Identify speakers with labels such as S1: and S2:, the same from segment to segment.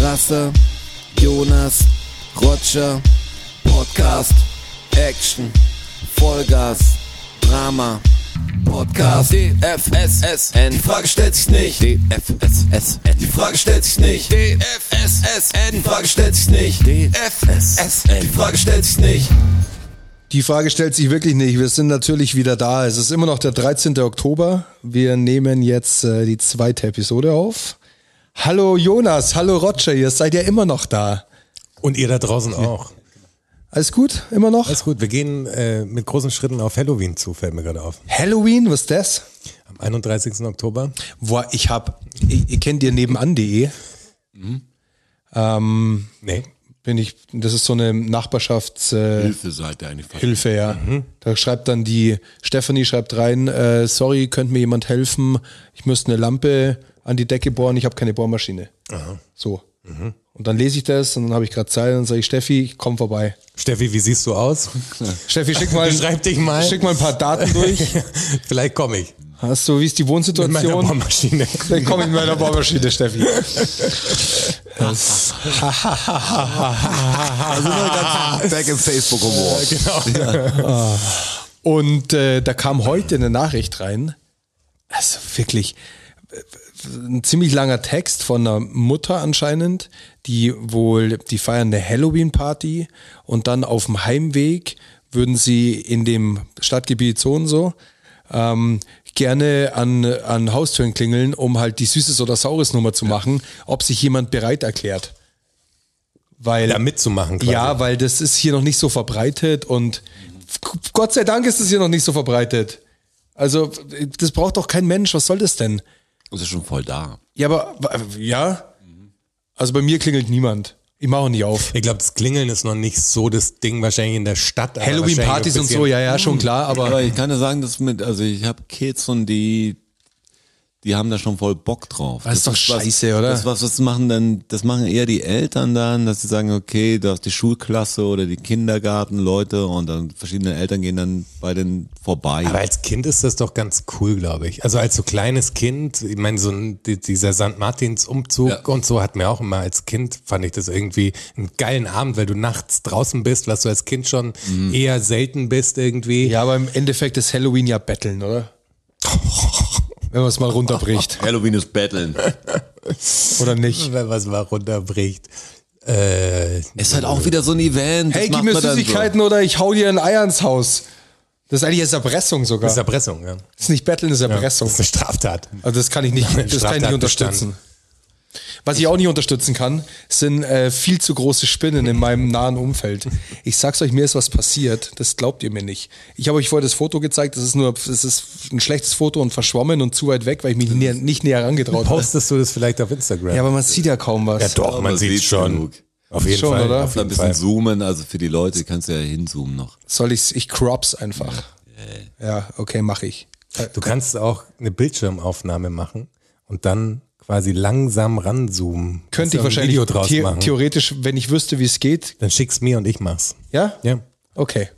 S1: Rasse, Jonas, Roger, Podcast, Action, Vollgas, Drama, Podcast, DFSSN, die Frage stellt sich nicht, DFSSN, die Frage stellt sich nicht, DFSSN, die Frage stellt sich nicht, DFSSN, die Frage stellt sich nicht.
S2: Die Frage stellt sich wirklich nicht. Wir sind natürlich wieder da. Es ist immer noch der 13. Oktober. Wir nehmen jetzt äh, die zweite Episode auf. Hallo Jonas, hallo Roger, ihr seid ja immer noch da.
S3: Und ihr da draußen auch.
S2: Alles gut? Immer noch?
S3: Alles gut, wir gehen äh, mit großen Schritten auf Halloween zu, fällt mir gerade auf.
S2: Halloween, was ist das?
S3: Am 31. Oktober.
S2: Boah, ich hab, ihr, ihr kennt ihr nebenan.de? Ähm,
S3: Nee.
S2: bin ich, das ist so eine Nachbarschaftshilfe, äh,
S4: Hilfeseite eigentlich fast.
S2: Hilfe, ja. Da schreibt dann die Stefanie schreibt rein, äh, sorry, könnte mir jemand helfen? Ich müsste eine Lampe an die Decke bohren, ich habe keine Bohrmaschine. So. Und dann lese ich das und dann habe ich gerade Zeit und dann sage ich, Steffi, ich komm vorbei.
S3: Steffi, wie siehst du aus?
S2: Steffi, schick mal,
S3: Beschreib dich mal.
S2: schick mal ein paar Daten durch.
S3: Vielleicht komme ich.
S2: Hast du, wie ist die
S3: Mit meiner
S2: Wohnsituation?
S3: Bohrmaschine.
S2: Dann komm ich mit meiner Bohrmaschine, Steffi.
S4: Back in Facebook Humor.
S2: Äh,
S3: genau.
S2: Und äh, da kam heute eine Nachricht rein. Also wirklich äh, ein ziemlich langer Text von einer Mutter anscheinend, die wohl, die feiern eine Halloween-Party und dann auf dem Heimweg würden sie in dem Stadtgebiet so und so ähm, gerne an, an Haustüren klingeln, um halt die Süßes oder Saures Nummer zu machen, ob sich jemand bereit erklärt. Weil
S3: Da mitzumachen quasi.
S2: ja, weil das ist hier noch nicht so verbreitet und g- Gott sei Dank ist es hier noch nicht so verbreitet. Also, das braucht doch kein Mensch. Was soll das denn?
S4: Das ist schon voll da.
S2: Ja, aber, w- ja? Also bei mir klingelt niemand. Ich mache auch nicht auf.
S3: Ich glaube, das Klingeln ist noch nicht so das Ding wahrscheinlich in der Stadt. aber wahrscheinlich
S2: Halloween-Partys
S3: ein
S2: und
S3: bisschen-
S2: so, ja, ja, schon klar, aber
S4: Aber ich kann dir sagen, dass mit, also ich habe Kids und die, die haben da schon voll Bock drauf.
S2: Das ist doch scheiße, oder?
S4: Das, was, das machen dann, das machen eher die Eltern dann, dass sie sagen, okay, du hast die Schulklasse oder die Kindergartenleute und dann verschiedene Eltern gehen dann bei den vorbei.
S3: Aber als Kind ist das doch ganz cool, glaube ich. Also als so kleines Kind, ich meine, so ein, die- dieser St. Martins-Umzug
S4: Ja.
S3: und so hat mir auch immer als Kind, fand ich das irgendwie einen geilen Abend, weil du nachts draußen bist, was du als Kind schon eher selten bist irgendwie.
S2: ja, aber im Endeffekt ist Halloween ja Betteln, oder? Wenn man es mal runterbricht,
S4: Halloween ist Battlen.
S2: oder nicht?
S3: Wenn was mal runterbricht. Äh,
S4: Ist halt auch wieder so ein Event. das
S2: Hey, gib
S4: macht
S2: mir
S4: man dann
S2: Süßigkeiten oder ich hau dir ein Ei ans Haus. Das ist eigentlich jetzt Erpressung sogar.
S3: das ist
S2: Das
S3: Erpressung, ja.
S2: ist nicht Betteln, das ist
S3: Das
S2: Erpressung.
S3: ist eine Straftat.
S2: Also das kann ich nicht,
S3: Nein,
S2: das kann ich nicht
S3: Straftatbestand.
S2: unterstützen. Was ich auch nicht unterstützen kann, sind äh, viel zu große Spinnen in meinem nahen Umfeld. Ich sag's euch, mir ist was passiert. Das glaubt ihr mir nicht. Ich habe euch vorher das Foto gezeigt. Das ist nur, das ist ein schlechtes Foto und verschwommen und zu weit weg, weil ich mich näher, nicht näher herangetraut habe.
S3: Postest du das vielleicht auf Instagram?
S2: Ja, aber man sieht ja kaum was.
S3: Ja, doch,
S4: Aber
S3: man
S4: man
S3: sieht
S4: sieht's
S3: schon.
S4: genug.
S3: Auf jeden
S2: Schon,
S3: Fall.
S2: oder?
S3: Auf
S4: So. Ein
S3: jeden
S4: bisschen
S3: Fall.
S4: zoomen, also für die Leute kannst du ja hinzoomen noch.
S2: Soll ich's? Ich crops einfach. Ja, okay, mache ich.
S3: Äh, Du kannst auch eine Bildschirmaufnahme machen und dann quasi langsam ranzoomen. Kannst
S2: Könnte
S3: du
S2: ich
S3: ein
S2: wahrscheinlich
S3: Video draus
S2: the
S3: machen.
S2: theoretisch, wenn ich wüsste, wie es geht.
S3: Dann schick's mir und ich mach's.
S2: Ja?
S3: Ja.
S2: Okay.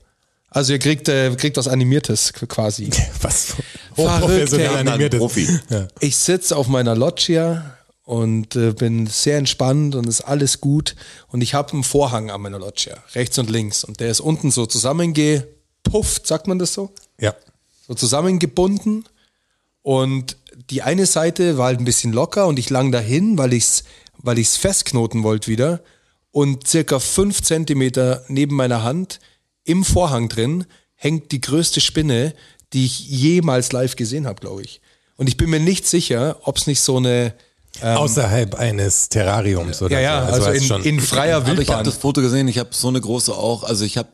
S2: Also ihr kriegt, äh, kriegt was Animiertes quasi.
S3: Was?
S2: ey.
S3: animiertes.
S4: Profi.
S3: Ja.
S2: Ich sitze auf meiner Loggia und äh, bin sehr entspannt und ist alles gut. Und ich habe einen Vorhang an meiner Loggia, rechts und links. Und der ist unten so zusammengepufft, sagt man das so?
S3: ja.
S2: So zusammengebunden. Und die eine Seite war halt ein bisschen locker und ich lang dahin, weil ich es weil ich's festknoten wollte wieder. Und circa fünf Zentimeter neben meiner Hand im Vorhang drin hängt die größte Spinne, die ich jemals live gesehen habe, glaube ich. Und ich bin mir nicht sicher, ob es nicht so eine,
S3: Außerhalb eines Terrariums oder
S2: Ähm, ja, ja,
S3: so.
S2: also,
S3: es ist
S2: in, in freier
S4: Aber ich habe
S2: Wildbahn.
S4: das Foto gesehen, ich habe so eine große auch, also ich habe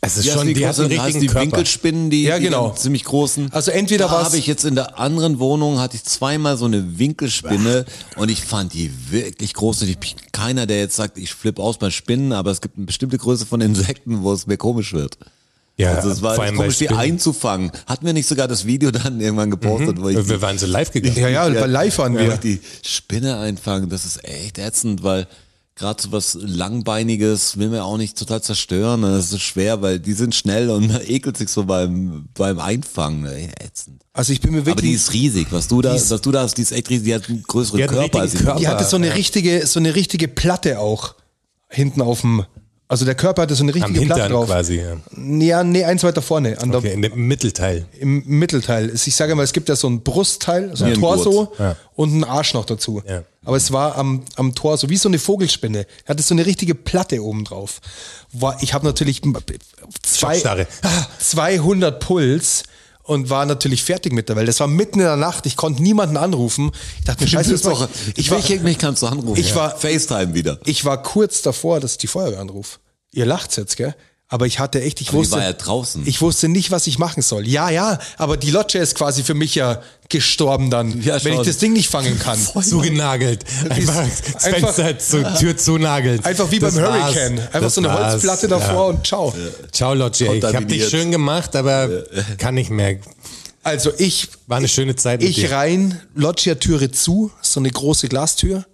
S3: es ist
S4: Ja,
S3: schon,
S4: die,
S3: die hat einen
S4: großen, heißt
S3: richtigen
S4: die
S3: Körper.
S4: Winkelspinnen, die,
S2: Ja, genau.
S4: die ganz ziemlich großen.
S2: Also entweder
S4: da
S2: war's-
S4: habe ich jetzt in der anderen Wohnung hatte ich zweimal so eine Winkelspinne und ich fand die wirklich groß und ich bin keiner, der jetzt sagt, ich flippe aus bei Spinnen, aber es gibt eine bestimmte Größe von Insekten, wo es mir komisch wird.
S3: Ja,
S4: Also es war
S3: vor
S4: echt
S3: allem bei
S4: komisch, die
S3: Spinnen.
S4: einzufangen. Hatten wir nicht sogar das Video dann irgendwann gepostet, wo ich die-
S3: Wir waren so live gegangen.
S2: Ja, ja, live waren
S4: ja,
S2: wir.
S4: Die Spinne einfangen, das ist echt ätzend, weil Gerade so was Langbeiniges will man ja auch nicht total zerstören. ne? Das ist schwer, weil die sind schnell und man ekelt sich so beim, beim Einfangen. Ey, ätzend.
S2: Also ich bin mir
S4: Aber die
S2: wirklich.
S4: ist riesig, was du da, was du da hast, die ist echt riesig, die hat einen größeren
S3: Die hat einen
S4: Körper. als
S3: richtigen
S4: ich.
S2: Die hatte so eine richtige, so eine richtige Platte auch hinten auf dem. Also der Körper hatte so eine
S3: Am
S2: richtige Platte
S3: Hintern
S2: drauf.
S3: quasi. Ja.
S2: Ja, nee, eins weiter vorne, an
S3: Okay, in dem Mittelteil.
S2: der, im Mittelteil. Es- Ich sage mal, es gibt ja so ein Brustteil, so ein
S4: Ja, ein
S2: Torso
S4: Gurt.
S3: Ja.
S2: und einen Arsch noch dazu.
S3: Ja.
S2: Aber es war am, am Torso, wie so eine Vogelspinne. Er hatte so eine richtige Platte oben drauf. War, ich habe natürlich zwei,
S3: Schockstarre.
S2: 200 Puls und war natürlich fertig mit der Welt. Das war mitten in der Nacht, ich konnte niemanden anrufen. Ich dachte mir, scheiße,
S4: Das ist
S2: was mach
S4: doch,
S2: ich,
S4: ich
S2: ich, war,
S4: will mich kannst du anrufen.
S2: Ich war-
S4: FaceTime wieder.
S2: ich war kurz davor, dass ich die Feuerwehr anrufe. Ihr lacht jetzt, gell? Aber ich hatte echt, ich
S4: Die
S2: wusste,
S4: war ja draußen.
S2: ich wusste nicht, was ich machen soll. Ja, ja, aber die Lodge ist quasi für mich ja gestorben dann,
S4: Ja,
S2: wenn ich
S4: schon.
S2: das Ding nicht fangen kann.
S3: Zugenagelt. Einfach das
S2: einfach-
S3: Fenster zur Tür zunageln.
S2: Einfach wie
S3: Das
S2: beim
S3: war's.
S2: Hurricane. Einfach
S3: Das
S2: so eine
S3: war's.
S2: Holzplatte davor und ciao.
S3: Ja. Ciao, Lodge. ey. Ich habe dich
S4: Kontaminiert.
S3: schön gemacht, aber kann nicht mehr.
S2: Also ich,
S3: War eine schöne Zeit mit
S2: ich
S3: dir.
S2: rein, Loggia-Türe zu, so eine große Glastür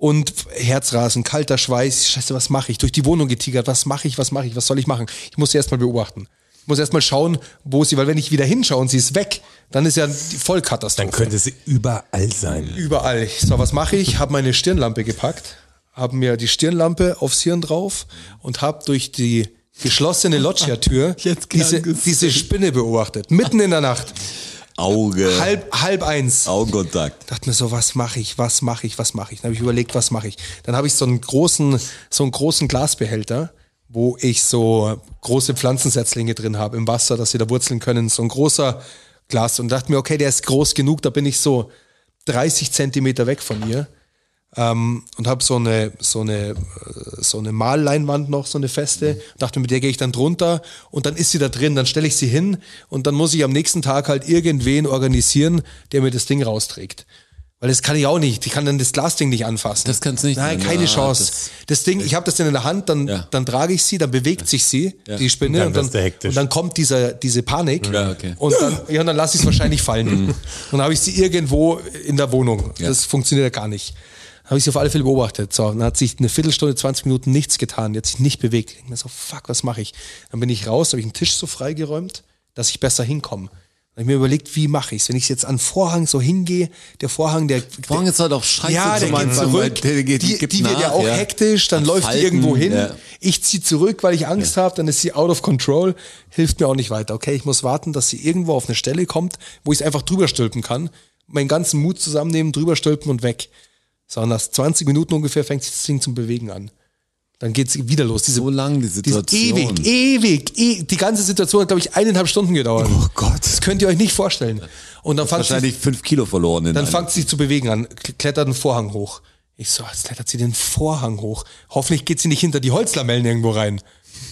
S2: und Herzrasen, kalter Schweiß, scheiße, was mache ich? Durch die Wohnung getigert, was mache ich, was mache ich, was soll ich machen? Ich muss sie erstmal beobachten. Ich muss erstmal schauen, wo sie, weil wenn ich wieder hinschaue und sie ist weg, dann ist ja die Vollkatastrophe.
S3: Dann könnte sie überall sein.
S2: Überall. So, was mache ich? Habe meine Stirnlampe gepackt, habe mir die Stirnlampe aufs Hirn drauf und habe durch die geschlossene Loggia-Tür
S4: Jetzt gern
S2: diese,
S4: gesehen.
S2: diese Spinne beobachtet. Mitten in der Nacht.
S4: Auge,
S2: Halb, halb eins.
S4: Augenkontakt.
S2: dachte mir so, was mache ich, was mache ich, was mache ich. Dann habe ich überlegt, was mache ich. Dann habe ich so einen großen, so einen großen Glasbehälter, wo ich so große Pflanzensetzlinge drin habe im Wasser, dass sie da wurzeln können. So ein großer Glas und dachte mir, okay, der ist groß genug, da bin ich so 30 Zentimeter weg von ihr. Ähm, und habe so eine, so eine, äh, so eine Malleinwand noch, so eine feste. Dachte mir, mit der gehe ich dann drunter und dann ist sie da drin, dann stelle ich sie hin und dann muss ich am nächsten Tag halt irgendwen organisieren, der mir das Ding rausträgt. Weil das kann ich auch nicht. Ich kann dann das Glasding nicht anfassen.
S4: Das kannst du nicht.
S2: Nein, keine
S4: Ja,
S2: Chance. Das,
S4: das-
S2: Ding, ich habe das dann in der Hand, dann,
S4: Ja.
S2: dann trage ich sie, dann bewegt sich sie, die Spinne,
S3: Dann
S2: und dann,
S3: wirst du hektisch.
S2: und dann kommt dieser, diese Panik.
S4: Ja, okay. Mhm.
S2: Und dann, ja, und dann lasse ich es wahrscheinlich fallen. und dann habe ich sie irgendwo in der Wohnung. Das funktioniert ja gar nicht. Dann Habe ich sie auf alle Fälle beobachtet. So, dann hat sich eine Viertelstunde, 20 Minuten nichts getan, die hat sich nicht bewegt. Ich denke mir so, fuck, was mache ich? Dann bin ich raus, habe ich einen Tisch so freigeräumt, dass ich besser hinkomme. Dann habe ich mir überlegt, wie mache ich es? Wenn ich jetzt an Vorhang so hingehe, der Vorhang, der,
S4: Vorhin ist halt auch scheiße
S2: ja, der
S4: zum
S2: geht
S4: Anfang, weil
S2: zurück.
S4: der geht-
S2: die
S4: gibt
S2: die wird ja
S4: nach,
S2: auch hektisch, dann
S4: Hat
S2: läuft die
S4: Falten,
S2: irgendwo hin.
S4: ja.
S2: Ich ziehe zurück, weil ich Angst habe, dann ist sie out of control, hilft mir auch nicht weiter. Okay, ich muss warten, dass sie irgendwo auf eine Stelle kommt, wo ich es einfach drüber stülpen kann. Meinen ganzen Mut zusammennehmen, drüber stülpen und weg. So, und nach 20 Minuten ungefähr fängt sich das Ding zum Bewegen an. Dann geht's wieder los. Diese,
S4: So lang die
S2: diese
S4: Situation.
S2: ewig, ewig, e die ganze Situation hat, glaube ich, eineinhalb Stunden gedauert.
S4: Oh Gott.
S2: Das könnt ihr euch nicht vorstellen. Und dann fand sie
S4: Wahrscheinlich fünf Kilo verloren. In
S2: dann
S4: einem-
S2: fängt sie zu bewegen an, k- klettert einen Vorhang hoch. Ich so, jetzt klettert sie den Vorhang hoch. Hoffentlich geht sie nicht hinter die Holzlamellen irgendwo rein.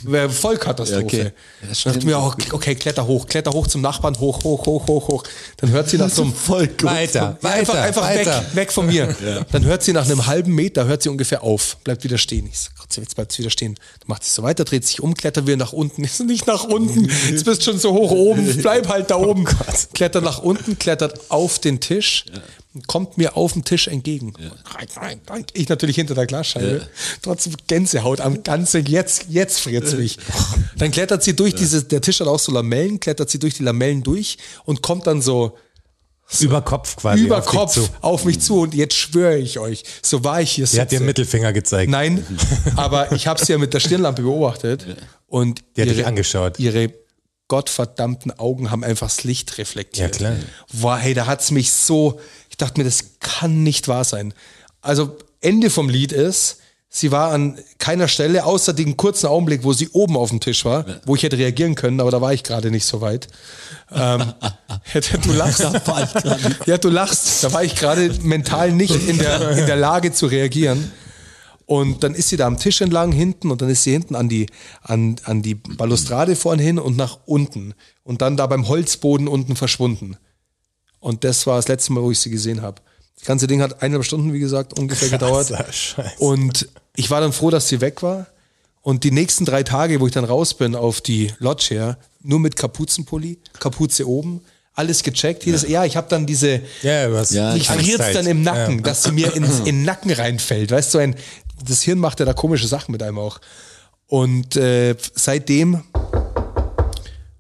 S2: Wäre Vollkatastrophe.
S4: Ja, okay.
S2: Dann
S4: Ja, stimmt.
S2: dachte ich mir, auch, okay, kletter hoch, kletter hoch zum Nachbarn, hoch, hoch, hoch, hoch, hoch. Dann hört sie nach so einem
S4: voll gut.
S3: Weiter,
S2: ja,
S3: weiter,
S2: einfach, einfach
S3: weiter.
S2: weg, weg von mir. Dann hört sie nach einem halben Meter, hört sie ungefähr auf, bleibt wieder stehen. Ich so, Gott, jetzt bleibt sie wieder stehen. Dann macht sie so weiter, dreht sich um, klettert wieder nach unten. Ich so, nicht nach unten, jetzt bist schon so hoch oben, bleib halt
S3: Oh
S2: da oben. klettert nach unten, klettert auf den Tisch, kommt mir auf den Tisch entgegen. Ich natürlich hinter der Glasscheibe. Trotzdem Gänsehaut am ganzen, jetzt, jetzt friert mich. Dann klettert sie durch dieses, der Tisch hat auch so Lamellen, klettert sie durch die Lamellen durch und kommt dann so
S3: Über Kopf quasi.
S2: über
S3: auf dich
S2: Kopf
S3: zu.
S2: auf mich zu und jetzt schwöre ich euch, so war ich hier
S3: Die hat dir
S2: sitze.
S3: den Mittelfinger gezeigt.
S2: Nein, aber ich habe sie ja mit der Stirnlampe beobachtet und
S3: Die hat dich angeschaut.
S2: ihre gottverdammten Augen haben einfach das Licht reflektiert.
S3: Ja, klar.
S2: Boah, hey, da hat's mich so, ich dachte mir, das kann nicht wahr sein. Also Ende vom Lied ist, sie war an keiner Stelle, außer den kurzen Augenblick, wo sie oben auf dem Tisch war, wo ich hätte reagieren können, aber da war ich gerade nicht so weit. Ähm, hätte du lachst.
S4: war ich gerade.
S2: Ja, du lachst. Da war ich gerade mental nicht in der, in der Lage zu reagieren. Und dann ist sie da am Tisch entlang hinten und dann ist sie hinten an die, an, an die Balustrade vorn hin und nach unten. Und dann da beim Holzboden unten verschwunden. Und das war das letzte Mal, wo ich sie gesehen habe. Das ganze Ding hat eineinhalb Stunden, wie gesagt, ungefähr gedauert.
S3: Krasser Scheiß.
S2: Und ich war dann froh, dass sie weg war. Und die nächsten drei Tage, wo ich dann raus bin auf die Lodge her, nur mit Kapuzenpulli, Kapuze oben, alles gecheckt. Jedes, ja. ich habe dann diese,
S3: Ja, was?
S4: Ja,
S2: ich
S4: Angst
S2: friere
S3: halt.
S2: dann im Nacken,
S3: Ja.
S2: dass sie mir ins in den Nacken reinfällt. Weißt du, so ein, das Hirn macht ja da komische Sachen mit einem auch. Und äh, seitdem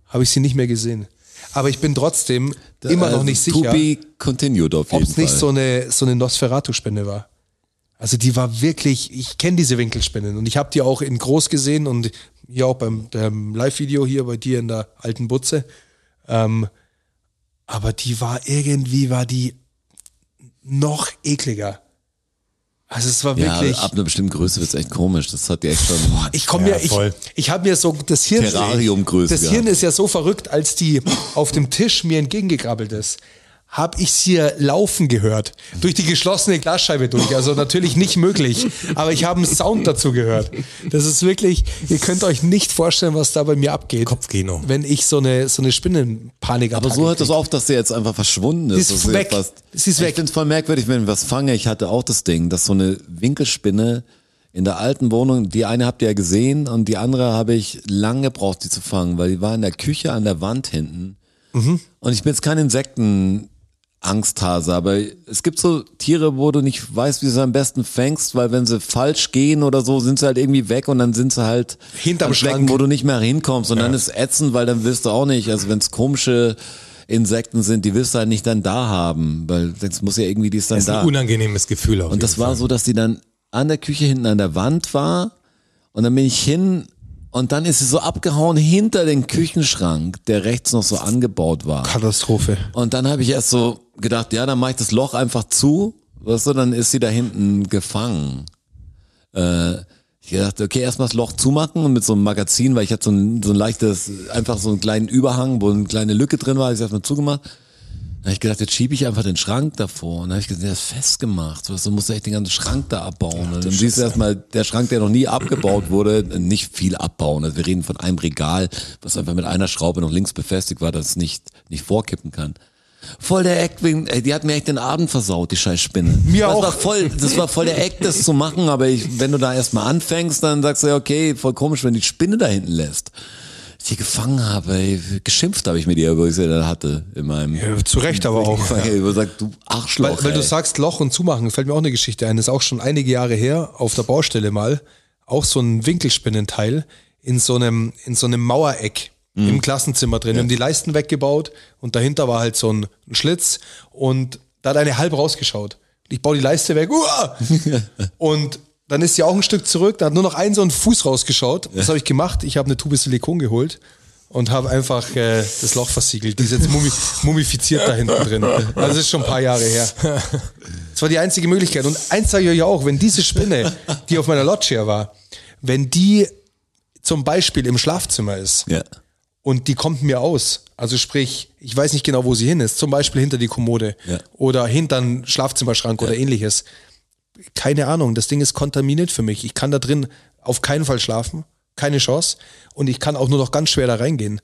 S2: habe ich sie nicht mehr gesehen. Aber ich bin trotzdem immer noch nicht
S4: Also, To
S2: sicher,
S4: be continued auf
S2: ob
S4: jeden
S2: es
S4: Fall.
S2: nicht so eine, so eine Nosferatu-Spende war. Also die war wirklich, ich kenne diese Winkelspinnen und ich habe die auch in groß gesehen und hier auch beim, beim Live-Video hier bei dir in der alten Butze. Ähm, aber die war irgendwie, war die noch ekliger. Also es war
S4: ja,
S2: wirklich,
S4: ab einer bestimmten Größe wird's echt komisch. Das hat ja echt schon.
S2: ich komme
S3: Ja,
S2: mir, ich,
S3: voll.
S2: ich habe mir so, das Hirn,
S4: Terrariumgröße
S2: das Hirn ist ja so verrückt, als die auf dem Tisch mir entgegengekrabbelt ist, habe ich hier laufen gehört. Durch die geschlossene Glasscheibe durch. Also natürlich nicht möglich. Aber ich habe einen Sound dazu gehört. Das ist wirklich, ihr könnt euch nicht vorstellen, was da bei mir abgeht.
S3: Kopfkino.
S2: Wenn ich so eine, so eine Spinnenpanik
S4: Aber so hört das auf, dass der jetzt einfach verschwunden ist.
S2: Sie ist
S4: Das
S2: weg.
S4: ja fast-
S2: Sie ist weg.
S4: Ich finde es voll merkwürdig, wenn ich was fange. Ich hatte auch das Ding, dass so eine Winkelspinne in der alten Wohnung, die eine habt ihr ja gesehen und die andere habe ich lange gebraucht, die zu fangen, weil die war in der Küche an der Wand hinten.
S2: Mhm.
S4: Und ich bin jetzt kein Insektenangsthase, aber es gibt so Tiere, wo du nicht weißt, wie du sie am besten fängst, weil wenn sie falsch gehen oder so, sind sie halt irgendwie weg und dann sind sie halt
S2: Hinterm
S4: an Flecken,
S2: Schrank.
S4: wo du nicht mehr hinkommst und dann ist ätzend, weil dann willst du auch nicht, also wenn es komische Insekten sind, die willst du halt nicht dann da haben, weil jetzt muss ja irgendwie die ist dann
S3: Das ist
S4: da.
S3: ein unangenehmes Gefühl auf
S4: Und das war so, dass die dann an der Küche hinten an der Wand war und dann bin ich hin und dann ist sie so abgehauen hinter den Küchenschrank, der rechts noch so angebaut war.
S2: Katastrophe.
S4: Und dann habe ich erst so gedacht, ja, dann mache ich das Loch einfach zu, weißt du, dann ist sie da hinten gefangen. Äh, ich dachte, okay, erstmal das Loch zumachen und mit so einem Magazin, weil ich hatte so ein, so ein leichtes, einfach so einen kleinen Überhang, wo eine kleine Lücke drin war, hab ich erstmal zugemacht. Dann habe ich gedacht, jetzt schiebe ich einfach den Schrank davor. Und dann habe ich gesehen, der ist festgemacht. Weißt Du musst echt den ganzen Schrank da abbauen. und dann siehst du erstmal, der Schrank, der noch nie abgebaut wurde, nicht viel abbauen. Also wir reden von einem Regal, was einfach mit einer Schraube noch links befestigt war, dass es nicht, nicht vorkippen kann. Voll der Eck, wegen- ey, die hat mir echt den Abend versaut, die scheiß Spinne.
S2: Mir
S4: das
S2: auch.
S4: War voll, das war voll der Eck, das zu machen, aber ich, wenn du da erstmal anfängst, dann sagst du ja, okay, voll komisch, wenn du die Spinne da hinten lässt. Ich die gefangen habe, ey, geschimpft habe ich mit ihr, wo ich sie dann hatte in meinem
S2: Äh, Zu Recht aber auch.
S4: weil er sagt, du Arschloch.
S2: Weil, weil du
S4: ey.
S2: sagst Loch und zumachen, fällt mir auch eine Geschichte ein. Das ist auch schon einige Jahre her, auf der Baustelle mal, auch so ein Winkelspinnenteil in so einem, in so einem Mauereck im Klassenzimmer drin. Wir haben die Leisten weggebaut und dahinter war halt so ein Schlitz und da hat eine halb rausgeschaut. Ich baue die Leiste weg. Uah! Und dann ist sie auch ein Stück zurück. Da hat nur noch ein so ein Fuß rausgeschaut. Das habe ich gemacht. Ich habe eine Tube Silikon geholt und habe einfach äh, das Loch versiegelt. Die ist jetzt mumi mumifiziert da hinten drin. Also das ist schon ein paar Jahre her. Das war die einzige Möglichkeit. Und eins sage ich euch auch, wenn diese Spinne, die auf meiner Loggia war, wenn die zum Beispiel im Schlafzimmer ist
S4: Ja.
S2: und die kommt mir aus. Also sprich, ich weiß nicht genau, wo sie hin ist. Zum Beispiel hinter die Kommode
S4: Ja.
S2: oder hinter einen Schlafzimmerschrank oder ähnliches. Keine Ahnung, das Ding ist kontaminiert für mich. Ich kann da drin auf keinen Fall schlafen, keine Chance. Und ich kann auch nur noch ganz schwer da reingehen.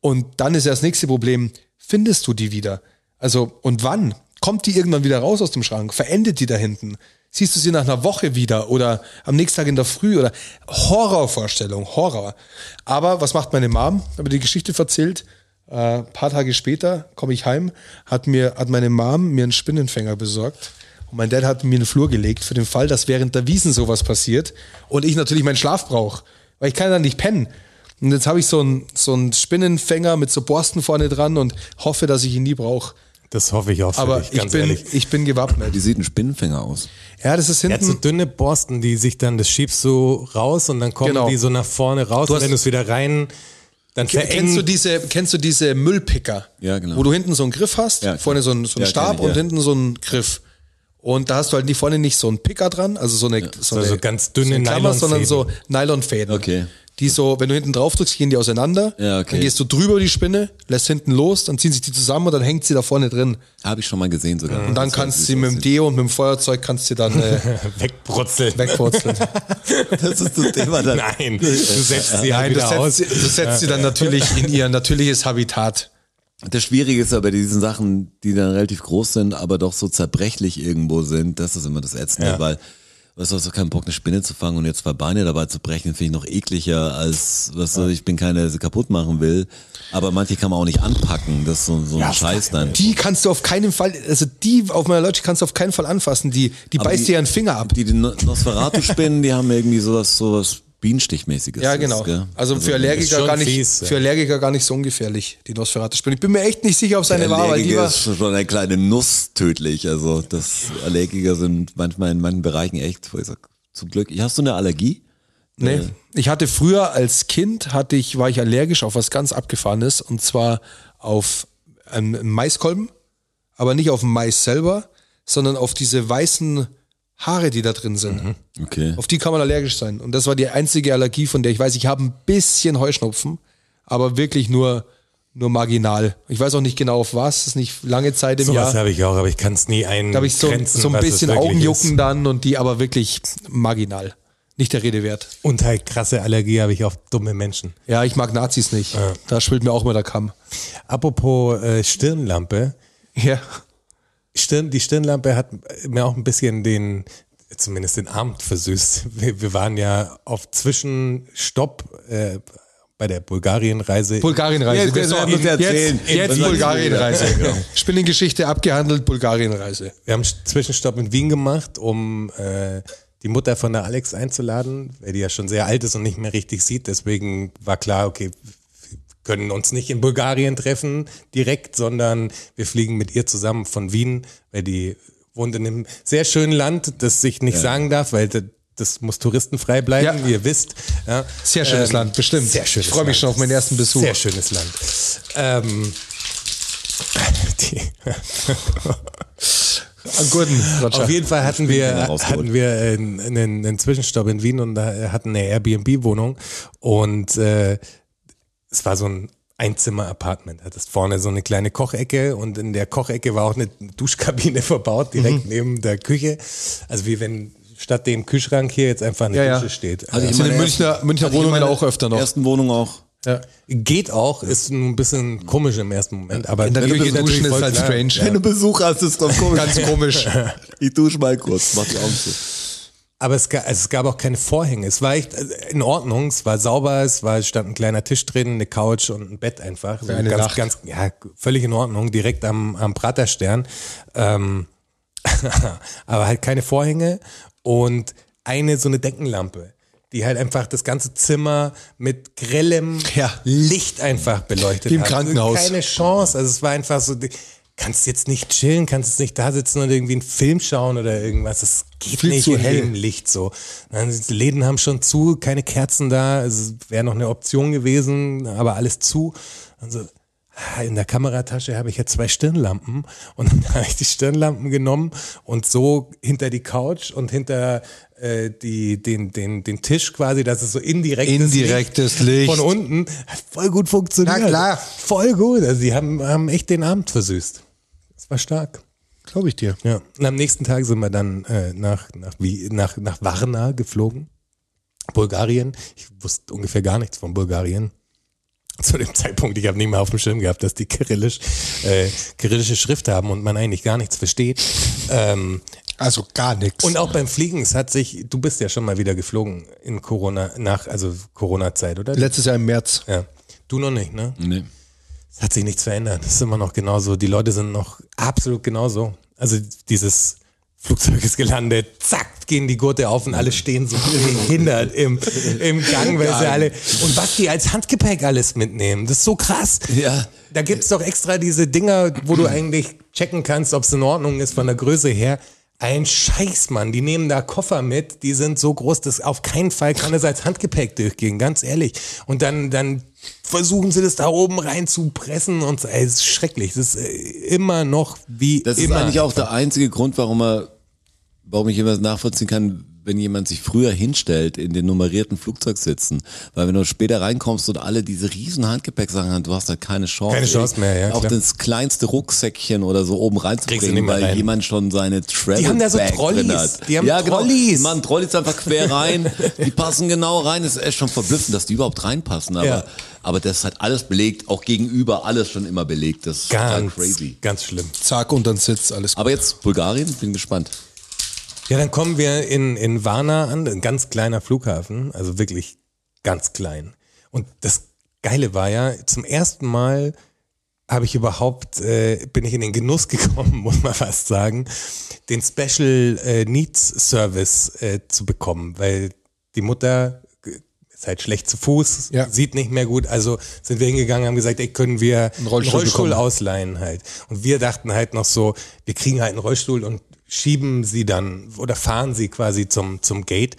S2: Und dann ist ja das nächste Problem, findest du die wieder? Also, und wann? Kommt die irgendwann wieder raus aus dem Schrank? Verendet die da hinten? Siehst du sie nach einer Woche wieder oder am nächsten Tag in der Früh oder Horrorvorstellung, Horror. Aber was macht meine Mom? Habe die Geschichte verzählt. Äh, paar Tage später komme ich heim, hat mir hat meine Mom mir einen Spinnenfänger besorgt und mein Dad hat mir in den Flur gelegt für den Fall, dass während der Wiesen sowas passiert und ich natürlich meinen Schlaf brauche, weil ich kann dann nicht pennen. Und jetzt habe ich so einen so einen Spinnenfänger mit so Borsten vorne dran und hoffe, dass ich ihn nie brauche.
S3: Das hoffe ich auch für
S2: Aber
S3: dich,
S2: ich
S3: ganz
S2: bin,
S3: ehrlich.
S2: ich bin gewappnet.
S4: Wie sieht ein Spinnenfänger aus?
S2: Ja, das ist
S3: Er hat so
S2: hinten.
S3: dünne Borsten, die sich dann, das schiebst du raus und dann kommen
S2: Genau.
S3: die so nach vorne raus
S2: Du
S3: und
S2: hast-
S3: wenn du es wieder rein, dann
S2: Kennst du
S3: verengen.
S2: diese, kennst du diese Müllpicker?
S4: Ja, genau.
S2: Wo du hinten so einen Griff hast,
S4: Ja,
S2: vorne so einen, so einen
S4: Ja,
S2: Stab
S4: kenn ich,
S2: und
S4: ja.
S2: hinten so einen Griff. Und da hast du halt nicht vorne nicht so einen Picker dran, also so eine, so eine
S3: Also ganz dünne
S2: eine Klammer, sondern
S3: Nylonfäden.
S2: so Nylonfäden.
S4: Okay.
S2: Die so, wenn du hinten drauf drückst, gehen die auseinander.
S4: Ja, okay.
S2: Dann gehst du drüber die Spinne, lässt hinten los, dann ziehen sich die zusammen und dann hängt sie da vorne drin.
S4: Habe ich schon mal gesehen sogar.
S2: Und dann kannst du sie mit dem Deo und mit dem Feuerzeug kannst du dann äh,
S3: Wegbrutzeln.
S2: wegwurzeln.
S4: Das ist das Thema dann.
S3: Nein, du setzt sie halt
S2: Äh, Nein, du
S3: wieder aus.
S2: setzt, sie- du setzt sie dann natürlich in ihr natürliches Habitat.
S4: Das Schwierige ist ja bei diesen Sachen, die dann relativ groß sind, aber doch so zerbrechlich irgendwo sind, das ist immer das Ätzende,
S3: Ja.
S4: weil Weißt du, hast du keinen Bock, eine Spinne zu fangen und jetzt zwei Beine dabei zu brechen, finde ich noch ekliger als, weißt du, ich bin keine, die sie kaputt machen will. Aber manche kann man auch nicht anpacken, das ist so, so ein Scheiß dann.
S2: Die kannst du auf keinen Fall, also die auf meiner Lodge kannst du auf keinen Fall anfassen. Die, die
S4: Aber
S2: beißt
S4: die-
S2: dir einen Finger ab.
S4: Die, die No- Nosferatu-Spinnen, die haben irgendwie sowas, sowas Bienenstichmäßiges.
S2: Ja,
S4: Das,
S2: genau.
S4: gell?
S2: Also, für Allergiker
S3: schon
S2: gar nicht,
S3: fies, ja.
S2: für Allergiker gar nicht so ungefährlich, die Nosferatu-Spinne. Ich bin mir echt nicht sicher, ob es eine war, weil die
S4: Allergiker
S2: war,
S4: ist schon eine kleine Nuss tödlich. Also das Allergiker sind manchmal in manchen Bereichen echt, wo ich sag, zum Glück. Hast du eine Allergie?
S2: nee. Ich hatte früher als Kind, hatte ich, war ich allergisch auf was ganz Abgefahrenes und zwar auf einen Maiskolben, aber nicht auf den Mais selber, sondern auf diese weißen Haare, die da drin sind.
S4: Okay.
S2: Auf die kann man allergisch sein. Und das war die einzige Allergie, von der ich weiß. Ich habe ein bisschen Heuschnupfen, aber wirklich nur, nur marginal. Ich weiß auch nicht genau auf was. Das ist nicht lange Zeit im
S3: Sowas
S2: Jahr.
S3: habe ich auch, aber ich kann es nie ein.
S2: Da habe ich so, so ein bisschen Augenjucken dann und die aber wirklich marginal. Nicht der Rede wert.
S3: Und halt krasse Allergie habe ich auf dumme Menschen.
S2: Ja, ich mag Nazis nicht. Da spielt mir auch immer der Kamm.
S3: Apropos äh, Stirnlampe.
S2: Ja.
S3: Stirn, die Stirnlampe hat mir auch ein bisschen den, zumindest den Abend versüßt. Wir, wir waren ja auf Zwischenstopp äh, bei der Bulgarien-Reise.
S2: Bulgarien-Reise.
S4: Jetzt- jetzt-
S2: Jetzt-
S4: jetzt-
S2: jetzt,
S4: jetzt-
S2: jetzt Bulgarien-Reise. Spinnengeschichte abgehandelt, Bulgarien-Reise.
S3: Wir haben einen Zwischenstopp in Wien gemacht, um äh, die Mutter von der Alex einzuladen, weil die ja schon sehr alt ist und nicht mehr richtig sieht. Deswegen war klar, okay, wir können uns nicht in Bulgarien treffen direkt, sondern wir fliegen mit ihr zusammen von Wien, weil die wohnt in einem sehr schönen Land, das ich nicht sagen darf, weil d- das muss touristenfrei bleiben,
S2: Ja.
S3: ihr wisst. Ja.
S2: Sehr schönes Land, bestimmt.
S3: Ähm, Sehr schönes
S2: Ich freue mich
S3: Land.
S2: schon auf meinen ersten Besuch.
S3: Sehr schönes Land. Ähm, die,
S2: Guten, Roger.
S3: Auf jeden Fall hatten wir,
S4: Springfinger rausgeholt.
S3: hatten wir einen, einen, einen Zwischenstopp in Wien und da hatten eine Airbnb-Wohnung und äh, es war so ein Einzimmer-Apartment. Hattest vorne so eine kleine Kochecke und in der Kochecke war auch eine Duschkabine verbaut, direkt
S2: Mhm.
S3: neben der Küche. Also wie wenn statt dem Kühlschrank hier jetzt einfach eine
S2: Ja, Also ja.
S3: Dusche steht. Also
S4: Hatte
S3: Ja.
S4: ich
S2: sind in
S4: meiner
S2: Münchner-
S4: ersten-
S2: Münchner
S4: hatte ich in
S2: Wohnungen
S4: meiner
S2: auch öfter noch.
S4: Ersten Wohnung auch.
S2: ja.
S3: Geht auch, ist ein bisschen komisch im ersten Moment, aber
S2: In der
S3: wenn du
S2: Küche
S3: bist
S2: duschen
S3: natürlich
S2: ist
S3: voll
S2: halt
S3: klar.
S2: strange.
S4: Wenn du Besuch hast, ist doch komisch.
S2: Ganz komisch.
S4: ich dusche mal kurz, mach die Augen zu.
S3: Aber es gab, also es gab auch keine Vorhänge. Es war echt also, in Ordnung, es war sauber, es war, es stand ein kleiner Tisch drin, eine Couch und ein Bett einfach. So
S2: eine
S3: ganz,
S2: Nacht.
S3: ganz, ja, völlig in Ordnung, direkt am, am Praterstern. Ähm, aber halt keine Vorhänge und eine so eine Deckenlampe, die halt einfach das ganze Zimmer mit grellem
S2: Ja.
S3: Licht einfach beleuchtet
S2: Wie im
S3: hat. Also
S2: Krankenhaus.
S3: Keine Chance. Also es war einfach so, die- kannst jetzt nicht chillen, kannst jetzt nicht da sitzen und irgendwie einen Film schauen oder irgendwas. Das geht
S2: Viel
S3: nicht
S2: zu
S3: in
S2: hell.
S3: dem Licht so. Dann, die Läden haben schon zu, keine Kerzen da, also wäre noch eine Option gewesen, aber alles zu. Also in der Kameratasche habe ich ja zwei Stirnlampen und dann habe ich die Stirnlampen genommen und so hinter die Couch und hinter äh, die, den, den, den Tisch quasi, dass es so indirektes,
S2: Indirektes Licht.
S3: von unten hat voll gut funktioniert.
S2: Na klar.
S3: Voll gut. Also die haben, haben echt den Abend versüßt. Das war stark.
S2: Glaube ich dir.
S3: Ja. Und am nächsten Tag sind wir dann äh, nach, nach, wie, nach, nach Varna geflogen. Bulgarien. Ich wusste ungefähr gar nichts von Bulgarien. Zu dem Zeitpunkt, ich habe nicht mehr auf dem Schirm gehabt, dass die kyrillisch, äh, kyrillische Schrift haben und man eigentlich gar nichts versteht. Ähm,
S2: Also gar nichts.
S3: und auch beim Fliegen, es hat sich, du bist ja schon mal wieder geflogen in Corona, nach, also Corona-Zeit, oder?
S2: Letztes Jahr im März.
S3: Ja. Du noch nicht, ne?
S4: Nee.
S3: Es hat sich nichts verändert. Es ist immer noch genauso. Die Leute sind noch absolut genauso. Also dieses Flugzeug ist gelandet, zack, gehen die Gurte auf und alle stehen so behindert im, im Gang, weil sie alle. Und was die als Handgepäck alles mitnehmen, das ist so krass.
S4: Ja.
S3: Da gibt's doch extra diese Dinger, wo du eigentlich checken kannst, ob's in Ordnung ist von der Größe her. Ein Scheiß, Mann. Die nehmen da Koffer mit, die sind so groß, dass auf keinen Fall kann es als Handgepäck durchgehen, ganz ehrlich. Und dann, dann versuchen sie das da oben reinzupressen und so. ey, es ist schrecklich. Das ist äh, immer noch wie
S4: Das
S3: immer.
S4: ist eigentlich auch der einzige Grund, warum er, warum ich immer nachvollziehen kann, wenn jemand sich früher hinstellt in den nummerierten Flugzeugsitzen, weil wenn du später reinkommst und alle diese riesen Handgepäcksachen haben, du hast halt keine Chance.
S3: Keine Chance mehr, ja,
S4: Auch
S3: klar.
S4: das kleinste Rucksäckchen oder so oben
S3: Kriegst du nicht
S4: reinzubringen,
S3: mehr
S4: weil
S3: rein.
S4: jemand schon seine Travel
S3: Die haben da so
S4: Bag drin
S3: Trolleys.
S4: hat.
S3: Die haben
S4: ja, genau.
S3: Trolleys.
S4: Man Trolleys einfach quer rein. Die passen genau rein. Das ist echt schon verblüffend, dass die überhaupt reinpassen. Aber,
S3: Ja.
S4: aber das ist halt alles belegt, auch gegenüber alles schon immer belegt. Das ist total
S3: ganz,
S4: crazy.
S3: ganz schlimm.
S2: Zack und dann sitzt alles.
S4: Aber jetzt Bulgarien, bin gespannt.
S3: Ja, dann kommen wir in, in Varna an, ein ganz kleiner Flughafen, also wirklich ganz klein. Und das Geile war ja, zum ersten Mal habe ich überhaupt, äh, bin ich in den Genuss gekommen, muss man fast sagen, den Special äh, Needs Service äh, zu bekommen, weil die Mutter äh, ist halt schlecht zu Fuß,
S2: Ja.
S3: sieht nicht mehr gut, also sind wir hingegangen, haben gesagt, ey, können wir einen
S2: Rollstuhl bekommen.
S3: ausleihen halt. Und wir dachten halt noch so, wir kriegen halt einen Rollstuhl und schieben sie dann oder fahren sie quasi zum, zum Gate.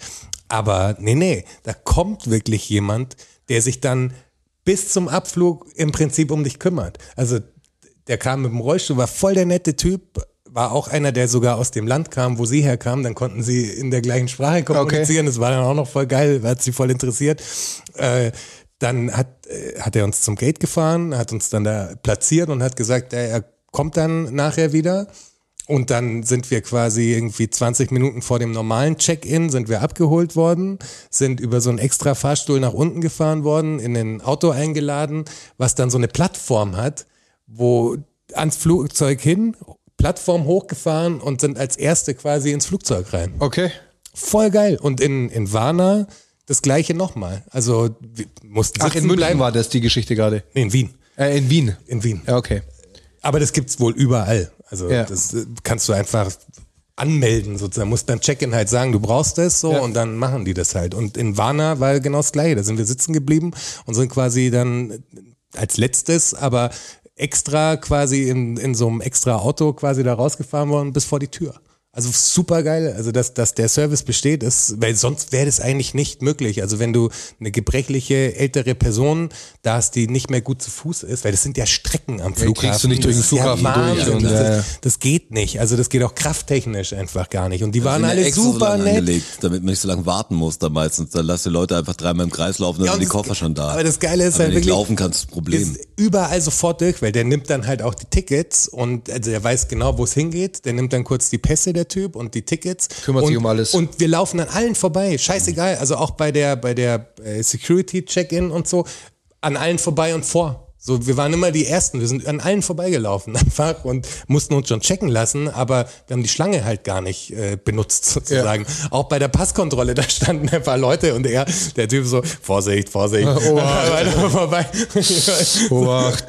S3: Aber nee, nee, da kommt wirklich jemand, der sich dann bis zum Abflug im Prinzip um dich kümmert. Also der kam mit dem Rollstuhl, war voll der nette Typ, war auch einer, der sogar aus dem Land kam, wo sie herkam. Dann konnten sie in der gleichen Sprache kommunizieren. Das war dann auch noch voll geil, hat sie voll interessiert. Äh, dann hat, äh, hat er uns zum Gate gefahren, hat uns dann da platziert und hat gesagt, er, er kommt dann nachher wieder. Und dann sind wir quasi irgendwie 20 Minuten vor dem normalen Check-in sind wir abgeholt worden, sind über so einen extra Fahrstuhl nach unten gefahren worden, in ein Auto eingeladen, was dann so eine Plattform hat, wo ans Flugzeug hin, Plattform hochgefahren und sind als erste quasi ins Flugzeug rein.
S2: Okay.
S3: Voll geil. Und in, in Warna das gleiche nochmal. Also wir mussten
S2: Ach, in
S3: sitzen
S2: München
S3: bleiben.
S2: war das die Geschichte gerade.
S3: Nee, in Wien.
S2: Äh, in Wien.
S3: In Wien.
S2: Ja, okay.
S3: Aber das gibt's wohl überall. Also
S2: Ja.
S3: das äh, kannst du einfach anmelden sozusagen. Musst beim Check-in halt sagen, du brauchst das so
S2: Ja.
S3: und dann machen die das halt. Und in Warna war genau das gleiche. Da sind wir sitzen geblieben und sind quasi dann als letztes, aber extra quasi in, in so einem extra Auto quasi da rausgefahren worden bis vor die Tür. Also super geil, also dass, dass der Service besteht, ist, weil sonst wäre das eigentlich nicht möglich. Also wenn du eine gebrechliche ältere Person da hast, die nicht mehr gut zu Fuß ist, weil das sind ja Strecken am
S2: die
S3: Flughafen.
S2: kriegst du nicht durch den
S3: Das ist ja
S2: Flughafen durch
S3: Wahnsinn.
S2: und,
S3: das,
S2: ja, ja.
S3: das geht nicht. Also das geht auch krafttechnisch einfach gar nicht. Und die waren
S4: sind ja
S3: alle
S4: extra so
S3: super
S4: lang
S3: nett.
S4: Angelegt, damit man nicht so lange warten muss da meistens. Dann lass die Leute einfach dreimal im Kreis laufen, dann
S3: Ja,
S4: sind
S3: und
S4: die
S3: das-
S4: Koffer schon da.
S3: aber das Geile ist
S4: Aber wenn
S3: halt
S4: du nicht
S3: wirklich-
S4: laufen kannst, ist das Problem.
S3: ist überall sofort durch, weil der nimmt dann halt auch die Tickets und also der weiß genau, wo es hingeht. Der nimmt dann kurz die Pässe, der Typ, und die Tickets.
S2: Kümmert
S3: und,
S2: sich um alles. Mhm.
S3: Und wir laufen an allen vorbei. Scheißegal. Also auch bei der, bei der äh, Security-Check-In und so, an allen vorbei und vor. So, wir waren immer die Ersten. Wir sind an allen vorbeigelaufen einfach und mussten uns schon checken lassen, aber wir haben die Schlange halt gar nicht äh, benutzt sozusagen. Auch bei der Passkontrolle, da standen ein paar Leute und er, der Typ so, Vorsicht, Vorsicht.
S2: Oh,
S3: Weiter vorbei.
S2: Obacht.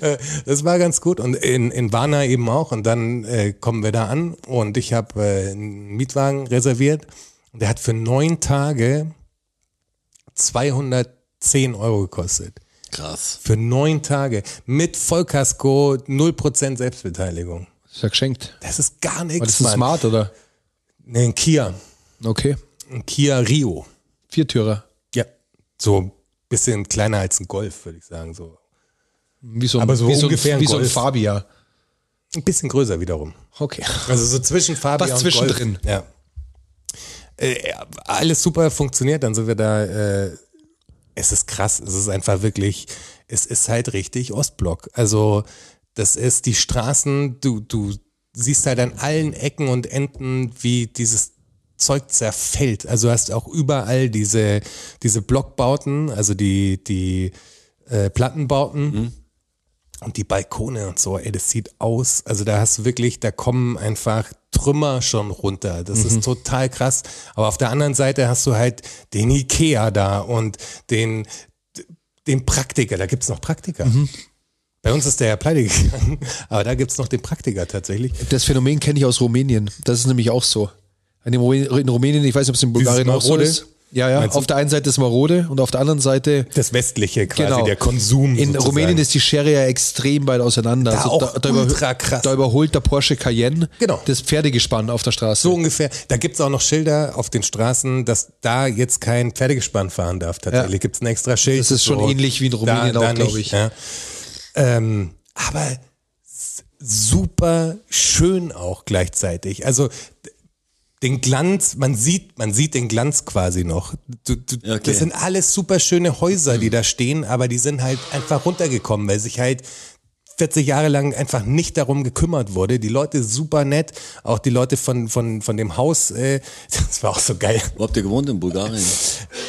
S3: Äh, das war ganz gut und in, in Warna eben auch und dann äh, kommen wir da an und ich habe äh, einen Mietwagen reserviert und der hat für neun Tage 210 Euro gekostet.
S4: Krass.
S3: Für neun Tage mit Vollkasko 0% Selbstbeteiligung.
S2: Ist ja geschenkt.
S3: Das ist gar
S2: War
S3: nichts,
S2: das ein
S3: Mann.
S2: Smart, oder?
S3: Nee, ein Kia,
S2: Okay.
S3: ein Kia Rio.
S2: Viertürer.
S3: Ja, so ein bisschen kleiner als ein Golf, würde ich sagen. So
S2: Wie so ein,
S3: Aber so
S2: wie so ein,
S3: ungefähr ein
S2: wie so ein
S3: Golf.
S2: Fabia.
S3: ein bisschen größer wiederum.
S2: Okay.
S3: Also so zwischen Fabian
S2: Was
S3: und
S2: zwischendrin.
S3: Golf. Ja. Äh, ja, alles super funktioniert, dann sind wir da. Äh, es ist krass, es ist einfach wirklich, es ist halt richtig Ostblock. Also das ist die Straßen, du, du siehst halt an allen Ecken und Enden, wie dieses Zeug zerfällt. Also du hast auch überall diese, diese Blockbauten, also die, die äh, Plattenbauten. Und die Balkone und so, ey, das sieht aus. Also da hast du wirklich, da kommen einfach Trümmer schon runter. Das
S2: Mhm.
S3: ist total krass. Aber auf der anderen Seite hast du halt den Ikea da und den, den Praktiker. Da gibt's noch Praktiker.
S2: Mhm.
S3: Bei uns ist der ja pleite gegangen, aber da gibt's noch den Praktiker tatsächlich.
S2: Das Phänomen kenne ich aus Rumänien. Das ist nämlich auch so. In, dem Rumä- in Rumänien, ich weiß nicht, ob es in Bulgarien auch so
S3: Marode?
S2: ist. Ja, ja.
S3: Meinst du?
S2: Auf der einen Seite ist Marode und auf der anderen Seite
S3: Das Westliche quasi,
S2: Genau.
S3: der Konsum.
S2: In
S3: sozusagen.
S2: Rumänien ist die Schere ja extrem weit auseinander. Also
S3: Da auch
S2: überho-
S3: ultra krass.
S2: da überholt der Porsche Cayenne
S3: Genau.
S2: das Pferdegespann auf der Straße.
S3: So ungefähr. Da gibt's auch noch Schilder auf den Straßen, dass da jetzt kein Pferdegespann fahren darf. Tatsächlich
S2: Ja.
S3: gibt's ein extra Schild.
S2: Das ist schon
S3: so.
S2: ähnlich wie in Rumänien auch,
S3: nicht,
S2: glaube ich.
S3: Ja. Ähm, aber s- super schön auch gleichzeitig. Also d- den Glanz, man sieht, man sieht den Glanz quasi noch. Du, du,
S4: Ja, okay.
S3: Das sind alles super schöne Häuser, die da stehen, aber die sind halt einfach runtergekommen, weil sich halt 40 Jahre lang einfach nicht darum gekümmert wurde. Die Leute super nett, auch die Leute von, von, von dem Haus, äh, das war auch so geil
S4: Wo habt ihr gewohnt in Bulgarien?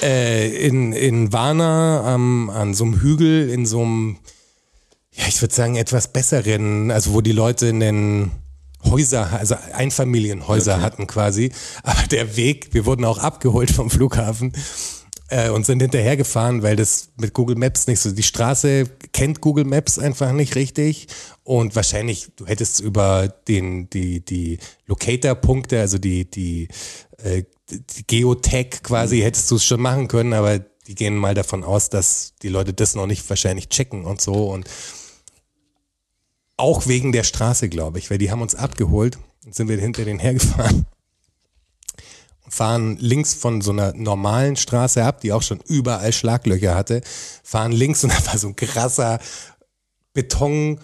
S3: äh, in, in Warna am, an so einem Hügel, in so einem, ja, ich würde sagen, etwas besseren, also wo die Leute in den Häuser, also Einfamilienhäuser hatten quasi. Aber der Weg, wir wurden auch abgeholt vom Flughafen äh, und sind hinterhergefahren, weil das mit Google Maps nicht so, die Straße kennt Google Maps einfach nicht richtig und wahrscheinlich, du hättest über den, die, die Locator-Punkte, also die, die, äh, die Geotech quasi, hättest du es schon machen können, aber die gehen mal davon aus, dass die Leute das noch nicht wahrscheinlich checken und so und auch wegen der Straße, glaube ich, weil die haben uns abgeholt und sind wir hinter denen hergefahren fahren links von so einer normalen Straße ab, die auch schon überall Schlaglöcher hatte, fahren links und da war so ein krasser Beton,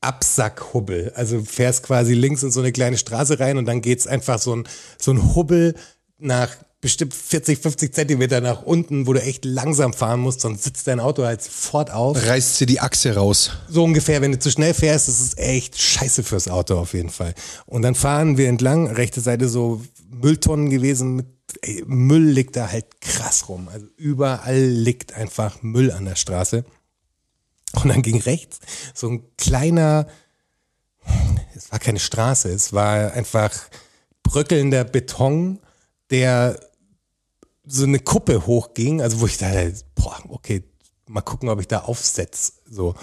S3: Absackhubbel. Also fährst quasi links in so eine kleine Straße rein und dann geht's einfach so ein, so ein Hubbel nach bestimmt 40, 50 Zentimeter nach unten, wo du echt langsam fahren musst, sonst sitzt dein Auto halt sofort auf.
S2: Reißt dir die Achse raus.
S3: So ungefähr, wenn du zu schnell fährst, das ist echt scheiße fürs Auto auf jeden Fall. Und dann fahren wir entlang, rechte Seite so Mülltonnen gewesen, mit, ey, Müll liegt da halt krass rum. Also überall liegt einfach Müll an der Straße. Und dann ging rechts so ein kleiner, es war keine Straße, es war einfach bröckelnder Beton, der so eine Kuppe hochging, also wo ich dachte, boah, okay, mal gucken, ob ich da aufsetz. So.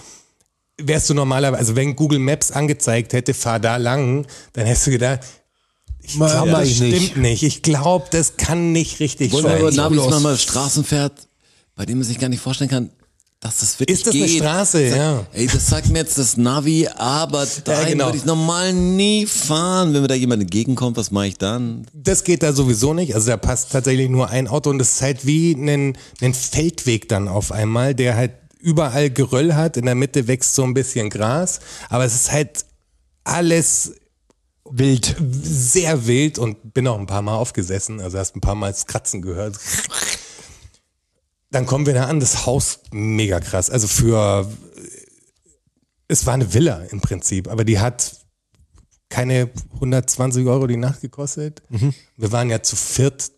S3: Wärst du normalerweise, also wenn Google Maps angezeigt hätte, fahr da lang, dann hättest du gedacht, ich
S2: Mal-
S3: glaube,
S2: mach
S3: das
S2: ich
S3: stimmt
S2: nicht.
S3: nicht. Ich glaube, das kann nicht richtig
S4: Wollen wir
S3: sein.
S4: über Navis
S2: los.
S4: nochmal Straßen fährt, bei dem man sich gar nicht vorstellen kann, dass das wirklich
S3: Ist das eine
S4: geht.
S3: Straße?
S4: Sag-
S3: Ja.
S4: Ey, das sagt mir jetzt das Navi, aber da
S3: genau.
S4: würde ich normal nie fahren. Wenn mir da jemand entgegenkommt, was mache ich dann?
S3: das geht da sowieso nicht. Also da passt tatsächlich nur ein Auto und das ist halt wie ein, ein Feldweg dann auf einmal, der halt überall Geröll hat. In der Mitte wächst so ein bisschen Gras, aber es ist halt alles
S2: Wild.
S3: sehr wild und bin auch ein paar Mal aufgesessen, also hast ein paar Mal das Kratzen gehört. Dann kommen wir da an, das Haus mega krass. Also für es war eine Villa im Prinzip, aber die hat keine 120 Euro die Nacht gekostet. Wir waren ja zu viert,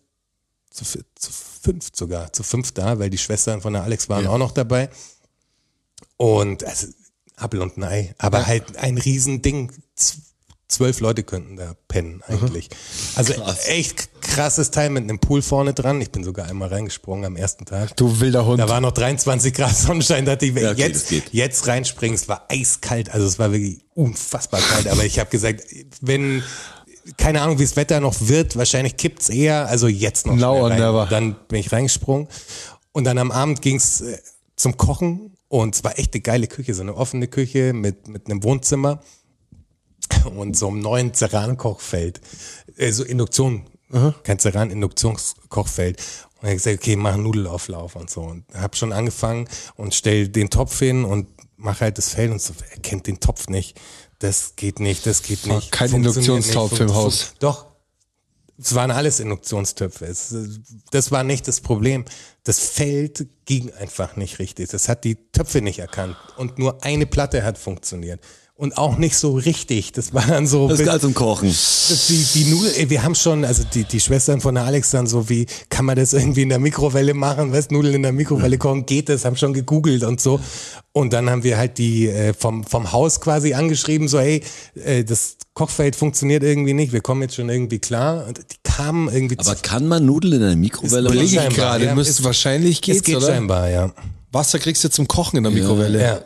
S3: zu, viert, zu fünf sogar, zu fünf da, weil die Schwestern von der Alex waren auch noch dabei. Und also, Appel und ein Ei, aber halt ein Riesending. Z- Zwölf Leute könnten da pennen eigentlich. Also echt krasses Teil mit einem Pool vorne dran. Ich bin sogar einmal reingesprungen am ersten Tag.
S2: Du wilder Hund.
S3: Da war noch 23 Grad Sonnenschein, dachte ich, wenn
S4: Ja, okay, das
S3: jetzt,
S4: geht.
S3: jetzt reinspringen, es war eiskalt, also es war wirklich unfassbar kalt, aber ich habe gesagt, wenn, keine Ahnung, wie das Wetter noch wird, wahrscheinlich kippt's eher, also jetzt noch.
S2: Now
S3: schnell
S2: or
S3: rein.
S2: never.
S3: Dann bin ich reingesprungen und dann am Abend ging's äh, zum Kochen und es war echt eine geile Küche, so eine offene Küche mit, mit einem Wohnzimmer und so einem neuen Ceran-Kochfeld. Äh, so Induktion, kein Ceran-Induktionskochfeld. Und er hat gesagt, okay, mach einen Nudelauflauf und so. Und hab schon angefangen und stell den Topf hin und mach halt das Feld und so, er kennt den Topf nicht. Das geht nicht, das geht
S2: War
S3: nicht.
S2: kein
S3: Funktioniert
S2: Induktionstopf
S3: nicht,
S2: im
S3: fun- fun-
S2: Haus.
S3: Doch. Es waren alles Induktionstöpfe. Es, äh, das war nicht das Problem. Das Feld ging einfach nicht richtig. Das hat die Töpfe nicht erkannt. Und nur eine Platte hat funktioniert. Und auch nicht so richtig. Das war dann so.
S4: Das ist
S3: bis-
S4: geil zum Kochen.
S3: das- die, die Nudel, ey, wir haben schon, also die, die Schwestern von der Alex dann so, wie kann man das irgendwie in der Mikrowelle machen? Weißt Nudeln in der Mikrowelle kochen, geht das? Haben schon gegoogelt und so. Und dann haben wir halt die äh, vom, vom Haus quasi angeschrieben, so, hey, äh, das Kochfeld funktioniert irgendwie nicht, wir kommen jetzt schon irgendwie klar. Und die kamen irgendwie
S4: Aber kann man Nudeln in einer Mikrowelle machen?
S3: Ist
S2: Überlege ich
S3: scheinbar,
S2: gerade,
S3: ja,
S2: müsste
S3: es-
S2: wahrscheinlich geht's,
S3: es geht
S2: oder?
S3: scheinbar, ja.
S2: Wasser kriegst du zum Kochen in der Mikrowelle.
S3: ja.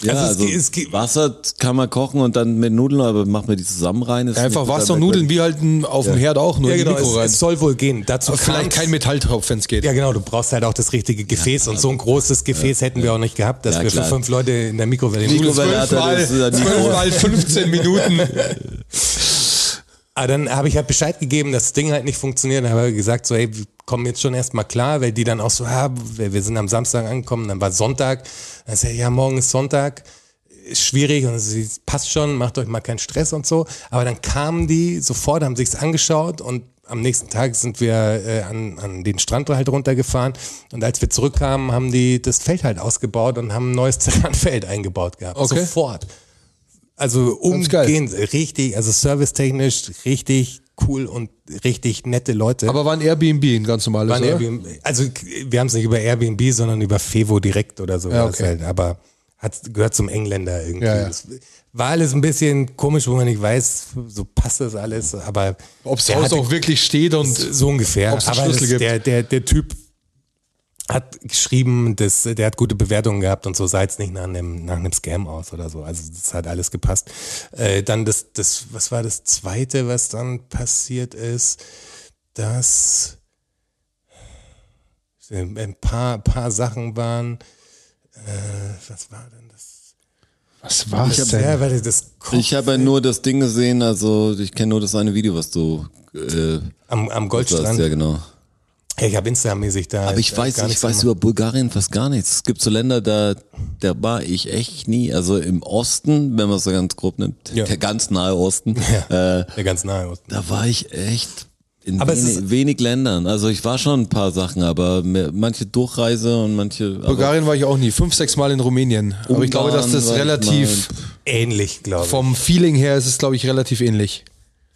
S4: Ja,
S3: Also es
S4: also
S3: geht- es geht-
S4: Wasser kann man kochen und dann mit Nudeln, aber macht man die zusammen rein. Ist
S2: Einfach
S4: nicht-
S2: Wasser und Nudeln, wie halt ein, auf dem Herd auch, nur
S3: Ja,
S2: in die
S3: genau,
S2: Mikro rein.
S3: es, es soll wohl gehen. Dazu
S2: Aber Vielleicht
S3: kam's-
S2: kein Metalltopf, wenn es geht.
S3: Ja, genau, du brauchst halt auch das richtige Gefäß und so ein großes Gefäß hätten wir auch nicht gehabt, dass
S4: Ja,
S3: wir
S4: klar.
S3: für fünf Leute in der Mikrowelle
S4: Mikrowelle hat er
S2: Zwölfmal
S4: das, äh, Mikro-
S2: zwölfmal 15 Minuten.
S3: Aber dann habe ich halt Bescheid gegeben, dass das Ding halt nicht funktioniert. Dann habe ich gesagt, so, hey, wir kommen jetzt schon erstmal klar, weil die dann auch so, ja, wir wir sind am Samstag angekommen, dann war Sonntag. Dann sag ich, ja, morgen ist Sonntag, ist schwierig und sie passt schon, macht euch mal keinen Stress und so. Aber dann kamen die sofort, haben sich's angeschaut und am nächsten Tag sind wir äh, an, an den Strand halt runtergefahren und als wir zurückkamen, haben die das Feld halt ausgebaut und haben ein neues Zerranfeld eingebaut gehabt.
S2: Hm. Okay.
S3: Sofort. Also
S2: Ganz geil.
S3: umgehend, richtig, also servicetechnisch richtig cool und richtig nette Leute.
S2: Aber war ein Airbnb, ein ganz normales,
S3: Waren
S2: oder?
S3: Airbnb, also wir haben es nicht über Airbnb, sondern über Fevo direkt oder so.
S2: Ja,
S3: war das
S2: okay.
S3: halt, aber hat, gehört zum Engländer irgendwie.
S2: Ja, ja.
S3: Das war alles ein bisschen komisch, wo man nicht weiß, so passt das alles, aber
S2: Ob es
S3: der
S2: Haus
S3: hatte-
S2: auch wirklich steht und
S3: so ungefähr.
S2: ob's einen
S3: Aber
S2: Schlüssel
S3: das,
S2: gibt.
S3: der, der, der Typ hat geschrieben, dass, äh, der hat gute Bewertungen gehabt und so sah jetzt nicht nach einem, nach einem Scam aus oder so. Also das hat alles gepasst. Äh, dann das, das, was war das Zweite, was dann passiert ist, dass äh, ein paar, paar Sachen waren. Äh, was war denn das?
S2: was war's
S4: Ich hab-
S2: denn?
S3: Ja, warte, das Kopf
S4: Ich habe ja nur das Ding gesehen, also ich kenne nur das eine Video, was du äh,
S3: am, am
S4: sagst,
S3: Goldstrand.
S4: ja genau.
S3: Ja, ich habe Instagram-mäßig da.
S4: Aber ich
S3: da
S4: weiß,
S3: gar
S4: ich
S3: nichts
S4: weiß
S3: gemacht.
S4: über Bulgarien fast gar nichts. Es gibt so Länder, da, da war ich echt nie. Also im Osten, wenn man es so ganz grob nimmt,
S3: Ja.
S4: der ganz nahe Osten, äh,
S3: Ja, ganz nahe. Osten.
S4: da war ich echt in
S3: Aber es
S4: wenig,
S3: ist-
S4: wenig Ländern. Also ich war schon ein paar Sachen, aber mehr, manche Durchreise und manche. aber
S2: Bulgarien war ich auch nie. Fünf, sechs Mal in Rumänien. Aber ich glaube, dass das
S4: war ich
S2: relativ,
S3: Ähnlich, glaube ich.
S2: vom Feeling her ist es, glaube ich, relativ ähnlich.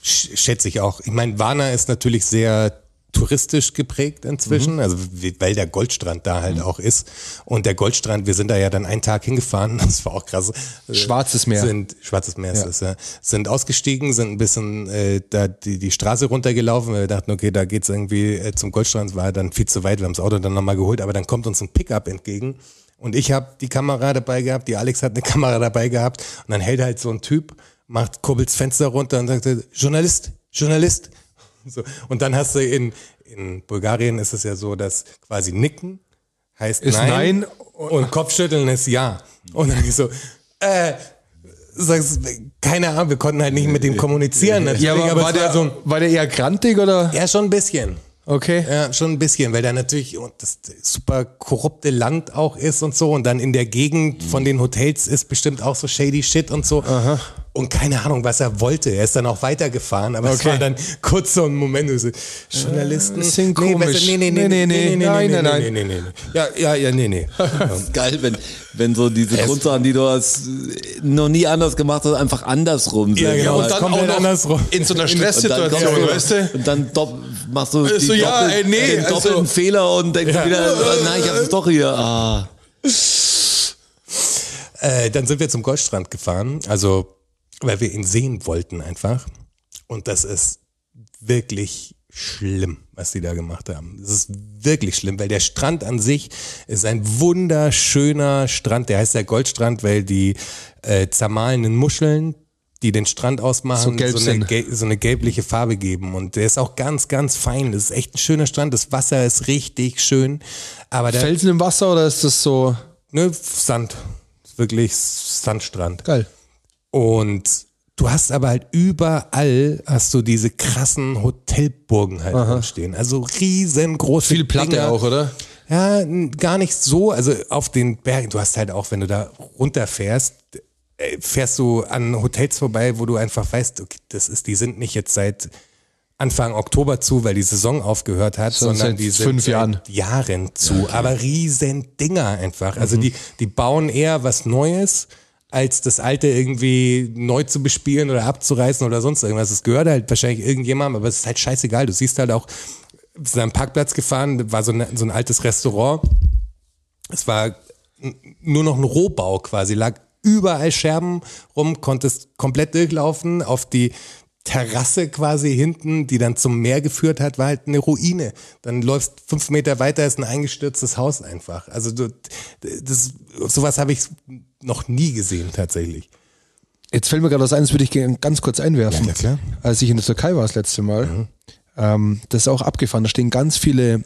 S3: Sch- schätze ich auch. Ich meine, Warna ist natürlich sehr touristisch geprägt inzwischen,
S2: Mhm.
S3: also wie- weil der Goldstrand da halt auch ist. Und der Goldstrand, wir sind da ja dann einen Tag hingefahren, das war auch krass. Äh,
S2: Schwarzes Meer.
S3: Sind, Schwarzes Meer ist es, ja. Sind ausgestiegen, sind ein bisschen äh, da die, die Straße runtergelaufen, weil wir dachten, okay, da geht's irgendwie äh, zum Goldstrand, war dann viel zu weit, wir haben das Auto dann nochmal geholt, aber dann kommt uns ein Pickup entgegen. Und ich habe die Kamera dabei gehabt, die Alex hat eine Kamera dabei gehabt und dann hält halt so ein Typ, macht kurbelt's Fenster runter und sagt, Journalist, Journalist. So. Und dann hast du in, in Bulgarien ist es ja so, dass quasi Nicken heißt
S2: Ist
S3: Nein,
S2: Nein
S3: und, Kopfschütteln ist Ja. Und dann ich so, äh, sagst, keine Ahnung, wir konnten halt nicht mit dem kommunizieren. Natürlich,
S2: Ja, aber, war,
S3: es war
S2: der,
S3: so ein,
S2: war der eher grantig oder?
S3: ja, schon ein bisschen.
S2: Okay.
S3: Ja, schon ein bisschen, weil da natürlich und das super korrupte Land auch ist und so. Und dann in der Gegend von den Hotels ist bestimmt auch so shady shit und so. Und keine Ahnung, was er wollte. Er ist dann auch weitergefahren, aber es
S2: Okay. Äh,
S3: war dann kurz so ein Moment, wo so, Journalisten.
S2: sind komisch.
S3: weißt du, Nee, nee, nee, nee, nee, nee,
S2: nein,
S3: nee,
S2: nein,
S3: nee, nee, nee, nee. Ja, ja, ja, nee, nee.
S4: Geil, wenn, wenn so diese Grundsachen, die du hast, äh, noch nie anders gemacht hast, einfach andersrum sind.
S3: Ja, genau.
S4: Aber-
S3: Und
S2: Also
S3: dann- komplett andersrum.
S2: in so einer
S4: Und
S2: Stresssituation,
S4: dann, kommst
S2: weißt du?
S4: Und dann dopp, machst du die
S2: so, ja,
S4: doppel-
S2: ey, nee,
S4: den
S2: also-
S4: doppelten Fehler und denkst
S3: Ja.
S4: wieder, oh, nein, ich hab's doch hier. Ah.
S3: Äh, dann sind wir zum Goldstrand gefahren, also weil wir ihn sehen wollten einfach. Und das ist wirklich schlimm, was die da gemacht haben. Es ist wirklich schlimm, weil der Strand an sich ist ein wunderschöner Strand. Der heißt der Goldstrand, weil die äh, zermahlenen Muscheln, die den Strand
S2: So
S3: ausmachen,
S2: gelb
S3: eine,
S2: sind.
S3: gel- so eine gelbliche Farbe geben. Und der ist auch ganz, ganz fein. Das ist echt ein schöner Strand. Das Wasser ist richtig schön. Aber der
S2: Felsen im Wasser oder ist das so
S3: ne, Sand. Wirklich Sandstrand.
S2: geil?
S3: Und du hast aber halt überall hast du diese krassen Hotelburgen halt rumstehen. Also riesengroße
S2: Viel Platte
S3: Dinger.
S2: auch, oder?
S3: Ja, n- gar nicht so. Also auf den Bergen, du hast halt auch, wenn du da runterfährst, äh, fährst du an Hotels vorbei, wo du einfach weißt, okay, das ist, die sind nicht jetzt seit Anfang Oktober zu, weil die Saison aufgehört hat,
S2: Sondern
S3: sondern
S2: seit
S3: die sind
S2: fünf
S3: seit
S2: Jahren.
S3: Jahren zu. Aber riesen Dinger einfach.
S2: Mhm.
S3: Also die, die bauen eher was Neues, als das alte irgendwie neu zu bespielen oder abzureißen oder sonst irgendwas. Es gehört halt wahrscheinlich irgendjemandem, aber es ist halt scheißegal. Du siehst halt auch, wir sind am Parkplatz gefahren, da war so, ein so ein altes Restaurant. Es war n- nur noch ein Rohbau quasi, lag überall Scherben rum, konntest komplett durchlaufen auf die Terrasse quasi hinten, die dann zum Meer geführt hat, war halt eine Ruine. Dann läufst fünf Meter weiter, ist ein eingestürztes Haus einfach. Also du, das, sowas habe ich noch nie gesehen tatsächlich.
S2: Jetzt fällt mir gerade was ein, das würde ich gerne ganz kurz einwerfen.
S3: Ja, klar.
S2: Als ich in der Türkei war das letzte Mal, ähm, das ist auch abgefahren. Da stehen ganz viele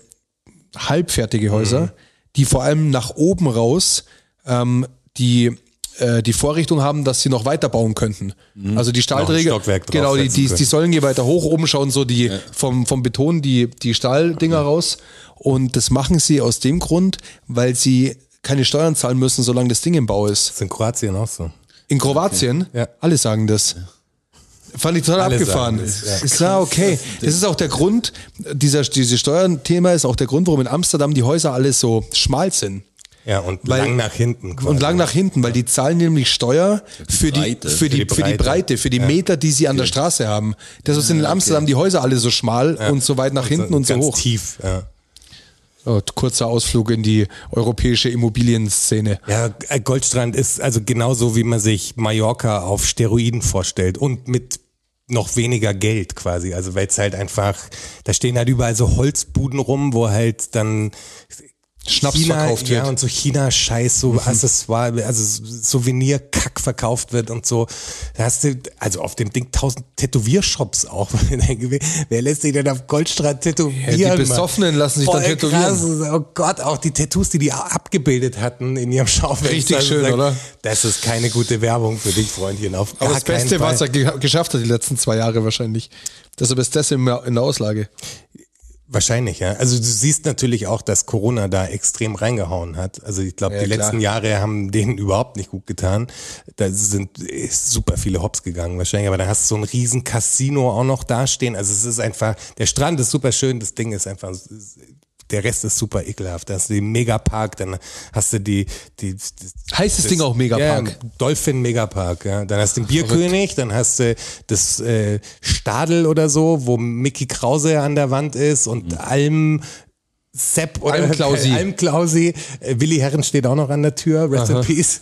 S2: halbfertige Häuser,
S3: Mhm.
S2: die vor allem nach oben raus ähm, die, äh, die Vorrichtung haben, dass sie noch weiterbauen könnten. Also die Stahlträger,
S3: Mhm. Stockwerk
S2: genau, die, die,
S3: draufsetzen
S2: die sollen je weiter hoch oben schauen, so die vom, vom Beton die, die Stahldinger raus. Und das machen sie aus dem Grund, weil sie keine Steuern zahlen müssen, solange das Ding im Bau ist.
S3: Das ist in Kroatien auch so.
S2: In Kroatien?
S3: Ja.
S2: Alle sagen das. Fand ich total
S3: Alle
S2: abgefahren.
S3: sagen das, ja.
S2: Ist klar, okay. Das ist auch der Grund, dieser, dieses Steuernthema ist auch der Grund, warum in Amsterdam die Häuser alles so schmal sind.
S3: Ja, und
S2: Weil-
S3: lang nach hinten quasi.
S2: Und lang nach hinten, weil die zahlen nämlich Steuer für die,
S4: Breite.
S2: für die, für die Breite, für die Meter, die sie an der Straße haben. Deshalb sind in Amsterdam die Häuser alle so schmal und so weit nach hinten und so
S3: Also ganz
S2: hoch.
S3: tief. Ja.
S2: Oh, kurzer Ausflug in die europäische Immobilienszene.
S3: Ja, äh, Goldstrand ist also genauso, wie man sich Mallorca auf Steroiden vorstellt und mit noch weniger Geld quasi. Also weil es halt einfach, da stehen halt überall so Holzbuden rum, wo halt dann
S2: Schnaps
S3: China,
S2: verkauft
S3: ja,
S2: wird. Mhm.
S3: und so China-Scheiß, so Accessoire, also Souvenir-Kack verkauft wird und so. Da hast du, also auf dem Ding tausend Tätowiershops auch. Wer lässt sich denn auf Goldstrand tätowieren?
S2: Ja, die
S3: Mann?
S2: Besoffenen lassen sich
S3: Voll
S2: dann tätowieren.
S3: Krass. Oh Gott, auch die Tattoos, die die abgebildet hatten in ihrem Schaufenster. Also,
S2: Richtig schön, oder?
S3: Das ist keine gute Werbung für dich, Freundchen. Auf
S2: Aber
S3: gar
S2: das Beste,
S3: keinen Fall.
S2: was er ge geschafft hat die letzten zwei Jahre wahrscheinlich. Deshalb ist das in, in der Auslage.
S3: Wahrscheinlich, ja. Also du siehst natürlich auch, dass Corona da extrem reingehauen hat. Also ich glaube,
S2: Ja,
S3: die
S2: klar.
S3: letzten Jahre haben denen überhaupt nicht gut getan. Da sind ist super viele Hops gegangen wahrscheinlich, aber da hast du so ein riesen Casino auch noch dastehen. Also es ist einfach, der Strand ist super schön, das Ding ist einfach, der Rest ist super ekelhaft. Da hast du den Megapark, dann hast du die, die, die
S2: Heißt das Ding auch Megapark?
S3: ja, Dolphin Megapark, ja. Dann hast du den Bierkönig, dann hast du das äh, Stadel oder so, wo Mickey Krause an der Wand ist
S2: Mhm.
S3: und Alm Sepp oder
S2: Alm-Klausi.
S3: Alm Klausi. Äh, Willi Herren steht auch noch an der Tür, Rest in Peace.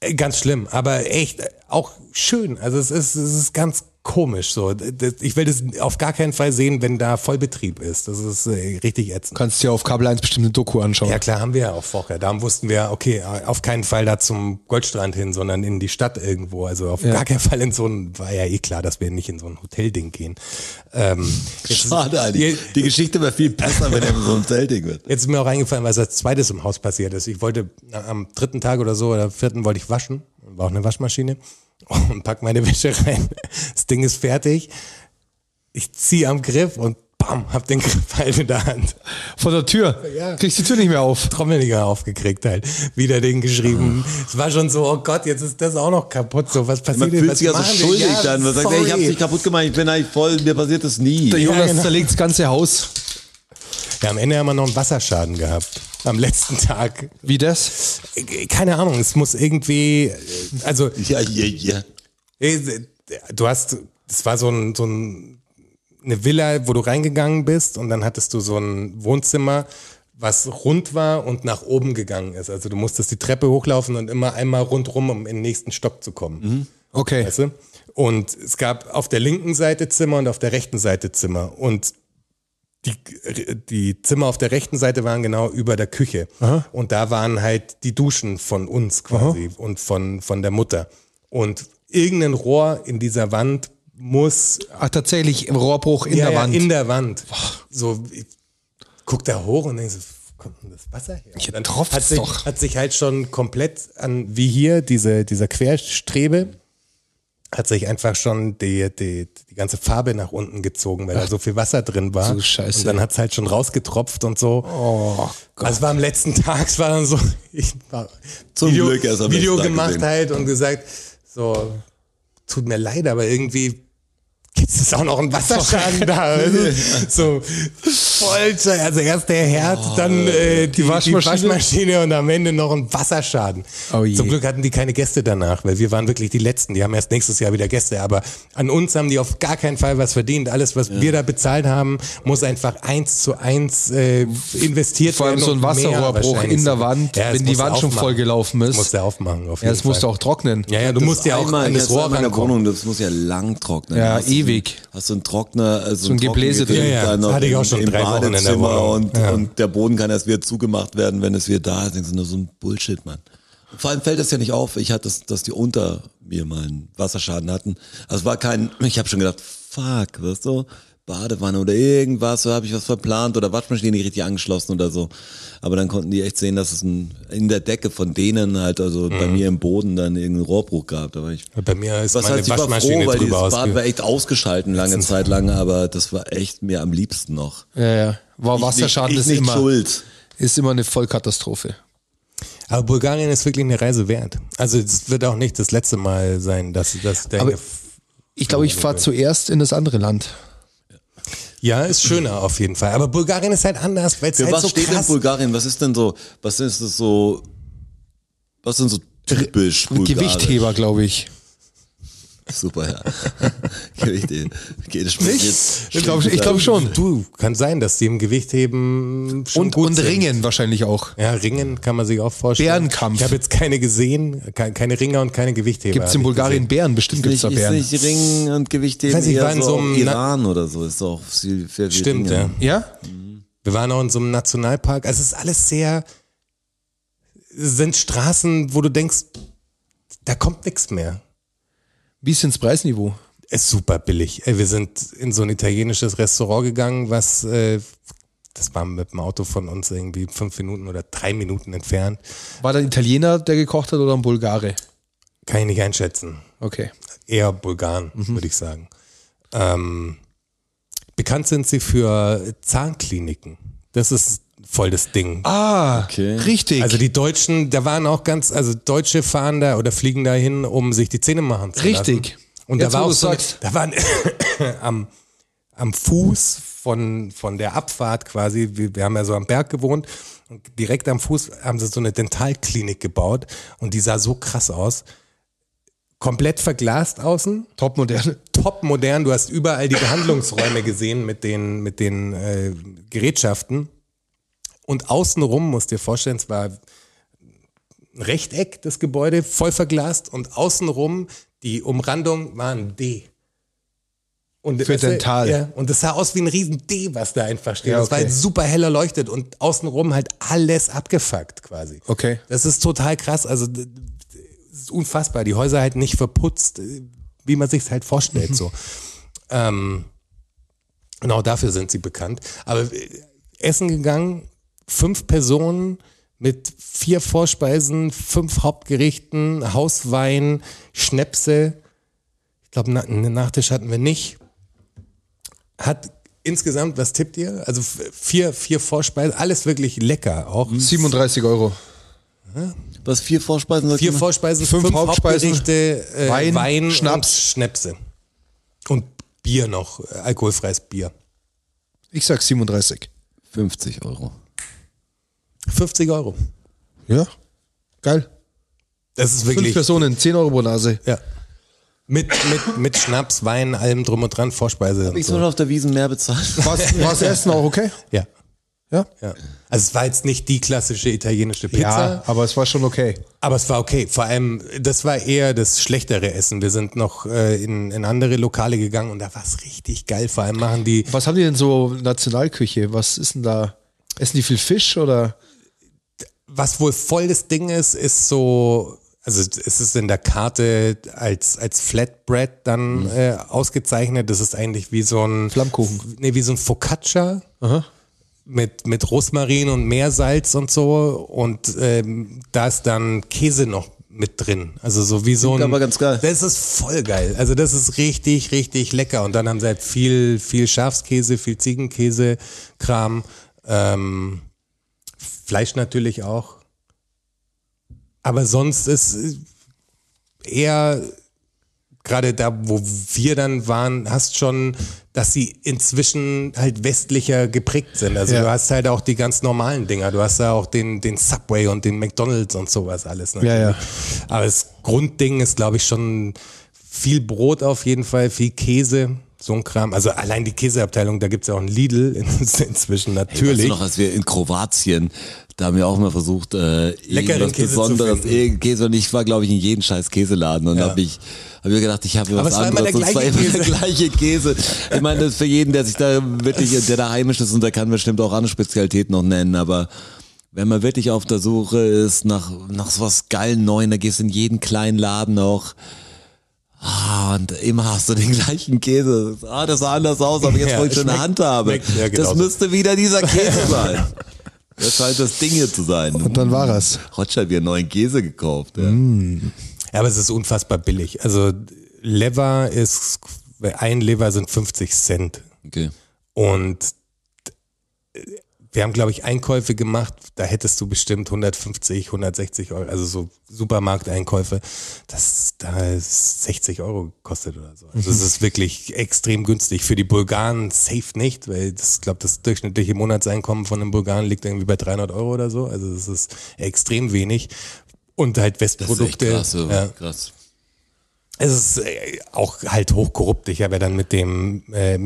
S3: Äh, Ganz schlimm, aber echt äh, auch schön. Also es ist, es ist ganz komisch so. D- das- Ich will das auf gar keinen Fall sehen, wenn da Vollbetrieb ist. Das ist äh, richtig ätzend.
S2: Kannst dir auf Kabel 1 bestimmt eine Doku anschauen.
S3: Ja, klar, haben wir ja auch vorher. Da wussten wir, okay, auf keinen Fall da zum Goldstrand hin, sondern in die Stadt irgendwo. Also auf gar keinen Fall in so ein, war ja eh klar, dass wir nicht in so ein Hotelding gehen. Ähm, jetzt,
S4: Schade eigentlich.
S3: Jetzt-
S4: Die Geschichte wäre viel besser, wenn er so ein Zelting wird.
S3: jetzt ist mir auch eingefallen, was als zweites im Haus passiert ist. Ich wollte na, am dritten Tag oder so oder vierten wollte ich waschen. War auch eine Waschmaschine. Und pack meine Wäsche rein. Das Ding ist fertig. Ich ziehe am Griff und bam, hab den Griff halt in der Hand.
S2: Vor der Tür.
S3: Ja.
S2: Kriegst die Tür nicht mehr auf.
S3: Trommeliger aufgekriegt halt. Wieder den geschrieben. Es war schon so, oh Gott, jetzt ist das auch noch kaputt. So, was passiert
S4: Man
S3: denn?
S4: fühlt
S3: Was
S4: sich ja so
S3: machen wir?
S4: schuldig
S3: Ja,
S4: dann. Man sagt, ey, ich hab's
S3: sorry.
S4: nicht kaputt gemacht, ich bin eigentlich voll, mir passiert das nie.
S2: Der Jonas
S3: genau.
S2: zerlegt das ganze Haus.
S3: ja, am Ende haben wir noch einen Wasserschaden gehabt. Am letzten Tag.
S2: Wie das?
S3: Keine Ahnung, es muss irgendwie, also
S4: Ja, ja, ja.
S3: Ey, Du hast, es war so ein, so ein, eine Villa, wo du reingegangen bist und dann hattest du so ein Wohnzimmer, was rund war und nach oben gegangen ist. Also du musstest die Treppe hochlaufen und immer einmal rundrum, um in den nächsten Stock zu kommen.
S4: Mhm.
S2: Okay.
S3: Weißt du? Und es gab auf der linken Seite Zimmer und auf der rechten Seite Zimmer. Und die, die Zimmer auf der rechten Seite waren genau über der Küche. Und da waren halt die Duschen von uns quasi und von, von der Mutter. Und irgendein Rohr in dieser Wand muss
S2: Ach, Ah, tatsächlich im Rohrbruch in
S3: ja,
S2: der
S3: ja,
S2: Wand.
S3: in der Wand. So, ich guck da hoch und denk so, wo kommt denn das Wasser her?
S2: Hier
S3: Und dann
S2: tropft's
S3: hat sich,
S2: doch.
S3: hat sich halt schon komplett an, wie hier, diese, dieser Querstrebe, hat sich einfach schon die, die, die ganze Farbe nach unten gezogen, weil da so viel Wasser drin war.
S2: so Scheiße.
S3: Und dann hat's halt schon rausgetropft und so.
S2: oh Gott.
S3: Also es war am letzten Tag, es war dann so, ich war
S4: Zum Glück erst am
S3: Video
S4: letzten Tag
S3: gemacht
S4: gesehen.
S3: halt und gesagt, so, tut mir leid, aber irgendwie gibt es auch noch einen Wasserschaden da. Also, so voll, sche- also erst der Herd, dann äh, die, die,
S2: Oh, Waschmaschine.
S3: Waschmaschine und am Ende noch ein Wasserschaden.
S2: Oh je.
S3: Zum Glück hatten die keine Gäste danach, weil wir waren wirklich die Letzten. Die haben erst nächstes Jahr wieder Gäste, aber an uns haben die auf gar keinen Fall was verdient. Alles, was wir da bezahlt haben, muss einfach eins zu eins äh, investiert
S2: Vor allem so ein
S3: und mehr
S2: Wasserrohrbruch
S3: wahrscheinlich
S2: in der
S3: sogar.
S2: Wand,
S3: Ja, das
S2: wenn die
S3: musst du
S2: Wand schon
S3: aufmachen.
S2: voll gelaufen ist.
S3: Musst du aufmachen, auf
S2: ja,
S3: jeden
S2: das musst du
S3: Fall.
S2: auch trocknen.
S3: Ja, ja, du musst ja auch
S4: Einmal
S3: an das
S4: jetzt
S3: Rohr
S4: in meiner
S3: rankommen.
S4: Wohnung, das muss ja lang trocknen.
S2: Ja,
S4: Hast du so-
S2: ewig.
S4: Hast du einen Trockner, also so
S2: ein Gebläse drin.
S3: Ja, ja, das hatte ich auch schon drei Wochen in der Wohnung.
S4: und,
S3: Ja.
S4: und der Boden kann erst wieder zugemacht werden, wenn es wieder da ist. Denkst du, nur so ein Bullshit, Mann. Und Vor allem fällt das ja nicht auf. Ich hatte das, dass die unter mir mal einen Wasserschaden hatten. Also es war kein, ich habe schon gedacht, fuck, weißt du, Badewanne oder irgendwas, oder habe ich was verplant oder Waschmaschine nicht richtig angeschlossen oder so. Aber dann konnten die echt sehen, dass es ein, in der Decke von denen halt, also
S3: Mhm.
S4: bei mir im Boden dann irgendeinen Rohrbruch gab. Da war ich
S3: Bei mir ist
S4: was
S3: meine
S4: heißt, ich war
S3: Waschmaschine
S4: froh, weil dieses
S3: drüber
S4: Bad war
S3: ausge...
S4: echt ausgeschalten lange Zeit lang, aber das war echt mir am liebsten noch.
S2: Ja, ja. War Wasserschaden
S4: ich, ich nicht
S2: ist, immer,
S4: schuld.
S2: ist immer eine Vollkatastrophe.
S3: Aber Bulgarien ist wirklich eine Reise wert. Also es wird auch nicht das letzte Mal sein, dass, dass ich denke,
S2: Aber ich glaube, ich fahre zuerst in das andere Land.
S3: ja, ist schöner auf jeden Fall. Aber Bulgarien ist halt anders, weil es
S4: Für
S3: halt
S4: was
S3: so
S4: steht denn
S3: krass
S4: Bulgarien? Was ist denn so, was ist das so, was sind so typisch Bulgarien?
S2: Gewichtheber, glaube ich.
S4: Super, ja. Gebe ich dir. Geh, das Spiel jetzt.
S2: Ich glaube ich glaub schon.
S3: Du, kann sein, dass die im Gewichtheben schon
S2: Und,
S3: gut
S2: und
S3: sind.
S2: Ringen wahrscheinlich auch.
S3: Ja, Ringen kann man sich auch vorstellen.
S2: Bärenkampf.
S3: Ich habe jetzt keine gesehen, ke- keine Ringer und keine Gewichtheber.
S2: Gibt es in
S3: hab ich
S2: Bulgarien Bären? Bestimmt gibt es
S4: Ist
S2: da Bären.
S4: nicht Ringen und Gewichtheben
S3: Weiß ich,
S4: eher
S3: war in so einem Na-
S4: Iran oder so. Ist doch viel, viel viel
S3: gesehen. Stimmt,
S4: Ringen.
S3: ja.
S2: Ja?
S3: Wir waren auch in so einem Nationalpark. Also es ist alles sehr, es sind Straßen, wo du denkst, da kommt nichts mehr.
S2: Wie ist denn das Preisniveau?
S3: Ist super billig. Ey, wir sind in so ein italienisches Restaurant gegangen, was, äh, das war mit dem Auto von uns irgendwie fünf Minuten oder drei Minuten entfernt.
S2: War da ein Italiener, der gekocht hat oder ein Bulgare?
S3: Kann ich nicht einschätzen.
S2: Okay.
S3: eher Bulgaren, würde ich sagen. Ähm, bekannt sind sie für Zahnkliniken. Das ist voll das Ding.
S2: Ah,
S4: Okay.
S2: richtig.
S3: Also die Deutschen, da waren auch ganz, also Deutsche fahren da oder fliegen da hin, um sich die Zähne machen zu
S2: Richtig.
S3: lassen. Und
S2: Jetzt,
S3: da war
S2: wo
S3: auch
S2: du's
S3: so, eine-
S2: sagst.
S3: da waren am, am Fuß von, von der Abfahrt quasi, wir, wir haben ja so am Berg gewohnt, und direkt am Fuß haben sie so eine Dentalklinik gebaut und die sah so krass aus. Komplett verglast außen,
S2: Topmoderne.
S3: top modern. Du hast überall die Behandlungsräume gesehen mit den, mit den äh, Gerätschaften. Und außenrum, musst dir vorstellen, es war ein Rechteck, das Gebäude, voll verglast. Und außenrum, die Umrandung war ein D. Und
S2: Für
S3: weißt du,
S2: Dental.
S3: Ja, und das sah aus wie ein riesen D, was da einfach steht.
S2: Ja,
S3: Das war
S2: okay.
S3: halt super hell erleuchtet und außenrum halt alles abgefuckt quasi.
S2: Okay.
S3: Das ist total krass. Also d- d- es ist unfassbar. Die Häuser halt nicht verputzt, äh, wie man sich halt vorstellt. so. Ähm, genau dafür sind sie bekannt. Aber äh, Essen gegangen, fünf Personen mit vier Vorspeisen, fünf Hauptgerichten, Hauswein, Schnäpse. Ich glaube, na, einen Nachtisch hatten wir nicht. Hat insgesamt, was tippt ihr? Also f- vier, vier Vorspeisen, alles wirklich lecker auch.
S2: Mhm. 37 Euro.
S4: Was, vier Vorspeisen? sagt
S3: Vier
S4: man?
S3: Vorspeisen,
S2: Fünf
S3: fünf,
S2: Hauptspeisen,
S3: Hauptgerichte, äh,
S2: Wein,
S3: Wein,
S2: Schnaps.
S3: und Schnäpse. Und Bier noch, äh, alkoholfreies Bier.
S2: Ich sag 37.
S4: 50 Euro.
S3: 50 Euro.
S2: Ja. Geil.
S3: Das ist
S2: Fünf
S3: wirklich.
S2: Personen, 10 Euro pro Nase.
S3: Ja. Mit, mit, mit Schnaps, Wein, allem drum und dran, Vorspeise. Und
S4: Ich soll
S3: so.
S4: auf der Wiesen mehr bezahlen.
S2: Was, was essen auch okay?
S3: Ja.
S2: Ja.
S3: ja. Also es war jetzt nicht die klassische italienische Pizza.
S2: Ja, aber es war schon okay.
S3: Aber es war okay. Vor allem, das war eher das schlechtere Essen. Wir sind noch äh, in, in andere Lokale gegangen und da war es richtig geil. Vor allem machen die
S2: Was haben die denn so Nationalküche? Was ist denn da? Essen die viel Fisch oder?
S3: was wohl voll das Ding ist, ist so, also es ist in der Karte als, als Flatbread dann
S4: Mhm.
S3: äh, ausgezeichnet. Das ist eigentlich wie so ein
S2: Flammkuchen.
S3: Nee, wie so ein Focaccia. Mit, mit Rosmarin und Meersalz und so. Und ähm, da ist dann Käse noch mit drin. Also so wie so ein.
S4: aber ganz geil.
S3: Das ist voll geil. Also das ist richtig, richtig lecker. Und dann haben sie halt viel, viel Schafskäse, viel Ziegenkäse, Kram. Ähm, Fleisch natürlich auch. Aber sonst ist äh, eher gerade da, wo wir dann waren, hast schon, dass sie inzwischen halt westlicher geprägt sind. Also
S2: Ja.
S3: du hast halt auch die ganz normalen Dinger. Du hast ja auch den, den Subway und den McDonalds und sowas alles. Ne?
S2: Ja, ja.
S3: Aber das Grundding ist, glaube ich, schon viel Brot auf jeden Fall, viel Käse. So ein Kram. Also allein die Käseabteilung, da gibt's ja auch einen Lidl in, inzwischen
S4: Weißt du
S3: natürlich.
S4: noch, als wir in Kroatien, da haben wir auch mal versucht, äh,
S3: Leckeren
S4: irgendwas
S3: Käse zu
S4: Besonderes,
S3: finden.
S4: irgendein Käse. Und ich war, glaube ich, in jeden scheiß Käseladen und hab habe ich hab mir gedacht, ich habe
S3: Aber
S4: was
S3: es war immer
S4: anderes.
S3: der
S4: und es war
S3: gleiche
S4: immer der gleiche Käse. Ich meine, das ist für jeden, der sich da wirklich, der da heimisch ist und der kann bestimmt auch andere Spezialitäten noch nennen, aber wenn man wirklich auf der Suche ist nach, nach so was geilen Neuen, da gehst du in jeden kleinen Laden auch. Ah, und immer hast du den gleichen Käse. Ah, das sah anders aus, aber jetzt
S3: Ja,
S4: wo ich schon eine
S3: schmeckt-
S4: Hand habe.
S3: schmeckt- ja,
S4: das
S3: genau so.
S4: müsste wieder dieser Käse sein. Das scheint das Ding hier zu sein.
S2: Und dann war es.
S4: Roger hat mir einen neuen Käse gekauft. Ja.
S3: Ja, aber es ist unfassbar billig. Also Lever ist, ein Lever sind 50 Cent.
S4: Okay.
S3: Und äh, wir haben, glaube ich, Einkäufe gemacht, da hättest du bestimmt 150, 160 Euro, also so Supermarkteinkäufe, das da ist 60 Euro gekostet oder so. Also es
S4: Mhm.
S3: ist wirklich extrem günstig. Für die Bulgaren safe nicht, weil das, glaube das durchschnittliche Monatseinkommen von einem Bulgaren liegt irgendwie bei 300 Euro oder so. Also es ist extrem wenig. Und halt
S4: Das ist echt also.
S3: Westprodukte.
S4: krass. Ja.
S3: ja.
S4: krass.
S3: es ist äh, auch halt hochkorrupt. Ich habe ja dann mit dem äh,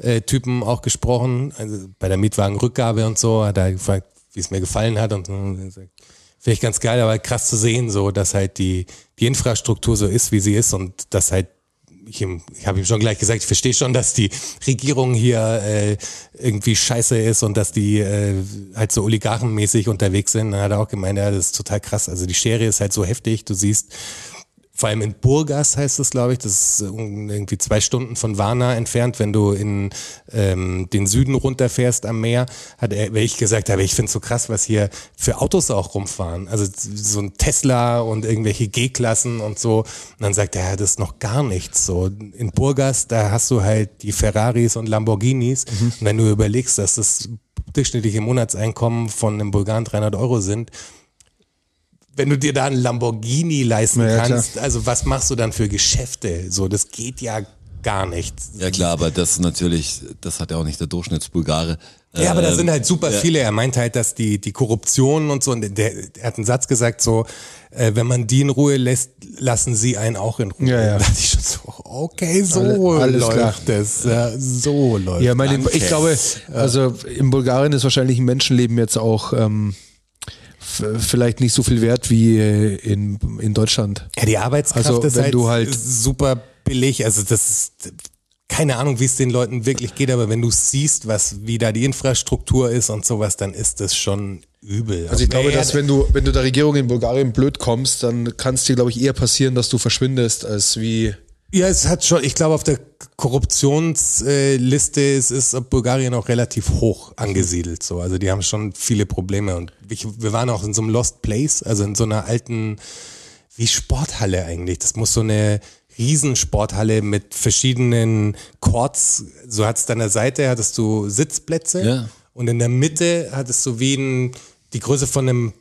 S3: Mietwagen-Typen auch gesprochen, also bei der Mietwagenrückgabe und so, hat er gefragt, wie es mir gefallen hat und so. Und er sagt, Finde ich ganz geil, aber krass zu sehen, so, dass halt die, die Infrastruktur so ist, wie sie ist und dass halt ich, ihm- ich habe ihm schon gleich gesagt, ich verstehe schon, dass die Regierung hier äh, irgendwie scheiße ist und dass die äh, halt so oligarchenmäßig unterwegs sind. Dann hat er auch gemeint, ja, das ist total krass. Also die Schere ist halt so heftig, du siehst, vor allem in Burgas heißt es, glaube ich, das ist äh, irgendwie zwei Stunden von Warna entfernt, wenn du in ähm, den Süden runterfährst am Meer, hat er, weil ich gesagt habe, ich finde es so krass, was hier für Autos auch rumfahren. Also so ein Tesla und irgendwelche G-Klassen und so. Und dann sagt er, ja, das ist noch gar nichts. So in Burgas, da hast du halt die Ferraris und Lamborghinis.
S2: Mhm.
S3: Und wenn du überlegst, dass das durchschnittliche Monatseinkommen von einem Bulgaren 300 Euro sind, wenn du dir da einen Lamborghini leisten
S2: Ja, ja,
S3: kannst, also was machst du dann für Geschäfte? So, das geht ja gar nicht.
S4: Ja klar, aber das ist natürlich, das hat ja auch nicht der Durchschnittsbulgare.
S3: Ja, aber da
S4: Ähm,
S3: sind halt super viele. Er meint halt, dass die, die Korruption und so, und der, er hat einen Satz gesagt, so, äh, wenn man die in Ruhe lässt, lassen sie einen auch in Ruhe.
S2: Ja, ja.
S3: Da dachte ich schon so, okay, so
S2: Alle- alles
S3: läuft
S2: klar.
S3: das. Ja, so läuft
S2: Ja, meine,
S4: Danke.
S2: ich glaube, also in Bulgarien ist wahrscheinlich ein Menschenleben jetzt auch ähm, f- vielleicht nicht so viel wert wie äh, in, in Deutschland.
S3: Ja, die Arbeitskraft
S2: Also,
S3: ist
S2: wenn
S3: halt,
S2: du halt-
S3: super billig. Also das ist keine Ahnung, wie es den Leuten wirklich geht, aber wenn du siehst, was wie da die Infrastruktur ist und sowas, dann ist das schon übel.
S2: Also ich glaube, dass wenn du, wenn du der Regierung in Bulgarien blöd kommst, dann kann es dir, glaube ich, eher passieren, dass du verschwindest, als wie.
S3: ja, es hat schon, ich glaube, auf der Korruptionsliste ist, ist Bulgarien auch relativ hoch angesiedelt. So, also die haben schon viele Probleme und ich, wir waren auch in so einem Lost Place, also in so einer alten wie Sporthalle eigentlich. Das muss so eine Riesensporthalle mit verschiedenen Courts. So hattest du an der Seite hattest du Sitzplätze
S4: Ja.
S3: und in der Mitte hattest du wie ein, die Größe von einem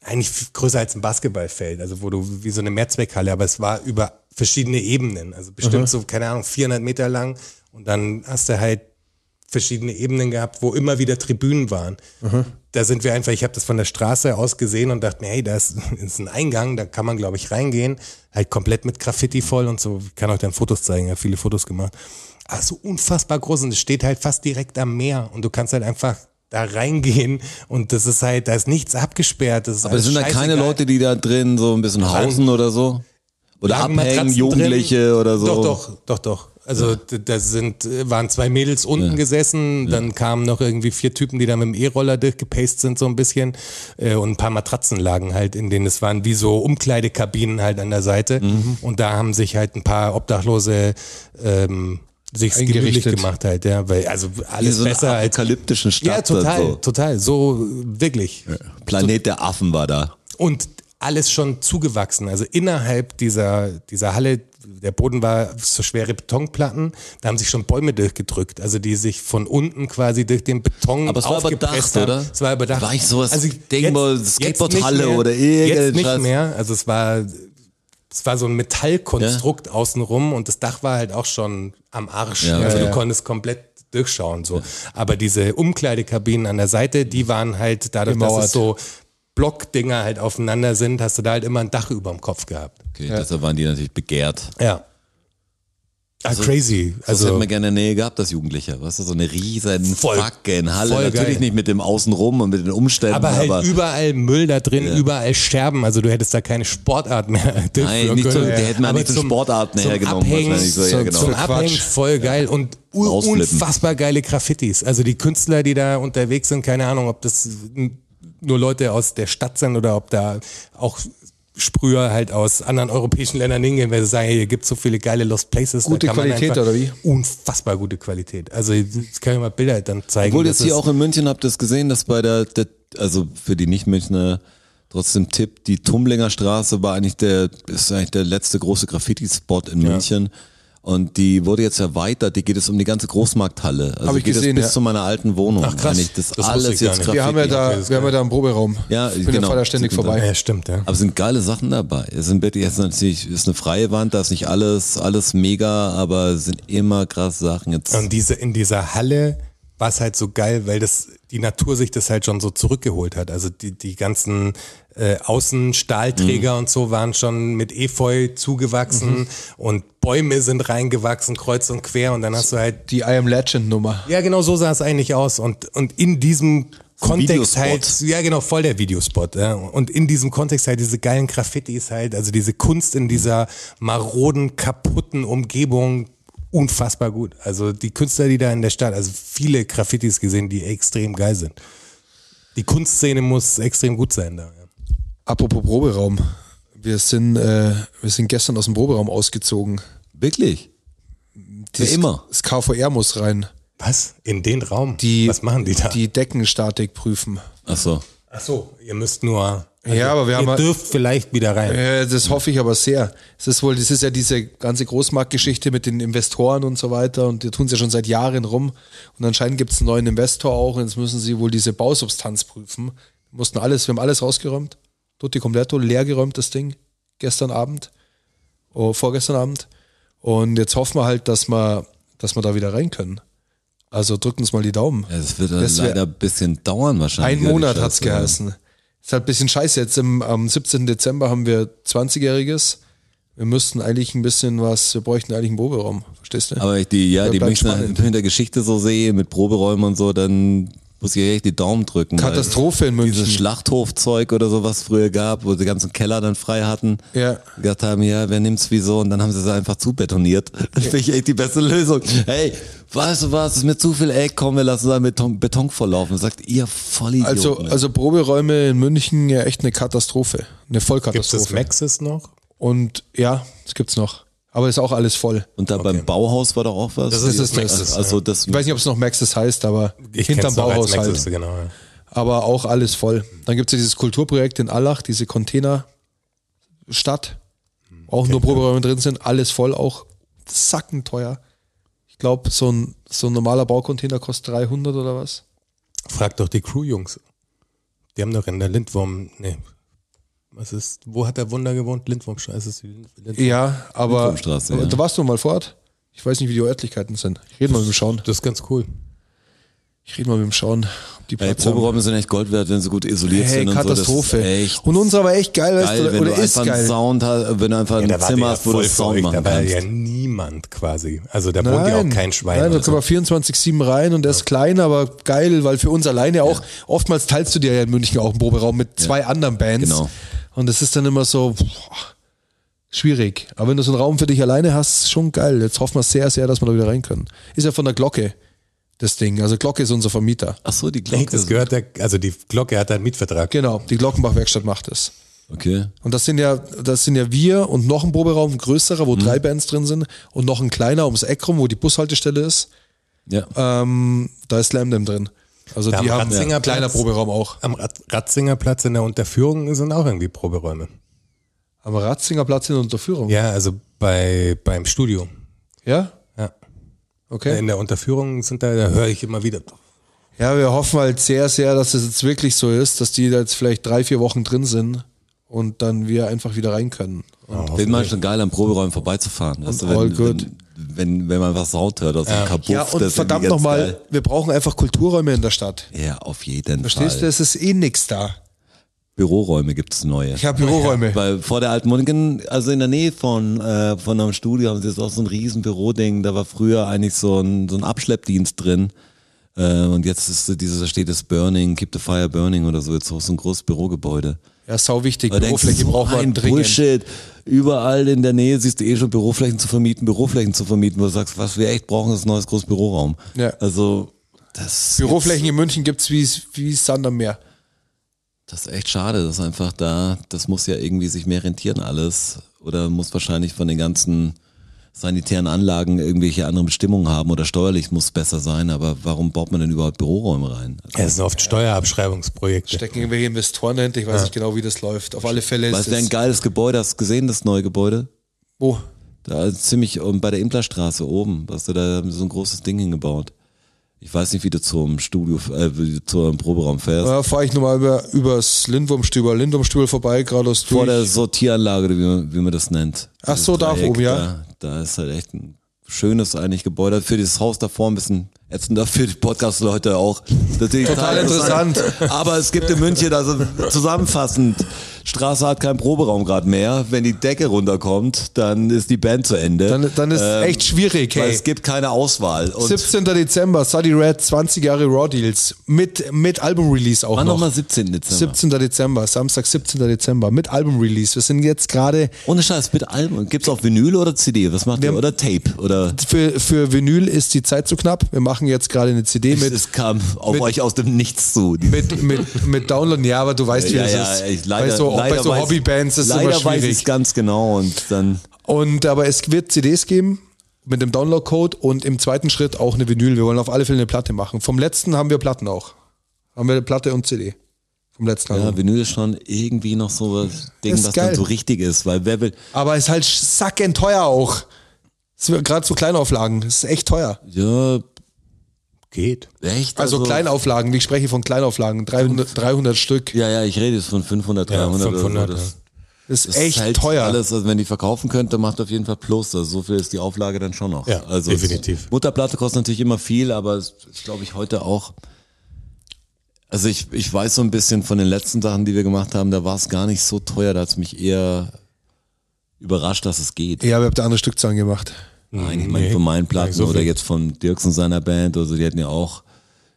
S3: eigentlich viel größer als ein Basketballfeld, also wo du wie so eine Mehrzweckhalle, aber es war über verschiedene Ebenen, also bestimmt so keine Ahnung 400 Meter lang und dann hast du halt verschiedene Ebenen gehabt, wo immer wieder Tribünen waren.
S4: Mhm.
S3: Da sind wir einfach, ich habe das von der Straße aus gesehen und dachte mir, hey, da ist, ist ein Eingang, da kann man, glaube ich, reingehen. Halt komplett mit Graffiti voll und so. Ich kann euch dann Fotos zeigen, ich habe viele Fotos gemacht. Aber so unfassbar groß und es steht halt fast direkt am Meer und du kannst halt einfach da reingehen und das ist halt, da ist nichts abgesperrt. Das ist
S4: aber es sind da keine Leute, die da drin so ein bisschen hausen oder so? Oder abhängen,
S3: Matratzen
S4: Jugendliche
S3: drin.
S4: oder so?
S3: Doch, doch, doch, doch. Also d- da sind, äh, waren zwei Mädels unten gesessen, dann kamen noch irgendwie vier Typen, die da mit dem E-Roller durchgepaced sind so ein bisschen äh, und ein paar Matratzen lagen halt, in denen es waren wie so Umkleidekabinen halt an der Seite
S4: Mhm.
S3: und da haben sich halt ein paar Obdachlose ähm, sich gemütlich
S2: Eingerichtet.
S3: gemacht halt, ja, weil also
S4: In
S3: alles
S4: so einer
S3: besser als
S4: apokalyptischen Stadt.
S3: ja, total,
S4: So.
S3: total, so äh, wirklich.
S4: Planet der Affen war da.
S3: Und alles schon zugewachsen. Also innerhalb dieser, dieser Halle, der Boden war so schwere Betonplatten, da haben sich schon Bäume durchgedrückt. Also die sich von unten quasi durch den Beton
S4: Aber es war
S3: aufgepresst
S4: überdacht,
S3: haben.
S4: oder?
S3: Es war überdacht. Also
S4: War ich sowas,
S3: jetzt-
S4: denk mal,
S3: jetzt
S4: Skateboardhalle
S3: nicht mehr.
S4: oder irgendwas.
S3: Jetzt nicht mehr. Also es war, es war so ein Metallkonstrukt außenrum und das Dach war halt auch schon am Arsch.
S4: Ja,
S3: also
S4: ja,
S3: du
S4: ja.
S3: konntest komplett durchschauen so. Aber diese Umkleidekabinen an der Seite, die waren halt dadurch, dass
S2: Gemauert.
S3: es so Blockdinger halt aufeinander sind, hast du da halt immer ein Dach über dem Kopf gehabt.
S4: Okay, deshalb waren die natürlich begehrt.
S3: Ja. Ah, crazy.
S4: Also, das hätte
S3: Also
S4: man gerne in der Nähe gehabt, das Jugendliche. Weißt du, so eine riesen
S3: Voll-
S4: fucking Halle.
S3: voll
S4: Natürlich
S3: geil.
S4: nicht mit dem Außenrum und mit den Umständen,
S3: aber
S4: aber,
S3: halt überall Müll da drin,
S4: Ja.
S3: überall Sterben. Also du hättest da keine Sportart mehr durchführen
S4: nicht so-
S3: können.
S4: die hätten wir
S3: Aber
S4: nicht zu Sportarten hergenommen,
S3: Abhängen,
S4: wahrscheinlich so, ja,
S3: zum,
S4: genau.
S3: zum
S4: Für
S2: Quatsch.
S3: Abhängen voll geil und u-
S4: Rausflippen.
S3: unfassbar geile Graffitis. Also die Künstler, die da unterwegs sind, keine Ahnung, ob das n- nur Leute aus der Stadt sind oder ob da auch Sprüher halt aus anderen europäischen Ländern hingehen, weil sie sagen, hier gibt so viele geile Lost Places.
S2: Gute
S3: da kann man
S2: Qualität,
S3: einfach-
S2: oder wie?
S3: Unfassbar gute Qualität. Also das kann ich mal Bilder dann zeigen.
S4: Obwohl
S3: Das
S4: jetzt hier
S3: ist-
S4: auch in München habt ihr es gesehen, dass bei der, der also für die Nicht-Münchner trotzdem Tipp, die Tumlinger Straße war eigentlich der, ist eigentlich der letzte große Graffiti-Spot in München. Und die wurde jetzt erweitert, die geht jetzt um die ganze Großmarkthalle. Also
S2: Hab ich
S4: geht
S2: gesehen,
S4: es bis
S2: ja.
S4: zu meiner alten Wohnung.
S3: Ach, krass.
S4: Eigentlich das,
S3: Das wusste ich
S4: alles
S3: gar
S4: jetzt
S3: nicht.
S4: Graffiti.
S2: Wir haben ja
S3: okay,
S2: da,
S3: ist
S2: wir haben ja
S3: geil.
S2: da einen Proberaum.
S4: Ja,
S2: ich bin
S4: genau.
S2: ja Vater ständig
S4: Sind wir da.
S2: vorbei.
S3: Ja, stimmt, ja.
S4: Aber es sind geile Sachen dabei. Es sind wirklich jetzt natürlich, es ist eine freie Wand, da ist nicht
S2: Ähm,
S4: alles, alles mega, aber es sind immer krass Sachen. Jetzt
S3: Und diese, in dieser Halle war es halt so geil, weil das die Natur sich das halt schon so zurückgeholt hat. Also die, die ganzen äh, Außenstahlträger und so waren schon mit Efeu zugewachsen und Bäume sind reingewachsen, kreuz und quer. Und dann hast du halt
S2: Die I Am Legend Nummer.
S3: ja, genau, so sah es eigentlich aus. Und, und in diesem Kontext
S4: Videospot.
S3: halt, ja genau, voll der Videospot. Ja. Und in diesem Kontext halt diese geilen Graffitis halt, also diese Kunst in dieser maroden, kaputten Umgebung, unfassbar gut. Also die Künstler, die da in der Stadt, also viele Graffitis gesehen, die extrem geil sind. Die Kunstszene muss extrem gut sein da. Ja.
S2: Apropos Proberaum. Wir sind, äh, wir sind gestern aus dem Proberaum ausgezogen.
S4: Wirklich?
S2: Dieses-
S4: immer.
S2: Das KVR muss rein.
S3: Was? In den Raum?
S2: Die,
S3: Was machen die da?
S2: Die Deckenstatik prüfen.
S4: Ach so.
S3: Ach so, ihr müsst nur. also
S2: Ja, aber wir haben
S3: ihr
S2: halt-
S3: dürft vielleicht wieder rein.
S2: Äh, das hoffe ich aber sehr. Es ist wohl, das ist ja diese ganze Großmarktgeschichte mit den Investoren und so weiter und die tun es ja schon seit Jahren rum. Und anscheinend gibt es einen neuen Investor auch und jetzt müssen sie wohl diese Bausubstanz prüfen. Wir mussten alles, wir haben alles rausgeräumt. Tutti completo, leergeräumt das Ding gestern Abend, oh, vorgestern Abend. Und jetzt hoffen wir halt, dass wir, dass wir da wieder rein können. Also drückt uns mal die Daumen.
S4: Es wird dann
S2: Das wär-
S4: leider ein bisschen dauern wahrscheinlich.
S2: Ein Monat hat's
S4: ja.
S2: geheißen. Ist halt ein bisschen scheiße. Jetzt im, am 17. Dezember haben wir 20-Jähriges. Wir müssten eigentlich ein bisschen was, wir bräuchten eigentlich einen Proberaum. Verstehst du?
S4: Aber ich die, ja,
S2: Ja,
S4: die
S2: bleibt
S4: Münchner
S2: spannend.
S4: in der Geschichte so sehe, mit Proberäumen und so, dann muss ich echt die Daumen drücken. weil
S2: Katastrophe in
S4: Dieses
S2: München.
S4: Schlachthofzeug oder so, was früher gab, wo die ganzen Keller dann frei hatten.
S2: Ja.
S4: Gesagt haben, ja, wer nimmt's wieso? Und dann haben sie es einfach zubetoniert. Das finde ich echt die beste Lösung. Hey, weißt du was, ist mir zu viel Eck, komm, wir lassen da Beton, Beton volllaufen. Sagt ihr Vollidioten.
S2: Also, also Proberäume in München ja echt eine Katastrophe. Eine
S3: Gibt es
S2: Vollkatastrophe.
S3: Maxis noch?
S2: Und ja, das gibt's noch. Aber ist auch alles voll.
S4: und da beim Bauhaus war doch auch was.
S3: Das ist
S2: das
S3: Maxis,
S4: also das
S2: Ich weiß nicht, ob es noch Maxis heißt, aber hinterm
S3: kenn's noch als
S2: Bauhaus
S3: Maxis,
S2: halt.
S3: Genau, ja.
S2: Aber auch alles voll. Dann gibt's ja dieses Kulturprojekt in Allach, diese Containerstadt. Auch nur Proberäume drin sind, alles voll, auch sackenteuer. Ich glaube, so ein, so ein normaler Baucontainer kostet 300 oder was.
S3: Frag doch die Crew-Jungs. Die haben doch in der Lindwurm. Nee. Was ist. Wo hat der Wunder gewohnt? Lindwurm. Ist es die Lind- Lindwurm?
S2: Ja, aber
S4: Wittenstraße,
S2: aber
S4: ja.
S2: da warst du mal vor Ort. Ich weiß nicht, wie die Örtlichkeiten sind. Ich rede mal mit dem Schauen.
S3: Das ist ganz cool.
S2: Ich rede mal mit dem Schauen. ob Die
S4: Ey,
S2: Platz haben.
S4: Proberäume sind echt Gold wert, wenn sie gut isoliert
S2: hey,
S4: sind. und So.
S2: Katastrophe.
S4: Das ist echt
S2: und uns aber echt geil, weißt
S4: geil,
S2: du,
S4: wenn
S2: oder
S4: du
S2: ist
S4: einfach einen
S2: geil.
S4: Sound hast, wenn du einfach ein Zimmer hast, wo du Sound machen
S3: Da war
S4: kannst.
S3: ja niemand quasi. Also da wohnt ja auch kein Schwein.
S2: Nein, da
S3: oder so.
S2: kommen wir 24-7 rein und der ist klein, aber geil, weil für uns alleine auch, oftmals teilst du dir ja in München auch einen Proberaum mit zwei anderen Bands.
S4: Genau.
S2: Und das ist dann immer so boah, schwierig. Aber wenn du so einen Raum für dich alleine hast, ist schon geil. Jetzt hoffen wir sehr, sehr, dass wir da wieder rein können. Ist ja von der Glocke das Ding. Also Glocke ist unser Vermieter.
S4: Ach so, die
S3: Nee,
S4: Glocke.
S3: das gehört der, also die Glocke hat einen Mietvertrag.
S2: Genau, die Glockenbach-Werkstatt macht es.
S4: okay.
S2: Und das sind ja, das sind ja wir und noch ein Proberaum, ein größerer,
S3: Mhm.
S2: wo drei Bands drin sind und noch ein kleiner ums Eck rum, wo die Bushaltestelle ist.
S4: Ja.
S2: Ähm, da ist Slam Dem drin. Also
S3: Da
S2: die
S3: am
S2: haben
S3: Ratzinger
S2: ja, kleiner
S3: Platz.
S2: Proberaum auch.
S3: Am Rat- Ratzingerplatz in der Unterführung sind auch irgendwie Proberäume.
S2: Am Ratzinger Platz in der Unterführung.
S3: Ja, also bei, beim Studio.
S2: Ja?
S3: Ja.
S2: Okay.
S3: In der Unterführung sind da, da höre ich immer wieder.
S2: Ja, wir hoffen halt sehr, sehr, dass es jetzt wirklich so ist, dass die da jetzt vielleicht drei, vier Wochen drin sind und dann wir einfach wieder rein können.
S4: Wird man schon geil, an Proberäumen vorbeizufahren. Weißt du,
S2: all
S4: wenn,
S2: good.
S4: Wenn, wenn, wenn man was laut hört, also ja. kaputt.
S2: Ja, und verdammt nochmal, wir brauchen einfach Kulturräume in der Stadt.
S4: Ja, auf jeden
S2: Verstehst du,
S4: Fall.
S2: es ist eh nix da.
S4: Büroräume gibt's neue.
S2: Ich habe Büroräume.
S4: Weil vor der alten Monken, also in der Nähe von, äh, von einem Studio haben sie jetzt auch so ein riesen Büroding. Da war früher eigentlich so ein, so ein Abschleppdienst drin. Äh, und jetzt ist so dieses, da steht das Burning, Keep the Fire Burning oder so, jetzt auch so ein großes Bürogebäude.
S2: Ja, sau wichtig.
S4: Da denkst du,
S2: Bürofläche
S4: so
S2: braucht man
S4: ein
S2: dringend.
S4: Bullshit. Überall in der Nähe siehst du eh schon Büroflächen zu vermieten, Büroflächen zu vermieten, wo du sagst, was wir echt brauchen, ist ein neues großes Büroraum.
S2: Ja.
S4: Also, das,
S2: Büroflächen in München gibt's wie, wie Sand am Meer.
S4: das ist echt schade, das ist einfach da, das muss ja irgendwie sich mehr rentieren alles oder muss wahrscheinlich von den ganzen sanitären Anlagen irgendwelche anderen Bestimmungen haben oder steuerlich muss es besser sein, aber warum baut man denn überhaupt Büroräume rein? Also,
S3: Es sind oft Steuerabschreibungsprojekte.
S2: Stecken irgendwelche Investoren dahinter, ich weiß nicht genau, wie das läuft. Auf alle Fälle
S4: weil
S2: ist
S4: es wäre ein
S2: es.
S4: geiles Gebäude, hast du gesehen, das neue Gebäude?
S2: Wo?
S4: Da ist ziemlich um, bei der Implerstraße oben, weißt du, da haben sie so ein großes Ding hingebaut. Ich weiß nicht, wie du zum Studio, äh, wie du zum Proberaum fährst.
S2: Ja, fahre ich nochmal über, übers Lindwurmstübel, Lindwurmstübel vorbei, geradeaus
S4: Vor
S2: durch.
S4: der Sortieranlage, oder wie man, wie man das nennt.
S2: Ach so, da oben, ja.
S4: Da, da ist halt echt ein schönes eigentlich Gebäude. Für dieses Haus davor ein bisschen ätzender für die Podcast-Leute auch. Das ist
S2: Total interessant.
S4: Aber es gibt in München, also zusammenfassend, Straße hat keinen Proberaum gerade mehr. Wenn die Decke runterkommt, dann ist die Band zu Ende.
S2: Dann, dann ist
S4: Ähm,
S2: echt schwierig,
S4: Weil
S2: hey.
S4: es gibt keine Auswahl. Und
S2: 17. Dezember, Suddy Red, 20 Jahre Raw Deals. Mit, mit Album-Release auch
S4: wann
S2: noch.
S4: nochmal 17. Dezember?
S2: 17. Dezember, Samstag, 17. Dezember, mit Album-Release. Wir sind jetzt gerade
S4: Ohne Scheiß, mit Album. Gibt's auch Vinyl oder CD? Was macht ihr? Oder Tape? Oder
S2: für, für Vinyl ist die Zeit zu knapp. Wir machen jetzt gerade eine CD mit,
S4: es kam auf
S2: mit-
S4: euch aus dem Nichts zu.
S2: mit, mit, mit Downloaden. Ja, aber du weißt, wie
S4: ja,
S2: das
S4: ja,
S2: ist.
S4: ich, leider,
S2: bei so,
S4: leider
S2: bei so
S4: weiß-
S2: Hobbybands ist es
S4: leider
S2: immer
S4: weiß ich
S2: schwierig.
S4: ganz genau und dann
S2: Und aber es wird CDs geben mit dem Download-Code und im zweiten Schritt auch eine Vinyl. Wir wollen auf alle Fälle eine Platte machen. Vom letzten haben wir Platten auch. Haben wir eine Platte und CD. Vom letzten
S4: ja,
S2: Album.
S4: Vinyl ist schon irgendwie noch so was Ding,
S2: Ist
S4: das
S2: geil.
S4: dann so richtig ist, weil wer will
S2: Aber ist halt sackend teuer auch. Es wird Gerade so Kleinauflagen. Es ist echt teuer.
S4: ja
S3: Geht.
S4: echt
S2: Also, Kleinauflagen. Ich spreche von Kleinauflagen. 300, 300 Stück.
S4: ja ja, ich rede jetzt von 500
S3: Ja,
S4: 300
S3: 500,
S4: oder so. Das,
S2: Das ist
S4: das
S2: echt
S4: hält
S2: teuer.
S4: Alles, also wenn die verkaufen könnte, macht auf jeden Fall Plus, also so viel ist die Auflage dann schon noch.
S3: Ja,
S4: also
S3: definitiv.
S4: es- Mutterplatte kostet natürlich immer viel, aber es ist glaube ich heute auch also ich, ich weiß so ein bisschen von den letzten Sachen, die wir gemacht haben, da war es gar nicht so teuer, da hat es mich eher überrascht, dass es geht.
S2: Ja, wir haben da andere Stückzahlen gemacht.
S4: Nein, ich meine
S3: Nee,
S4: von meinen Platten
S3: nicht so
S4: oder
S3: viel.
S4: jetzt von Dirks und seiner Band, also die hatten ja auch,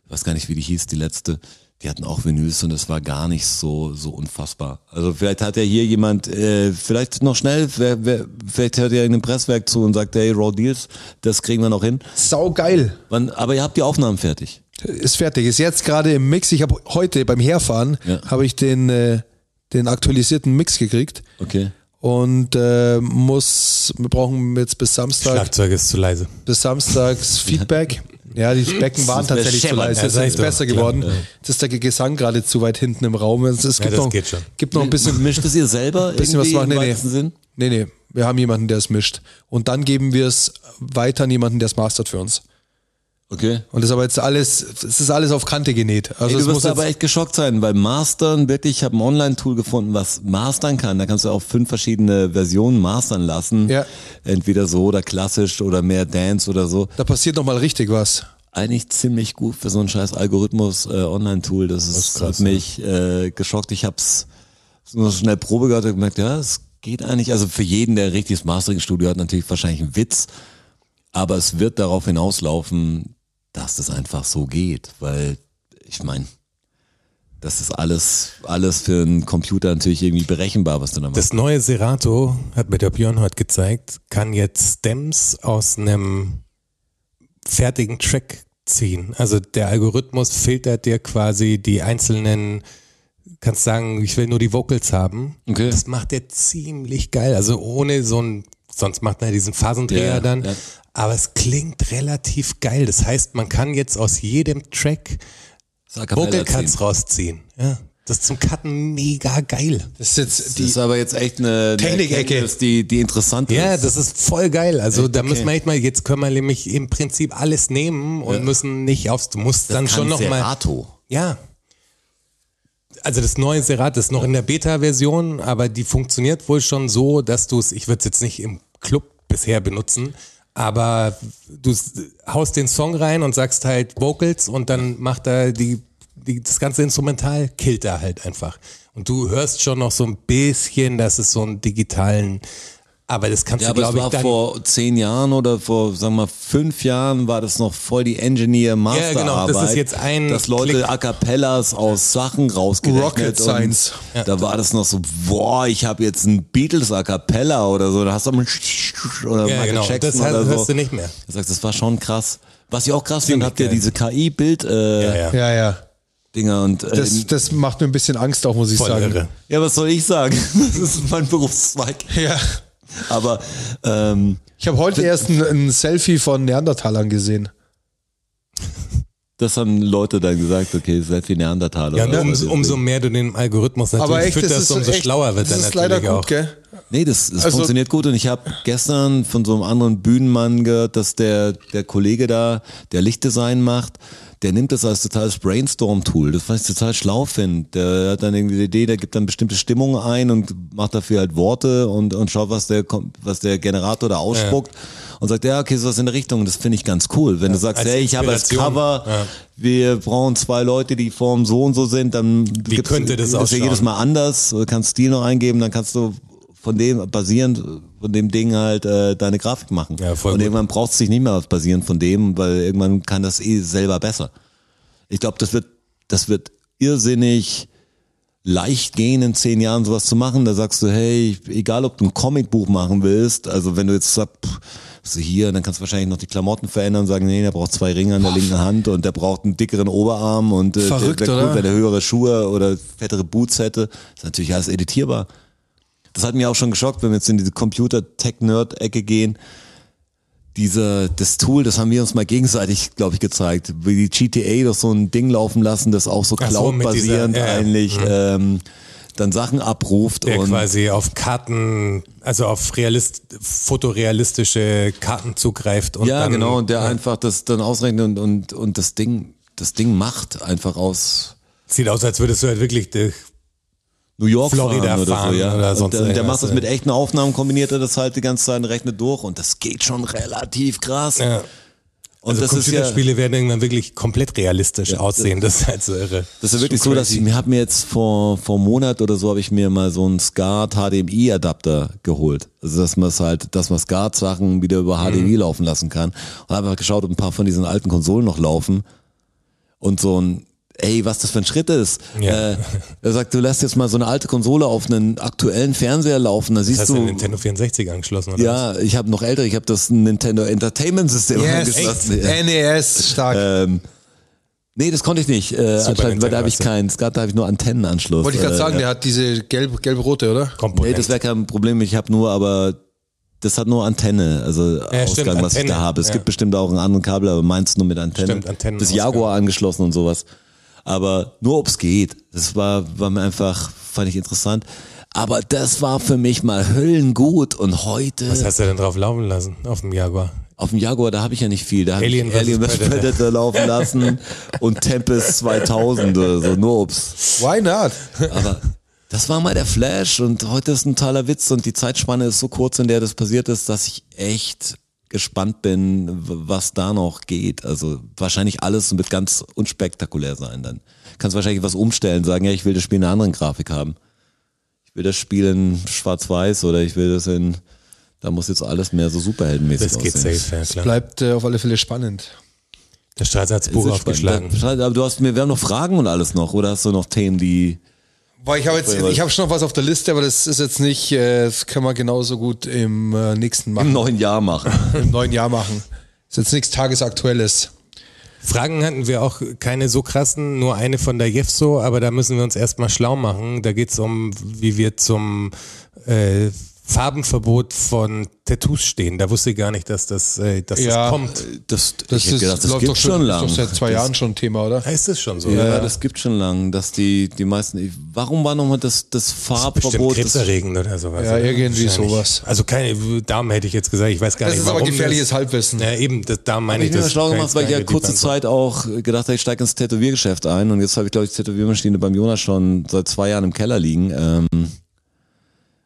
S4: ich weiß gar nicht, wie die hieß, die letzte, die hatten auch Vinyls und das war gar nicht so, so unfassbar. Also vielleicht hat ja hier jemand, äh, vielleicht noch schnell, wer, wer, vielleicht hört ja irgendein Presswerk zu und sagt, hey, Raw Deals, das kriegen wir noch hin.
S2: Sau geil.
S4: Wann, aber ihr habt die Aufnahmen fertig.
S2: Ist fertig. Ist jetzt gerade im Mix. Ich habe heute beim Herfahren
S4: Ja.
S2: habe ich den, äh, den aktualisierten Mix gekriegt.
S4: Okay.
S2: und äh, muss, wir brauchen jetzt bis Samstag,
S3: Schlagzeug ist zu leise.
S2: bis Samstags Feedback. Ja, die Becken waren
S4: ist
S2: tatsächlich zu
S4: beschämmernd,
S2: leise.
S4: ja,
S2: Jetzt ist es
S3: sag ich
S2: besser
S3: doch.
S2: geworden. Jetzt ist der Gesang gerade zu weit hinten im Raum. Es, es
S3: Ja,
S2: gibt,
S3: das
S2: noch,
S3: geht schon.
S2: gibt noch ein bisschen,
S4: Mischt es ihr selber?
S2: bisschen was
S4: irgendwie
S2: machen.
S4: im
S2: Nee,
S4: weitesten Sinn?
S2: nee. nee, nee. Wir haben jemanden, der es mischt. Und dann geben wir es weiter an jemanden, der es mastert für uns.
S4: Okay.
S2: Und das ist aber jetzt alles, es ist alles auf Kante genäht. Also
S4: Ey,
S2: es
S4: du
S2: muss
S4: wirst aber
S2: jetzt,
S4: echt geschockt sein, weil Mastern, wirklich, ich habe ein Online-Tool gefunden, was mastern kann. Da kannst du auch fünf verschiedene Versionen mastern lassen.
S2: Ja.
S4: Entweder so oder klassisch oder mehr Dance oder so.
S2: da passiert nochmal richtig was.
S4: Eigentlich ziemlich gut für so ein scheiß Algorithmus-Online-Tool. das ist, hat mich äh, geschockt. Ich habe es nur schnell Probe gehört und gemerkt, ja, es geht eigentlich. Also für jeden, der ein richtiges Mastering-Studio hat, natürlich wahrscheinlich ein Witz. Aber es wird darauf hinauslaufen, dass das einfach so geht, weil ich meine, das ist alles, alles für einen Computer natürlich irgendwie berechenbar, was du da machst.
S3: Das neue Serato, hat mir der Björn heute gezeigt, kann jetzt Stems aus einem fertigen Track ziehen. Also der Algorithmus filtert dir quasi die einzelnen, kannst sagen, ich will nur die Vocals haben.
S4: Okay.
S3: Das macht er ziemlich geil. Also ohne so ein, sonst macht er diesen Phasendreher
S4: Ja,
S3: dann.
S4: ja.
S3: Aber es klingt relativ geil. Das heißt, man kann jetzt aus jedem Track
S4: A cappella
S3: Vocal
S4: ziehen.
S3: Cuts rausziehen. Ja. Das ist zum Cutten mega geil.
S2: Das ist jetzt
S4: das ist aber jetzt echt eine eine
S2: Technik-Ecke.
S4: Erkenntnis, die, die interessant ist.
S3: Ja, das ist voll geil. Also da
S4: okay.
S3: müssen wir echt mal, jetzt können wir nämlich im Prinzip alles nehmen und müssen nicht aufs, du musst dann
S4: kann
S3: schon nochmal.
S4: Serato.
S3: Ja. Also das neue Serat ist noch in der Beta-Version, aber die funktioniert wohl schon so, dass du es, ich würde es jetzt nicht im Club bisher benutzen, aber du s- haust den Song rein und sagst halt Vocals und dann macht er die, die, das ganze Instrumental, killt er halt einfach. Und du hörst schon noch so ein bisschen, dass es so einen digitalen, aber das kannst
S4: Ja,
S3: du,
S4: aber es
S3: glaube
S4: war
S3: ich, dann...
S4: vor zehn Jahren oder vor, sagen wir mal, fünf Jahren war das noch voll die engineer masterarbeit
S3: Ja, genau, das ist jetzt ein
S4: Dass Leute
S3: Klick.
S4: A Cappellas aus Sachen rausgerechnet
S2: Rocket
S4: und
S2: Science.
S4: Da war das noch so, boah, ich habe jetzt einen Beatles A Cappella oder so. Da hast du mal oder
S3: Ja,
S4: Michael
S3: genau,
S4: Jackson
S3: das
S4: oder
S3: hörst
S4: so.
S3: du nicht mehr.
S4: Du sagst, das war schon krass. Was ich auch krass finde,
S3: Ziemlich
S4: habt ihr
S3: geil.
S4: diese KI-Bild-Dinger
S3: ja, ja.
S2: Ja, ja.
S4: und äh,
S2: Das, das macht mir ein bisschen Angst auch, muss ich
S3: Voll
S2: sagen.
S3: irre.
S4: ja, was soll ich sagen? Das ist mein Berufszweig.
S2: Ja.
S4: Aber ähm,
S2: Ich habe heute erst ein, ein Selfie von Neandertalern gesehen.
S4: das haben Leute dann gesagt, okay, Selfie Neandertaler.
S3: Ja,
S4: oder
S3: um,
S4: so.
S3: umso mehr du den Algorithmus natürlich
S2: Aber echt, das
S3: fütterst,
S2: ist
S3: umso
S2: echt,
S3: schlauer wird er
S2: das
S3: natürlich
S2: ist leider gut,
S3: auch.
S2: gell?
S4: Nee, das, das
S2: Also-
S4: funktioniert gut und ich habe gestern von so einem anderen Bühnenmann gehört, dass der, der Kollege da, der Lichtdesign macht, der nimmt das als totales Brainstorm-Tool. Das fand ich total schlau finde. Der hat dann irgendwie die Idee, der gibt dann bestimmte Stimmungen ein und macht dafür halt Worte und, und schaut, was der, kom- was der Generator da ausspuckt und sagt, ja, okay, sowas in der Richtung. Das finde ich ganz cool. Wenn du sagst,
S3: als
S4: hey, ich habe als
S3: Inspiration.
S4: Cover,
S3: Ja.
S4: wir brauchen zwei Leute, die Form so und so sind, dann
S3: Wie
S4: gibt's-
S3: könnte das
S4: ist ja
S3: ausschauen?
S4: jedes Mal anders, du kannst Stil noch eingeben, dann kannst du von dem basierend von dem Ding halt äh, deine Grafik machen.
S3: Ja, voll
S4: und
S3: gut.
S4: irgendwann brauchst du dich nicht mehr auf basierend von dem, weil irgendwann kann das eh selber besser. Ich glaube, das wird das wird irrsinnig leicht gehen, in zehn Jahren sowas zu machen. Da sagst du, hey, egal ob du ein Comicbuch machen willst, also wenn du jetzt sagst, pff, so hier, dann kannst du wahrscheinlich noch die Klamotten verändern und sagen, nee, der braucht zwei Ringe an der linken Hand und der braucht einen dickeren Oberarm und äh,
S2: Verrückt,
S4: der, der
S2: oder?
S4: wenn er höhere Schuhe oder fettere Boots hätte. Ist natürlich alles editierbar. Das hat mich auch schon geschockt, wenn wir jetzt in diese Computer-Tech-Nerd-Ecke gehen. Diese, das Tool, das haben wir uns mal gegenseitig, glaube ich, gezeigt. Wie die GTA doch so ein Ding laufen lassen, das auch so
S3: Ach so, mit dieser-
S4: cloud-basierend
S3: ja, ja.
S4: eigentlich ähm, dann Sachen abruft
S3: der
S4: und
S3: Mhm. quasi auf Karten, also auf realist, fotorealistische Karten zugreift und
S4: ja,
S3: dann
S4: genau, und der einfach das dann ausrechnet und, und, und das Ding, das Ding macht einfach aus
S3: sieht aus, als würdest du halt wirklich durch
S4: New York
S3: Florida
S4: fahren oder
S3: fahren
S4: so, ja.
S3: oder sonst
S4: und der, der
S3: irgendwas,
S4: macht das
S3: ja.
S4: mit echten Aufnahmen, kombiniert er das halt die ganze Zeit und rechnet durch und das geht schon relativ krass.
S3: Ja.
S4: Und
S3: also
S4: das ist ja,
S3: Computerspiele werden irgendwann wirklich komplett realistisch aussehen. Das ist halt so irre.
S4: das ist wirklich so, dass ich mir habe mir jetzt vor vor einem Monat oder so habe ich mir mal so einen SCART HDMI Adapter geholt, also dass man es halt, dass man SCART Sachen wieder
S2: Mhm.
S4: über HDMI laufen lassen kann und habe einfach geschaut, ob ein paar von diesen alten Konsolen noch laufen und so ein Ey, was das für ein Schritt ist.
S3: Ja.
S4: Äh, er sagt, du lässt jetzt mal so eine alte Konsole auf einen aktuellen Fernseher laufen, dann siehst
S3: Hast du
S4: du,
S3: den Nintendo 64 angeschlossen oder was?
S4: Ja, ich habe noch älter, ich habe das Nintendo Entertainment System
S2: Yes,
S4: angeschlossen. Ja.
S2: NES, stark.
S4: Ähm, nee, das konnte ich nicht. Äh, anscheinend, weil da
S3: Nintendo
S4: habe ich
S3: hast du.
S4: keinen, Skat, da habe ich nur Antennenanschluss.
S2: Wollte ich gerade
S4: äh,
S2: sagen, der hat diese gelb- gelb-rote, oder?
S4: Nee,
S3: Komponent.
S4: das wäre kein Problem, ich habe nur, aber das hat nur Antenne, also Ausgang,
S3: stimmt,
S4: was ich da
S3: Antenne,
S4: habe. Es
S3: ja.
S4: gibt bestimmt auch einen anderen Kabel, aber meins nur mit Antenne.
S3: Stimmt, Antennen-
S4: Das Jaguar angeschlossen und sowas. Aber nur ob's geht. Das war, war mir einfach, fand ich interessant. Aber das war für mich mal höllengut und heute.
S3: was hast du denn drauf laufen lassen auf dem Jaguar?
S4: Auf dem Jaguar, da habe ich ja nicht viel. Da habe
S3: Alien
S4: ich Alien
S3: vs.
S4: vs.
S3: Predator.
S4: Predator laufen lassen und Tempest 2000 oder so, nur Obst.
S2: Why not?
S4: Aber das war mal der Flash und heute ist ein totaler Witz und die Zeitspanne ist so kurz, in der das passiert ist, dass ich echt gespannt bin, w- was da noch geht. Also wahrscheinlich alles und wird ganz unspektakulär sein dann. Kannst wahrscheinlich was umstellen, sagen, ja, ich will das Spiel in einer anderen Grafik haben. Ich will das Spiel in schwarz-weiß oder ich will das in, da muss jetzt alles mehr so superheldenmäßig
S3: Das
S4: aussehen.
S3: geht safe, ja klar.
S2: Bleibt äh, auf alle Fälle spannend.
S3: Der Straße hat's Buch
S4: Ist
S3: aufgeschlagen.
S4: spannend. Schade, aber du hast mir, wir haben noch Fragen und alles noch, oder hast du noch Themen, die.
S2: Weil ich habe jetzt, ich habe schon noch was auf der Liste, aber das ist jetzt nicht, äh, das können wir genauso gut im äh, nächsten machen,
S4: neuen Jahr machen.
S2: im neuen Jahr machen. Ist jetzt nichts Tagesaktuelles.
S3: Fragen hatten wir auch keine so krassen, nur eine von der Jefso, aber da müssen wir uns erstmal schlau machen. Da geht's um, wie wir zum äh, Farbenverbot von Tattoos stehen. Da wusste ich gar nicht, dass das, äh, dass
S2: Ja.
S3: das kommt.
S4: Das,
S2: Das,
S4: ich hätte
S2: ist,
S4: gedacht, das
S2: läuft
S4: gibt
S2: doch schon,
S4: schon lang.
S2: Ist doch seit zwei
S4: das,
S2: Jahren schon Thema, oder?
S3: Heißt es schon so?
S4: Ja,
S3: oder?
S4: das gibt schon lang, dass die, die meisten. Warum war nochmal das, das
S3: Bestimmt
S4: Farbverbot? Das,
S3: Krebserregend oder sowas.
S2: Ja,
S3: oder?
S2: irgendwie
S3: Wahrscheinlich.
S2: sowas.
S3: Also keine Damen hätte ich jetzt gesagt, ich weiß gar
S2: Das
S3: nicht,
S2: ist aber
S3: warum
S2: gefährliches
S3: das,
S2: Halbwissen.
S3: Ja, eben, das, da meine
S4: ich
S3: ich
S4: bin mir
S3: das.
S4: schlau
S3: kann
S4: gemacht, weil ich ja
S3: keine
S4: kurze
S3: Differenz-
S4: Zeit auch gedacht habe, ich steige ins Tätowiergeschäft ein und jetzt habe ich, glaube ich, die Tätowiermaschine beim Jonas schon seit zwei Jahren im Keller liegen. Ähm,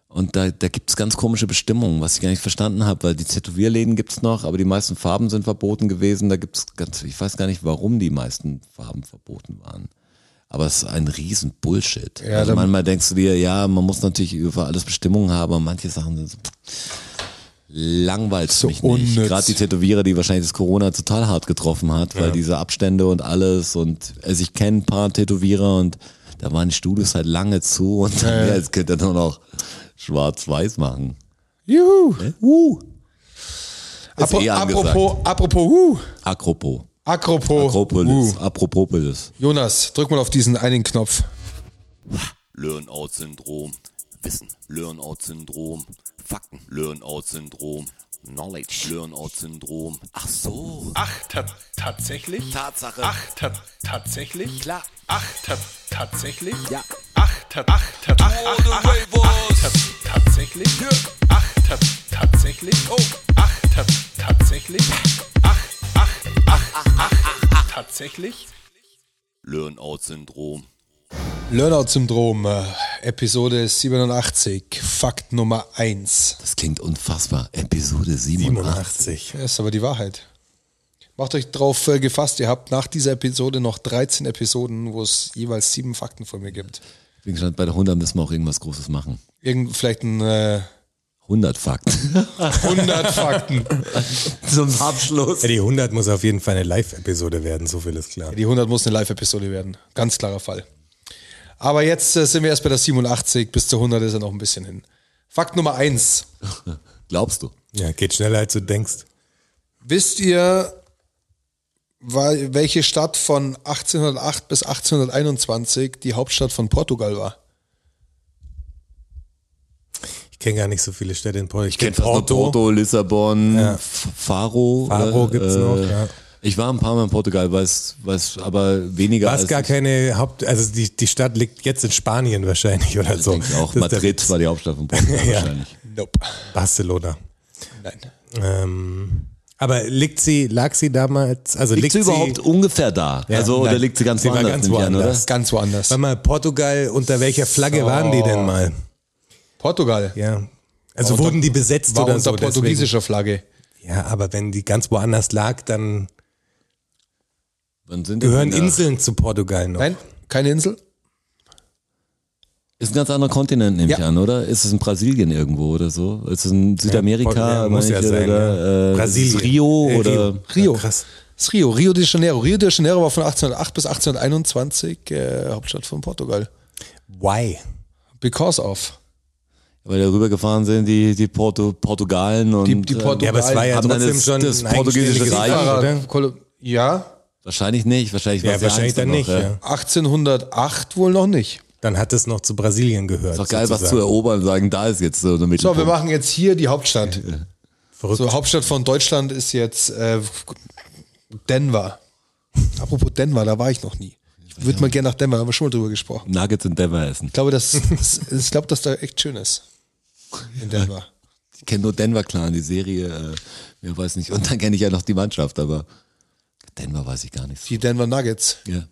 S4: und da, da gibt's ganz komische Bestimmungen, was ich gar nicht verstanden habe, weil die Tätowierläden gibt's noch, aber die meisten Farben sind verboten gewesen. Da gibt's ganz, ich weiß gar nicht, warum die meisten Farben verboten waren. Aber es ist ein riesen Bullshit.
S2: Ja,
S4: also
S2: dann-
S4: manchmal denkst du dir, ja, man muss natürlich über alles Bestimmungen haben, aber manche Sachen sind so langweilt
S2: So
S4: mich nicht.
S2: unnütz.
S4: Gerade die Tätowierer, die wahrscheinlich das Corona total hart getroffen hat, weil diese Abstände und alles und also ich kenne ein paar Tätowierer und da waren die Studios halt lange zu und dann, ja, jetzt könnt ihr nur noch schwarz-weiß machen.
S2: Juhu.
S4: Uh. Ist
S2: Apo,
S4: eh angesagt.
S2: apropos, apropos, uh,
S4: Akropos.
S2: Akropos,
S4: Akropolis.
S2: Uh.
S4: Apropopolis.
S2: Jonas, drück mal auf diesen einen Knopf.
S5: Learn-out-Syndrom, Wissen, Learn-out-Syndrom, Fakten, Learn-out-Syndrom, Knowledge, Learn-out-Syndrom. Ach so.
S6: Ach, ta tatsächlich?
S5: Tatsache.
S6: Ach, ta tatsächlich?
S5: Klar.
S6: Ach, ta tatsächlich?
S5: Ja.
S6: Ach,
S2: tatsächlich? Ach, tatsächlich? Oh, ach, tatsächlich? Ach, ach, ach, ach, ach, tatsächlich?
S5: Learn-out-Syndrom.
S2: Learnout-Syndrom, äh, Episode 87, Fakt Nummer 1.
S4: Das klingt unfassbar. Episode
S3: um
S4: 87.
S3: 87.
S2: Das ist aber die Wahrheit. Macht euch drauf äh, gefasst, ihr habt nach dieser Episode noch 13 Episoden, wo es jeweils sieben Fakten von mir gibt.
S4: Ich bin gespannt, bei der 100 müssen wir auch irgendwas Großes machen.
S2: Irgend, vielleicht ein äh,
S4: 100 Fakten.
S2: 100 Fakten.
S4: Zum Abschluss.
S3: Ja, die 100 muss auf jeden Fall eine Live-Episode werden, so viel ist klar.
S2: Die 100 muss eine Live-Episode werden. Ganz klarer Fall. Aber jetzt äh, sind wir erst bei der 87. Bis zur 100 ist ja noch ein bisschen hin. Fakt Nummer 1.
S4: Glaubst du?
S3: Ja, geht schneller als du denkst.
S2: Wisst ihr, wa- welche Stadt von 1808 bis 1821 die Hauptstadt von Portugal war?
S3: Ich kenne gar nicht so viele Städte in Porto. Ich
S4: Kennt fast nur Porto, Lissabon, F- Faro. ne? Äh,
S3: Faro gibt's noch, ja.
S4: Ich war ein paar Mal in Portugal, weiß, weiß aber weniger
S3: Was
S4: als
S3: gar
S4: ich
S3: keine Haupt, also die, die Stadt liegt jetzt in Spanien wahrscheinlich oder so.
S4: denke auch.
S3: Das ist der
S4: Madrid
S3: Witz.
S4: war die Hauptstadt von Portugal
S3: Ja.
S4: wahrscheinlich.
S2: Nope.
S3: Barcelona.
S2: Nein.
S3: Ähm, aber liegt sie, lag sie damals, also
S4: Liegt
S3: liegt,
S4: sie überhaupt ungefähr da?
S3: Ja,
S4: also, oder
S3: nein.
S4: liegt sie ganz
S3: Sie war
S4: woanders?
S3: ganz
S4: nehme ich an,
S3: woanders.
S2: Ist ganz woanders.
S3: Warte mal, Portugal, unter welcher Flagge waren die denn mal?
S2: Portugal.
S3: Ja. Also
S2: War unter-
S3: wurden die besetzt
S2: War
S3: oder
S2: unter
S3: so? deswegen-
S2: portugiesischer Flagge.
S3: Ja, aber wenn die ganz woanders lag, dann
S4: Wann sind die
S3: gehören
S4: denn da?
S3: Inseln zu Portugal noch.
S2: Nein, keine Insel?
S4: Ist ein ganz anderer Kontinent, nehme ich
S2: Ja.
S4: an, oder? Ist es in Brasilien irgendwo oder so? Ist es in Südamerika?
S3: Ja, muss
S4: meine
S3: ja
S4: ich,
S3: sein.
S4: oder,
S3: ja.
S4: äh,
S3: Brasilien.
S4: ist es Rio
S3: Äh,
S4: oder
S2: Rio.
S3: Ja, krass.
S2: Das ist Rio, Rio de Janeiro. Rio de Janeiro war von 1808 bis 1821 äh, Hauptstadt von Portugal.
S3: Why?
S2: Because of.
S4: weil da rübergefahren sind die, die Porto, Portugalen und
S2: Die, die Portugal.
S4: äh,
S3: Ja, aber es war ja
S4: Haben dann
S3: trotzdem
S4: das-
S3: schon
S4: das
S3: ein
S4: portugiesische
S3: eigenständiges
S4: Reich,
S3: Land,
S2: Fahrer-
S3: oder?
S2: Kolo- ja,
S4: wahrscheinlich nicht. Wahrscheinlich war
S3: Ja,
S4: es
S3: wahrscheinlich
S4: eins
S3: dann
S4: noch,
S3: nicht.
S4: ja.
S3: Ja.
S2: 1808 wohl noch nicht.
S3: Dann hat es noch zu Brasilien gehört.
S4: Ist doch geil, was zu
S3: sozusagen.
S4: erobern und sagen, da ist jetzt so eine
S2: So,
S4: Mittelpunkt.
S2: wir machen jetzt hier die Hauptstadt.
S3: Verrückt.
S2: So, Hauptstadt von Deutschland ist jetzt äh, Denver. Apropos Denver, da war ich noch nie. Ich würde mal gerne nach Denver, da haben wir schon mal drüber gesprochen.
S4: Nuggets und Denver essen.
S2: Ich glaube, dass, ich glaube, dass da echt schön ist. In Denver.
S4: Ich kenne nur Denver Clan, die Serie, äh, mehr weiß nicht. Und dann kenne ich ja noch die Mannschaft, aber Denver weiß ich gar nicht.
S2: Die Denver Nuggets.
S4: Ja.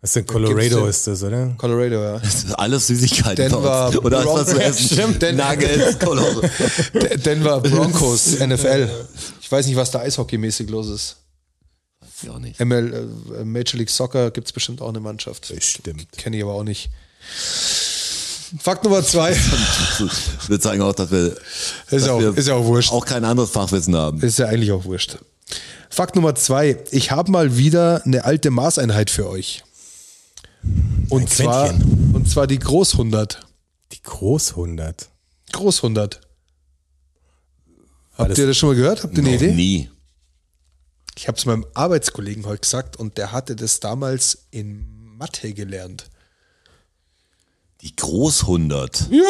S3: Was ist denn
S2: Gibt's
S3: Colorado
S2: denn-
S3: ist das, oder?
S2: Colorado, ja.
S4: Das ist alles Süßigkeiten
S2: Denver
S4: bei uns. Oder alles, was zu
S2: Broncos.
S4: essen.
S2: Stimmt. Den-
S4: Nuggets, Color.
S2: D- Denver Broncos, NFL. Ich weiß nicht, was da eishockeymäßig los ist.
S4: Ja, auch nicht.
S2: ML, äh, Major League Soccer gibt es bestimmt auch eine Mannschaft.
S3: Bestimmt.
S2: Kenne ich aber auch nicht. Fakt Nummer zwei.
S4: Wir zeigen auch, dass wir, dass
S2: auch-
S4: wir
S2: ist ja auch wurscht.
S4: auch kein anderes Fachwissen haben.
S2: Ist ja eigentlich auch wurscht. Fakt Nummer zwei. Ich habe mal wieder eine alte Maßeinheit für euch. Und
S3: Ein
S2: zwar, und zwar die Groß 100.
S3: Die Großhundert.
S2: Groß 100.
S3: War
S2: Habt
S3: das-
S2: ihr das schon mal gehört? Habt ihr eine
S4: Noch
S2: Idee?
S4: Nie.
S2: Ich habe es meinem Arbeitskollegen heute gesagt und der hatte das damals in Mathe gelernt.
S4: Die Großhundert.
S2: Ja.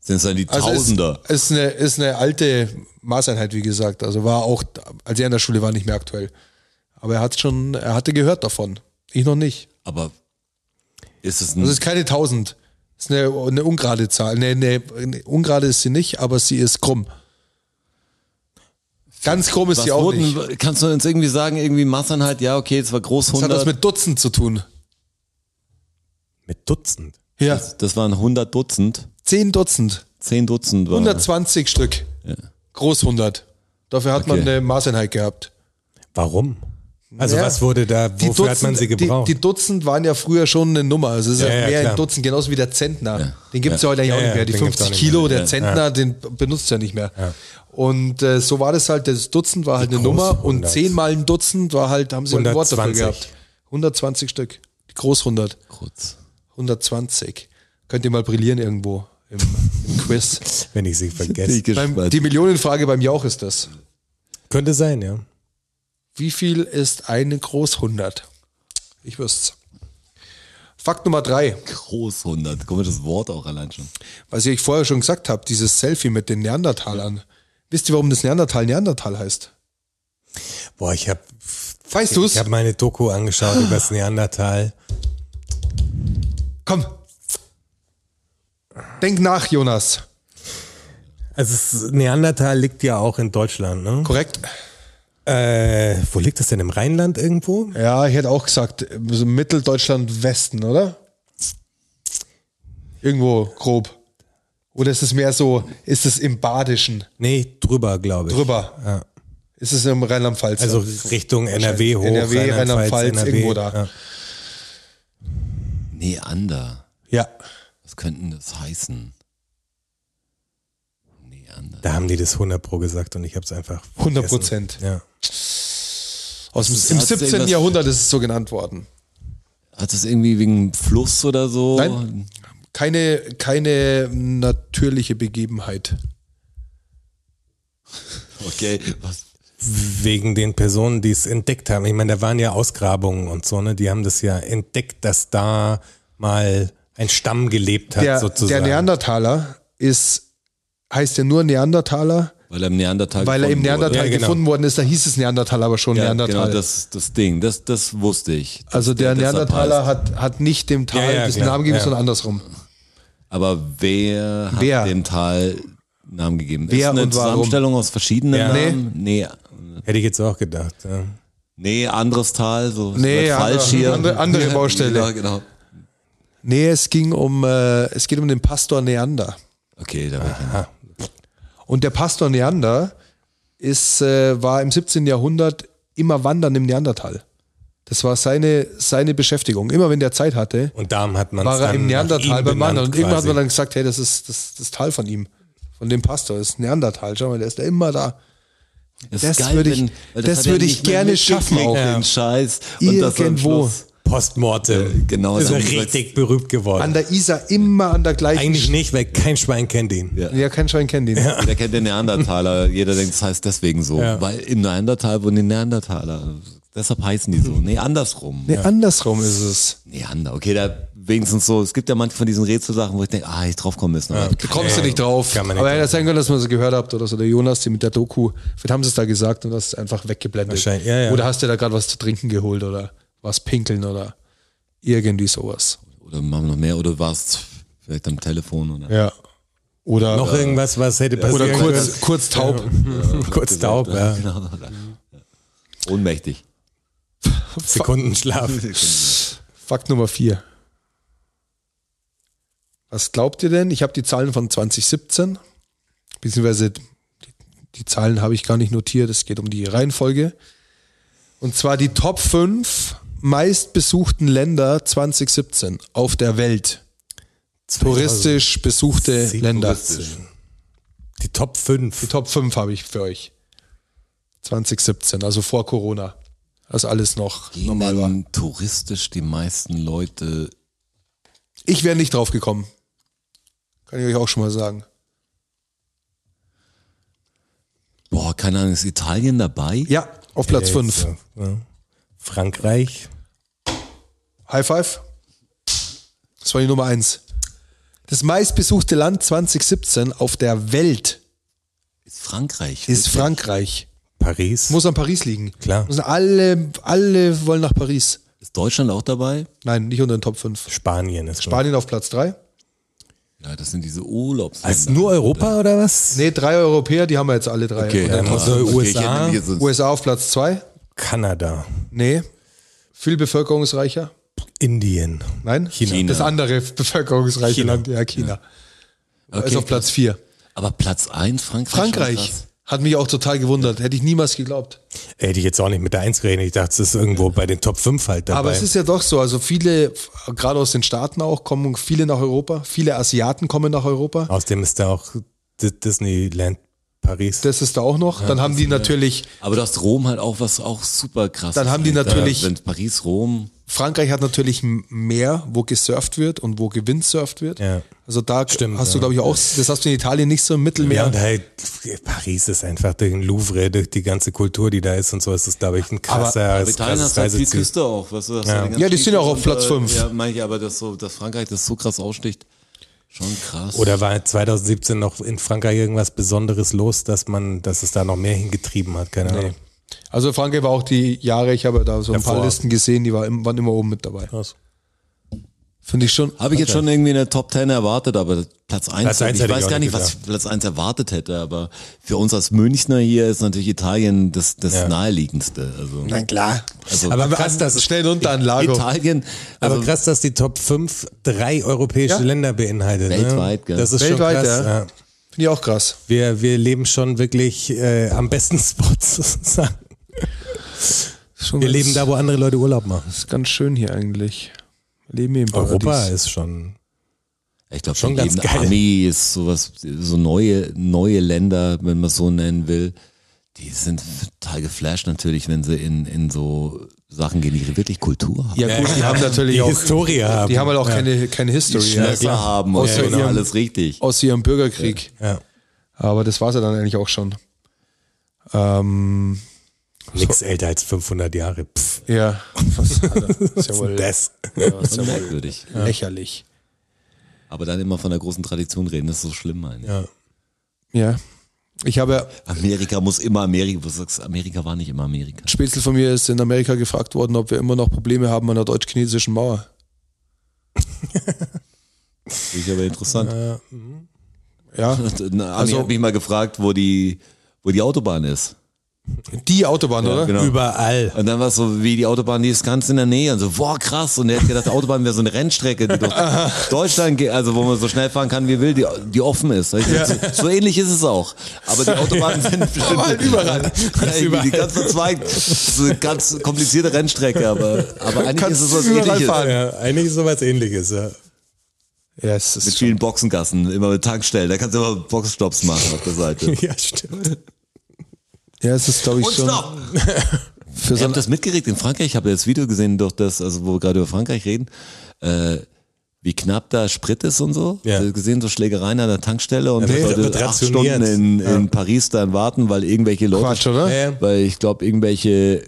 S4: Sind es dann die
S2: Also
S4: Tausender?
S2: Ist, ist, eine, ist eine alte Maßeinheit, wie gesagt. Also war auch, als er in der Schule war, nicht mehr aktuell. Aber er hat schon, er hatte gehört davon. Ich noch nicht.
S4: aber ist es ein,
S2: Also es ist keine 1000. Es ist eine, eine ungerade Zahl. Nee, nee, eine ungerade ist sie nicht, aber sie ist krumm. Ganz krumm ist
S4: was
S2: sie auch
S4: wurden,
S2: nicht.
S4: kannst du uns irgendwie sagen, irgendwie Massern halt, ja, okay, es war
S2: Das hat was
S4: 100.
S2: mit Dutzend zu tun.
S3: Mit Dutzend.
S2: Ja,
S4: das, das waren 100 Dutzend,
S2: zehn Dutzend.
S4: 10 Dutzend war.
S2: 120 Stück.
S4: Ja.
S2: Groß 100. Dafür hat man
S4: Okay.
S2: eine Maßeinheit gehabt.
S3: Warum? Also
S2: Ja.
S3: was wurde da,
S2: Die
S3: wofür hat man sie gebraucht?
S2: Die, die Dutzend waren ja früher schon eine Nummer. Also es ist
S3: Ja,
S2: ja,
S3: ja,
S2: mehr
S3: klar.
S2: ein Dutzend, genauso wie der Zentner. Den gibt es ja. heute eigentlich
S3: Ja,
S2: auch
S3: ja,
S2: nicht mehr. Die
S3: den gibt's
S2: 50
S3: auch nicht mehr.
S2: Kilo, der Zentner, den benutzt ja nicht mehr. Und äh, so war das halt, das Dutzend war halt eine
S3: großen
S2: Nummer und
S3: 100.
S2: zehnmal ein Dutzend war halt, haben sie halt ein Wort dafür
S3: 120.
S2: gehabt. 120 Stück. Die Groß 100.
S4: Kurz.
S2: 120. Könnt ihr mal brillieren irgendwo im, im Quiz.
S3: wenn ich sie
S4: Bin ich
S3: vergesse.
S2: beim,
S4: gespannt.
S2: die Millionenfrage beim Jauch ist das.
S3: Könnte sein, ja.
S2: Wie viel ist eine Groß 100? Ich wüsste's. Fakt Nummer drei.
S4: Groß 100. Komisches Wort auch allein schon.
S2: was ich euch vorher schon gesagt habe, dieses Selfie mit den Neandertalern. Wisst ihr, warum das Neandertal Neandertal heißt?
S3: Boah, ich habe
S2: Weißt du's?
S3: ich hab meine Doku angeschaut über das Neandertal.
S2: Komm, Denk nach, Jonas.
S3: Also es ist, Neandertal liegt ja auch in Deutschland, ne?
S2: Korrekt.
S3: Äh, wo liegt das denn? Im Rheinland irgendwo?
S2: Ja, ich hätte auch gesagt, so Mitteldeutschland Westen, oder? Irgendwo grob. Oder ist es mehr so, ist es im Badischen
S3: Nee, drüber, glaube ich.
S2: drüber? Ist es im Rheinland-Pfalz?
S3: Also
S2: Ja.
S3: Richtung NRW hoch.
S2: NRW, Rheinland-Pfalz, irgendwo da.
S4: Neander.
S3: Ja. ja,
S4: Was könnten das heißen? Neander.
S3: da haben die das 100 Pro gesagt und ich habe es einfach
S2: 100
S3: vergessen.
S2: Prozent.
S3: Ja.
S2: Aus dem, Im
S4: Hat's
S2: 17.
S4: irgendwas-
S2: Jahrhundert ist es so genannt worden.
S4: Hat das irgendwie wegen Fluss oder so?
S2: Nein. Keine, keine natürliche Begebenheit.
S4: Okay, was?
S3: Wegen den Personen, die es entdeckt haben. Ich meine, da waren ja Ausgrabungen und so, ne? Die haben das ja entdeckt, dass da mal ein Stamm gelebt hat,
S2: Der, der
S3: sozusagen.
S2: Neandertaler ist, heißt ja nur Neandertaler,
S4: Weil er im Neandertal
S2: weil er
S4: gefunden
S2: im Neandertal
S3: Ja, genau.
S2: gefunden worden ist. Da hieß es Neandertal aber schon
S4: wurde. ja,
S2: Neandertal.
S4: Genau, das, das Ding, das, das wusste ich. dass
S2: also der
S4: deshalb heißt.
S2: Neandertaler hat, hat nicht dem Tal
S3: Ja, ja,
S2: diesen
S3: klar,
S2: Namen gegeben,
S3: ja.
S2: sondern andersrum.
S4: Aber wer hat
S2: Wer?
S4: dem Tal Namen gegeben?
S2: Wer
S4: ist eine
S2: und warum?
S4: Zusammenstellung aus verschiedenen
S3: Ja.
S4: Namen? Nee.
S3: Hätte ich jetzt auch gedacht. Ja.
S4: Nee, anderes Tal, so
S2: Nee,
S4: wird
S2: ja,
S4: falsch
S2: andere-
S4: hier.
S2: andere- andere Baustelle.
S4: Ja, genau.
S2: Nee, es ging um, äh, es geht um den Pastor Neander.
S4: Okay, da bin ich hin.
S2: Und der Pastor Neander ist, äh, war im 17. Jahrhundert immer wandern im Neandertal. Das war seine, seine Beschäftigung. Immer wenn der Zeit hatte,
S3: Und darum hat man es
S2: war er
S3: dann
S2: im
S3: nach
S2: Neandertal
S3: ihm
S2: beim Wandern.
S3: benannt
S2: Und irgendwann hat
S3: quasi.
S2: man dann gesagt, hey, das ist das, das Tal von ihm. Von dem Pastor das ist Neandertal. Schau mal, der ist da immer da.
S4: Das,
S2: Das
S4: ist geil,
S2: würde ich-
S4: wenn- weil
S2: das
S4: hat er
S2: würde ich
S4: nicht mehr
S2: gerne schaffen
S4: mitgekriegt,
S2: auch.
S4: den Scheiß. Und das am
S2: Irgendwo.
S4: Schluss-
S3: Postmortem.
S4: Äh, genau,
S3: Ist er
S4: dann wird's-
S3: richtig berühmt geworden.
S2: An der Isar immer an der gleichen
S3: Eigentlich nicht, weil kein Schwein kennt ihn.
S4: Ja.
S2: Sch- Ja, kein Schwein kennt ihn.
S4: Jeder kennt den Neandertaler. Jeder denkt, es heißt deswegen so.
S3: Ja.
S4: Weil im Neandertal wurden die Neandertaler. Deshalb heißen die so. Nee, andersrum.
S2: Nee, andersrum ist es.
S4: Neander. Okay, da wenigstens so. Es gibt ja manche von diesen Rätselsachen, wo ich denke, ah, ich drauf kommen müssen. Aber
S2: Da kommst du nicht drauf.
S3: Kann man nicht
S2: Aber hätte
S3: drauf.
S2: sein können, dass man es gehört habt oder so. Der Jonas, die mit der Doku, vielleicht haben sie es da gesagt und das ist einfach weggeblendet.
S3: Wahrscheinlich, ja, ja.
S2: Oder hast du da gerade was zu trinken geholt oder was pinkeln oder irgendwie sowas.
S4: Oder machen wir noch mehr? Oder warst vielleicht am Telefon? Oder?
S2: Ja. Oder,
S3: Noch irgendwas, was hätte
S2: oder
S3: passieren
S2: kurz, kurz taub.
S3: können. kurz taub, ja.
S4: Genau. Oder- Ohnmächtig.
S3: Sekundenschlaf.
S2: Fakt Nummer 4. Was glaubt ihr denn? Ich habe die Zahlen von 2017, beziehungsweise die, die Zahlen habe ich gar nicht notiert, es geht um die Reihenfolge. Und zwar die Top 5 meistbesuchten Länder 2017 auf der Welt. Touristisch besuchte Länder.
S3: Die Top 5.
S2: Die Top 5 habe ich für euch. 2017, also vor Corona. Also alles noch
S4: Gehen
S2: normal war.
S4: denn touristisch die meisten Leute
S2: Ich wäre nicht drauf gekommen. Kann ich euch auch schon mal sagen.
S4: Boah, keine Ahnung, ist Italien dabei?
S2: Ja, auf Platz
S3: Jetzt,
S2: 5.
S3: ja. Frankreich.
S2: High five. Das war die Nummer 1. Das meistbesuchte Land 2017 auf der Welt
S4: Ist Frankreich.
S2: ist Frankreich.
S3: Paris.
S2: Muss an Paris liegen.
S3: Klar.
S2: Müssen alle, alle wollen nach Paris.
S4: Ist Deutschland auch dabei?
S2: Nein, nicht unter den Top 5.
S3: Spanien ist
S2: Spanien auf Platz 3.
S4: Ja, das sind diese Urlaubsländer.
S3: Als nur Europa oder was?
S2: Nee, drei Europäer, die haben wir jetzt alle drei.
S4: Okay,
S2: Oder-
S4: ja,
S3: muss nur
S4: okay, ich hätte
S3: USA.
S4: mir sonst-
S2: USA auf Platz 2.
S3: Kanada.
S2: Nee. Viel bevölkerungsreicher.
S3: Indien.
S2: Nein.
S4: China.
S2: Das andere bevölkerungsreiche
S3: China.
S2: Land. Ja, China. Ist
S4: Okay,
S2: auf Platz 4.
S4: Aber Platz 1, Frankreich. schon
S2: Frankreich.
S4: krass.
S2: Hat mich auch total gewundert. Hätte ich niemals geglaubt.
S3: Hätte ich jetzt auch nicht mit der 1 gerechnet. Ich dachte, es ist irgendwo bei den Top 5 halt dabei.
S2: Aber es ist ja doch so, also viele, gerade aus den Staaten auch, kommen viele nach Europa. Viele Asiaten kommen nach Europa.
S3: Außerdem ist da auch D Disneyland Paris.
S2: Das ist da auch noch. dann haben die natürlich,
S4: Aber du hast Rom halt auch was auch super krass.
S2: Dann haben die natürlich-
S4: Wenn Paris, Rom.
S2: Frankreich hat natürlich ein Meer, wo gesurft wird und wo gewindsurft wird.
S3: Ja.
S2: Also da
S3: Stimmt,
S2: hast du,
S3: ja.
S2: glaube ich, auch, das hast du in Italien nicht so im Mittelmeer.
S3: Ja, und halt, Paris ist einfach durch den Louvre, durch die ganze Kultur, die da ist und so, ist es, glaube ich, ein krasser,
S4: Aber Italien
S3: krasses
S4: hast halt viel
S3: Reiseziel.
S4: Küste auch. Weißt du, hast
S3: Ja.
S4: eine ganz
S2: Ja, die
S4: viel
S2: sind ja auch
S4: Küste
S2: auf Platz
S4: und, äh,
S2: fünf.
S4: Ja, meine ich, aber das so, dass Frankreich das so krass aussticht. Schon krass.
S3: Oder war 2017 noch in Frankreich irgendwas Besonderes los, dass man, dass es da noch mehr hingetrieben hat? Keine Ahnung.
S2: Also Frankreich war auch die Jahre, ich habe da so ein
S3: Davor.
S2: paar Listen gesehen, die war, im- waren immer oben mit dabei.
S3: Krass.
S2: Finde ich schon.
S4: Habe ich jetzt schon irgendwie in der Top 10 erwartet, aber Platz 1,
S3: Platz eins
S4: ich
S3: hätte ich
S4: weiß
S3: auch
S4: gar
S3: nicht
S4: nicht, was ich Platz 1 erwartet hätte, aber für uns als Münchner hier ist natürlich Italien das, das
S3: Ja.
S4: naheliegendste. Also,
S2: Na klar.
S4: also
S3: Aber
S2: Krass,
S3: krass, dass,
S2: das schnell runter an Lago.
S4: Italien,
S3: aber
S4: also,
S3: krass, dass die Top 5 drei europäische
S2: Ja.
S3: Länder beinhaltet. ne?
S4: Weltweit, gell?
S3: Das ist
S2: Weltweit,
S3: schon krass.
S2: ja.
S3: Ja.
S2: Finde ich auch krass.
S3: Wir, wir leben schon wirklich äh, am besten Spot sozusagen.
S2: Schon
S3: Wir
S2: ganz-
S3: leben da, wo andere Leute Urlaub machen.
S2: Ist ganz schön hier eigentlich. Leben hier im
S3: Europa
S2: Paradies.
S3: ist schon.
S4: ich glaube,
S3: schon
S4: schon
S3: ganz
S4: ganz
S3: geil.
S4: Armee ist sowas, so neue, neue Länder, wenn man es so nennen will, die sind total geflasht natürlich, wenn sie in, in so Sachen gehen, die wirklich Kultur haben.
S2: Ja gut, die haben natürlich
S3: Die
S2: auch
S3: Historie haben.
S2: Die haben halt auch
S3: Ja.
S2: keine keine History ja,
S4: Schnäppler
S2: klar.
S4: haben und
S2: Aus
S4: so, ne,
S2: ihrem-
S4: alles richtig.
S2: aus ihrem Bürgerkrieg.
S3: Ja.
S2: Aber das war es ja dann eigentlich auch schon. Ähm,
S3: Nix älter als 500 Jahre. Pff,
S2: ja. Was hat er? ist ja
S3: was
S2: wohl
S3: ist das?
S4: Das ist merkwürdig.
S2: lächerlich.
S4: Aber dann immer von der großen Tradition reden, das ist so schlimm, meine ich.
S3: Ja.
S2: Ja. Ich habe
S4: Amerika muss immer Amerika, wo du sagst, Amerika war nicht immer Amerika.
S2: Spätzle von mir ist in Amerika gefragt worden, ob wir immer noch Probleme haben an der deutsch-chinesischen Mauer.
S4: Finde ich aber interessant.
S2: Ja.
S4: Na,
S2: Also-
S4: also, hat mich mal gefragt, wo die, wo die Autobahn ist.
S2: Die Autobahn, oder?
S4: genau.
S3: Überall.
S4: Und dann war es so, wie die Autobahn, die ist ganz in der Nähe. Und so, boah, krass. Und er hat gedacht, Autobahn wäre so eine Rennstrecke, die durch Deutschland geht, also wo man so schnell fahren kann, wie will, die, die offen ist. Da hab ich gesagt, so, so ähnlich ist es auch. Aber die Autobahnen sind
S2: halt überall.
S4: Ja, irgendwie die ganz verzweigt. So eine ganz komplizierte Rennstrecke, aber, aber eigentlich
S2: Kannst
S4: ist es was
S2: überall
S4: ähnliches.
S2: fahren.
S3: Ja, eigentlich ist sowas ähnliches. Ja.
S2: Ja, es ist
S4: Mit vielen Boxengassen, immer mit Tankstellen. Da kannst du immer Boxenstopps machen auf der Seite.
S3: ja, stimmt.
S2: Ja, es ist, glaube ich,
S4: Und
S2: schon.
S4: stopp!
S2: Für
S4: Ich
S2: so
S4: habe
S2: ein,
S4: das mitgeregt in Frankreich. Ich habe das Video gesehen, durch das, also wo wir gerade über Frankreich reden, äh, wie knapp da Sprit ist und so.
S3: Ja.
S4: Ja. Gesehen so Schlägereien an der Tankstelle und
S3: Ja,
S4: das
S3: wird- wird
S4: Leute acht
S3: rationiert.
S4: Stunden in, in Paris dann warten, weil irgendwelche Leute,
S2: Quatsch, oder?
S3: Ja, ja.
S4: weil ich glaube irgendwelche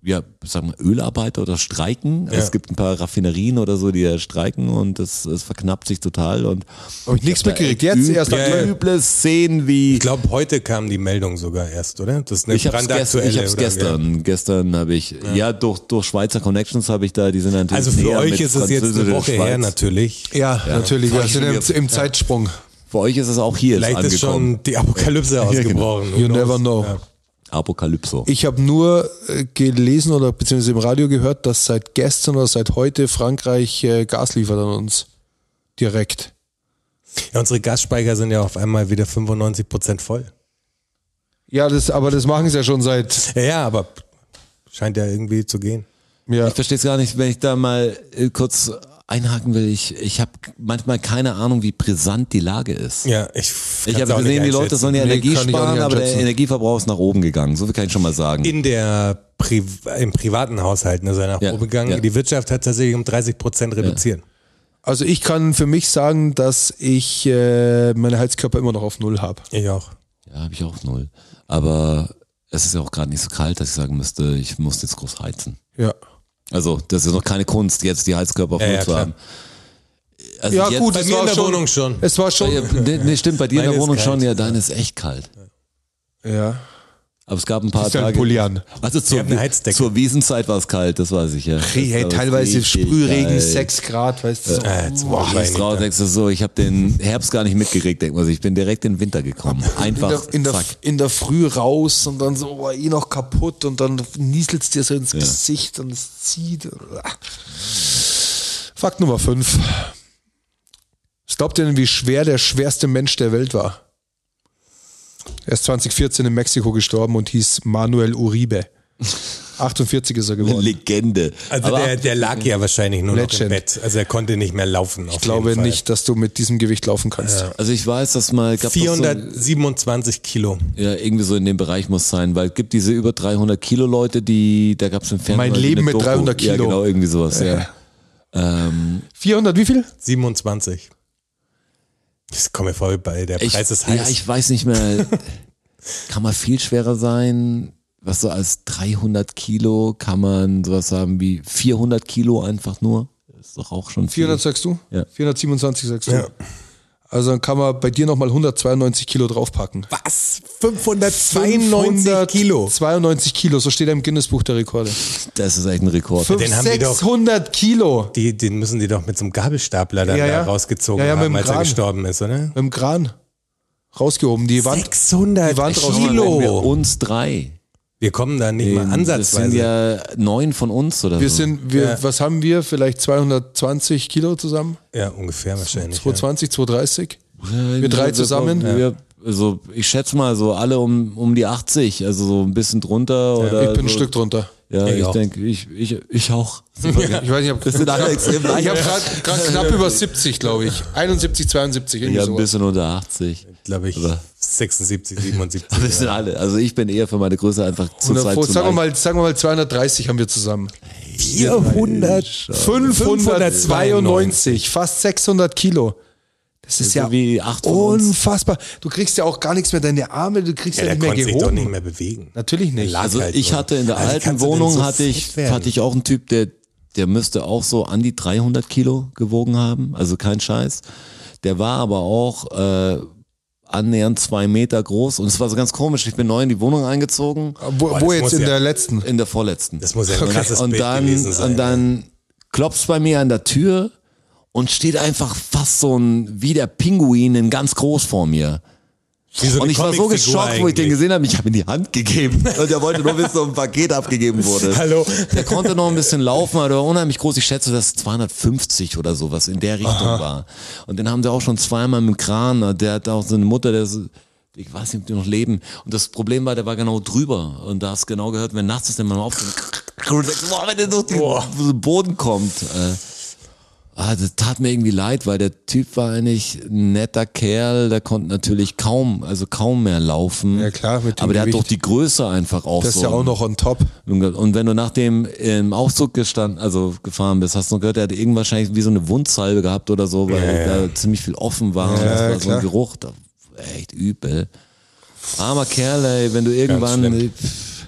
S4: ja, sagen wir Ölarbeiter oder streiken. Es gibt ein paar Raffinerien oder so, die da streiken und es, es verknappt sich total und
S2: Hab ich nichts mitgeregt. Jetzt
S4: üble,
S2: erst aktuell.
S4: üble Szenen wie
S3: Ich glaube, heute kam die Meldung sogar erst, oder? Das ist eine
S4: ich habe es
S3: brandaktuelle. oder?
S4: gestern. Gestern habe ich, ja, durch, durch Schweizer Connections habe ich da, die sind natürlich.
S3: Ja. Also für
S4: näher
S3: euch
S4: mit
S3: ist es jetzt eine
S4: französischer
S3: Woche
S4: Schweiz.
S3: her natürlich.
S2: Ja, natürlich.
S4: Voll
S2: Wir sind im,
S4: schwierig.
S2: im Zeitsprung.
S4: Für euch ist es auch hier
S3: Vielleicht
S4: jetzt
S3: ist
S4: angekommen.
S3: schon die Apokalypse ausgebrochen.
S2: You never know.
S4: Apokalypso.
S2: Ich habe nur äh, gelesen oder beziehungsweise im Radio gehört, dass seit gestern oder seit heute Frankreich äh, Gas liefert an uns. Direkt.
S3: Ja, unsere Gasspeicher sind ja auf einmal wieder 95 Prozent voll.
S2: Ja, das, aber das machen sie ja schon seit.
S3: Ja, ja, aber scheint ja irgendwie zu gehen.
S2: Ja.
S4: Ich verstehe es gar nicht, wenn ich da mal äh, kurz einhaken will. Ich, ich habe manchmal keine Ahnung, wie brisant die Lage ist.
S3: Ja, ich.
S4: Ich habe gesehen, die Leute sollen ja
S2: Nee,
S4: Energie
S2: kann ich auch nicht
S4: sparen, aber der
S2: einschätzen.
S4: Energieverbrauch ist nach oben gegangen. So viel kann ich schon mal sagen.
S3: in der Pri im privaten Haushalt ne, seiner
S4: Ja,
S3: ja, gegangen.
S4: ja.
S3: Die Wirtschaft hat tatsächlich um 30 Prozent reduziert.
S2: Also ich kann für mich sagen, dass ich äh, meine Heizkörper immer noch auf Null habe.
S3: Ich auch.
S4: Ja, habe ich auch null. Aber es ist ja auch gerade nicht so kalt, dass ich sagen müsste, ich muss jetzt groß heizen.
S2: Ja.
S4: Also, das ist noch keine Kunst, jetzt die Heizkörper auf
S3: Ja,
S4: Null
S3: ja,
S4: zu
S3: klar.
S4: haben. Also
S2: Ja,
S4: jetzt-
S2: gut,
S3: Bei
S2: es
S3: mir
S2: war
S3: in der
S2: schon,
S3: Wohnung schon.
S2: Es war
S4: Ja,
S2: schon.
S4: nee, nee, stimmt, bei dir in
S3: Meine
S4: der
S3: ist
S4: Wohnung schon,
S3: kalt.
S4: ja, deine ist echt kalt.
S2: Ja. halt
S4: Aber es gab ein paar
S2: Ist ja ein
S4: Tage.
S2: Pulli an.
S4: Also zur,
S3: haben eine Heizdecke.
S4: zur Wiesenzeit war es kalt, das weiß ich ja. Das
S2: Hey,
S4: war
S2: teilweise
S4: richtig
S2: Sprühregen,
S4: kalt.
S2: 6 Grad, weißt du. so.
S3: Ah, jetzt
S4: Boah,
S3: weiß ich
S4: das
S3: nicht.
S4: Traut, denkst du so, ich habe den Herbst gar nicht mitgekriegt, denk mal so. Ich bin direkt in den Winter gekommen.
S2: In
S4: Einfach.
S2: der, in, der,
S4: zack.
S2: in der Früh raus und dann so, oh, eh noch kaputt und dann nieselt es dir so ins Gesicht und es zieht. Fakt Nummer 5. Was glaubt ihr denn, wie schwer der schwerste Mensch der Welt war? Er ist 2014 in Mexiko gestorben und hieß Manuel Uribe. 48 ist er
S4: Eine
S2: geworden.
S4: Legende.
S3: Also
S4: Aber
S3: der, der lag ja wahrscheinlich nur noch im
S2: Legend.
S3: Bett. Also er konnte nicht mehr laufen.
S2: ich glaube nicht, dass du mit diesem Gewicht laufen kannst.
S4: also ich weiß, dass mal gab doch so,
S3: 427 Kilo.
S4: Ja, irgendwie so in dem Bereich muss sein, weil es gibt diese über 300 Kilo Leute, die, da gab es im Fernsehen.
S2: Mein
S4: mal
S2: Leben
S4: eine
S2: mit 300
S4: Ja,
S2: Kilo.
S4: genau, irgendwie sowas, ja. Ähm,
S2: 400, wie viel?
S3: 27. Das kommt mir vor, bei der
S4: ich,
S3: Preis ist
S4: ja,
S3: heiß.
S4: ich weiß nicht mehr, kann man viel schwerer sein, was so als 300 Kilo, kann man sowas haben wie 400 Kilo einfach nur, ist doch auch schon viel.
S2: 400 sagst du?
S4: Ja.
S2: 427 sagst du?
S3: Ja.
S2: Also dann kann man bei dir nochmal 192 Kilo draufpacken.
S3: Was? 592 Kilo.
S2: 92 Kilo, so steht er im Guinness-Buch der Rekorde.
S4: Das ist echt ein Rekord.
S3: Den haben die doch-
S2: 600 Kilo
S3: Die, den müssen die doch mit so einem Gabelstapler dann
S2: Ja,
S3: da
S2: ja.
S3: rausgezogen
S2: Ja, ja, mit
S3: haben,
S2: dem
S3: als er
S2: Kran.
S3: gestorben ist, oder?
S2: im Kran. Rausgehoben, die Wand.
S3: 600
S2: die Wand
S4: Schau mal, wenn wir
S3: Kilo.
S4: uns drei.
S3: Wir kommen da nicht mal
S4: Das sind
S3: ansatzweise.
S4: ja neun von uns oder
S2: Wir
S4: so.
S2: sind, wir, was haben wir? Vielleicht 220 Kilo zusammen?
S3: ja, ungefähr wahrscheinlich. Ja.
S2: 220, 230? Wir drei zusammen?
S4: Wir, also ich schätze mal so alle um, um die 80, also so ein bisschen drunter. Oder
S2: Ich bin ein
S4: so.
S2: Stück drunter.
S4: Ja,
S3: Ich
S4: ich,
S3: auch.
S4: denke, ich, ich, ich auch.
S2: Ich weiß nicht, ob,
S4: sind alle extrem
S2: ich
S4: leicht.
S2: habe gerade knapp über 70, glaube ich. 71, 72, irgendwie
S4: Ja, ein
S2: sowas.
S4: bisschen unter 80.
S3: Glaube ich,
S4: Aber-
S3: 76,
S4: Wir
S3: 77.
S4: sind alle. Also ich bin eher für meine Größe einfach zu
S2: Und
S4: zweit
S2: davor,
S4: zu
S2: sagen, wir
S4: leicht.
S2: mal, sagen wir mal 230 haben wir zusammen.
S3: 400.
S2: 592, fast 600 Kilo. Das ist
S4: So
S2: ja
S4: wie acht von uns.
S2: unfassbar. Du kriegst ja auch gar nichts mehr, deine Arme, du kriegst
S3: Ja,
S2: ja,
S3: der
S2: nicht mehr
S3: konnte sich doch
S2: gehoben.
S3: nicht mehr bewegen.
S2: Natürlich nicht.
S3: Lag
S4: Also
S3: halt
S4: ich
S3: so.
S4: hatte in der
S3: Also wie
S4: alten
S3: kannst du denn
S4: Wohnung
S3: so
S4: hatte ich
S3: fit werden?
S4: hatte ich auch einen Typ, der der müsste auch so an die 300 Kilo gewogen haben, also kein Scheiß. Der war aber auch äh, annähernd zwei Meter groß und es war so ganz komisch. Ich bin neu in die Wohnung eingezogen
S2: Wo,
S3: Boah,
S2: wo
S3: das
S2: jetzt
S3: muss
S2: in
S3: ja-
S2: der letzten?
S4: in der vorletzten.
S3: Das muss ja ein krasses
S4: und
S3: Bild
S4: dann,
S3: gewesen sein.
S4: Und dann klopft's bei mir an der Tür und steht einfach fast so ein, wie der Pinguin in ganz groß vor mir.
S3: Wie so
S4: und
S3: eine
S4: ich war so
S3: Comicfigur
S4: geschockt, wo ich den
S3: eigentlich.
S4: gesehen habe, ich habe ihm die Hand gegeben. Und er wollte nur wissen, ob ein Paket abgegeben wurde.
S3: Hallo.
S4: Der konnte noch ein bisschen laufen, aber der war unheimlich groß. Ich schätze, dass es 250 oder sowas in der Richtung war. Und den haben sie auch schon zweimal mit dem Kran. Der hat auch so eine Mutter, der ist, ich weiß nicht, ob die noch leben. Und das Problem war, der war genau drüber. Und da hast du genau gehört, wenn nachts ist, der mal aufkommt. Und du denkst, boah, wenn der durch den Boden kommt. Äh, Ah, das tat mir irgendwie leid, weil der Typ war eigentlich ein netter Kerl, der konnte natürlich kaum, also kaum mehr laufen.
S2: Ja, klar, mit dem
S4: Aber der hat
S2: Gewicht.
S4: doch die Größe einfach auch
S2: Das
S4: so.
S2: ist ja auch noch on top.
S4: Und wenn du nach dem im Aufzug gestanden, also gefahren bist, hast du noch gehört, der hat irgendwann wahrscheinlich wie so eine Wundsalbe gehabt oder so, weil da ziemlich viel offen war und das war so
S2: klar.
S4: ein Geruch, da, echt übel. Armer Kerl, ey, wenn du irgendwann,
S3: schlimm.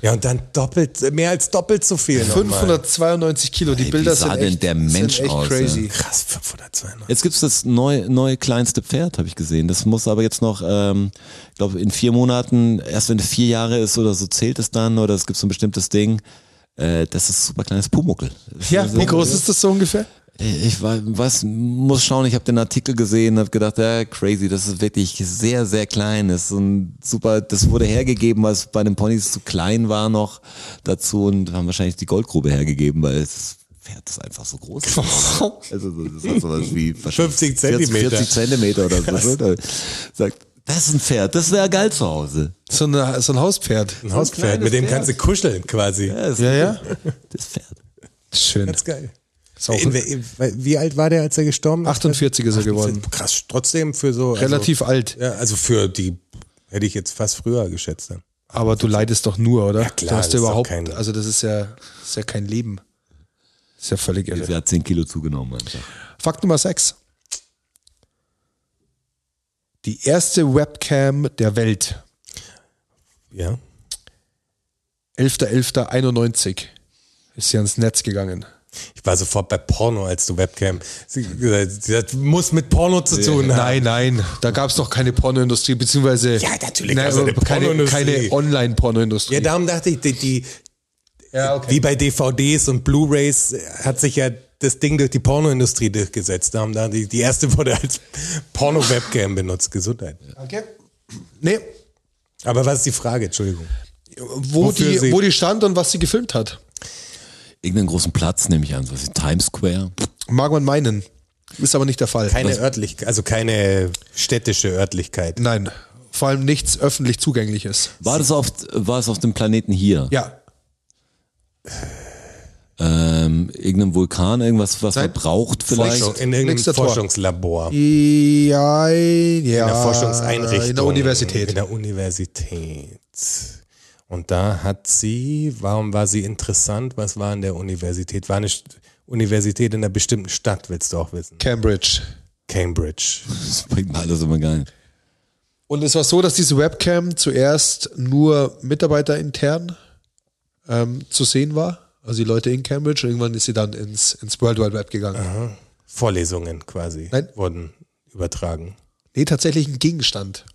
S3: Ja, und dann doppelt, mehr als doppelt so viel. nochmal.
S2: 592 Kilo, die
S4: Ey, wie
S2: Bilder
S4: sah
S2: sind
S4: denn
S2: echt,
S4: der Mensch
S2: sind echt
S4: aus,
S2: crazy.
S3: Krass, 592.
S4: Jetzt gibt's das neu, neue kleinste Pferd, habe ich gesehen. Das muss aber jetzt noch, ähm, ich glaube, in vier Monaten, erst wenn es vier Jahre ist oder so, zählt es dann oder es gibt so ein bestimmtes Ding. Äh, das ist super kleines Pumuckel.
S2: Ja,
S4: Also,
S2: wie groß ist das so ungefähr?
S4: Ich ich war- was, muss schauen, ich habe den Artikel gesehen und habe gedacht, ja, crazy, das ist wirklich sehr, sehr klein. Das ist so ein super, das wurde hergegeben, weil es bei den Ponys zu klein war noch dazu und haben wahrscheinlich die Goldgrube hergegeben, weil das Pferd ist einfach so groß. Also so- das hat sowas wie
S3: 50 Zentimeter.
S4: 40 Zentimeter oder so. ne? Sagt, das ist ein Pferd, das wäre geil zu Hause.
S2: So, eine, so ein Hauspferd.
S3: Ein Hauspferd, mit dem kannst du kuscheln quasi.
S4: Das,
S2: Ja, ja.
S4: das Pferd.
S2: Schön.
S3: Ganz geil.
S2: Sau-
S3: In, in, wie alt war der, als er gestorben ist?
S2: 48 ist er geworden.
S3: Krass, trotzdem für so.
S2: Relativ
S3: also,
S2: alt.
S3: Ja, also für die hätte ich jetzt fast früher geschätzt. Dann.
S2: Aber du leidest doch nur, oder? Ja,
S3: klar,
S2: du hast ja
S3: das ist doch
S2: überhaupt,
S3: kein-
S2: also das ist ja, das ist ja kein Leben. Das ist ja völlig irre.
S4: Sie hat 10 Kilo zugenommen einfach.
S2: Fakt Nummer 6. Die erste Webcam der Welt.
S3: Ja.
S2: 11.11.91 ist sie ans Netz gegangen.
S3: Ich war sofort bei Porno, als du Webcam. Sie gesagt, Das muss mit Porno zu tun
S2: Nein,
S3: haben.
S2: Äh, nein, da gab es noch keine Pornoindustrie, beziehungsweise
S3: Ja, natürlich
S2: Nein,
S3: gab's eine
S2: aber keine,
S3: Pornoindustrie.
S2: keine Online-Pornoindustrie.
S3: Ja, darum dachte ich, die, die,
S2: Ja,
S3: wie bei DVDs und Blu-Rays äh, hat sich ja das Ding durch die Pornoindustrie durchgesetzt. Darum dachte ich, die erste wurde als Porno-Webcam benutzt. Gesundheit.
S2: Okay. Nee,
S3: Aber was ist die Frage? Entschuldigung.
S2: wo
S3: Wofür
S2: die,
S3: sie-
S2: wo die stand und was sie gefilmt hat.
S4: Irgendeinen großen Platz nehme ich an, so was wie Times Square.
S2: Mag man meinen. Ist aber nicht der Fall.
S3: Keine Örtlichkeit, also keine städtische Örtlichkeit.
S2: Nein. Vor allem nichts öffentlich Zugängliches.
S4: War das auf, war es auf dem Planeten hier?
S2: Ja.
S4: Ähm, irgendein Vulkan, irgendwas, was
S2: Nein.
S4: verbraucht vielleicht?
S3: Forschung, in irgendeinem
S2: Nächster Tor.
S3: Forschungslabor.
S2: Ja, ja.
S3: In der Forschungseinrichtung.
S2: In der Universität.
S3: In der Universität. Und da hat sie, warum war sie interessant? Was war in der Universität? War eine St- Universität in einer bestimmten Stadt, willst du auch wissen?
S2: Cambridge.
S3: Cambridge.
S4: Das bringt mir alles immer gar nicht.
S2: Und es war so, dass diese Webcam zuerst nur mitarbeiterintern ähm, zu sehen war. Also die Leute in Cambridge. Irgendwann ist sie dann ins, ins World Wide Web gegangen.
S3: Vorlesungen quasi
S2: Nein.
S3: wurden übertragen.
S2: Nee, tatsächlich ein Gegenstand.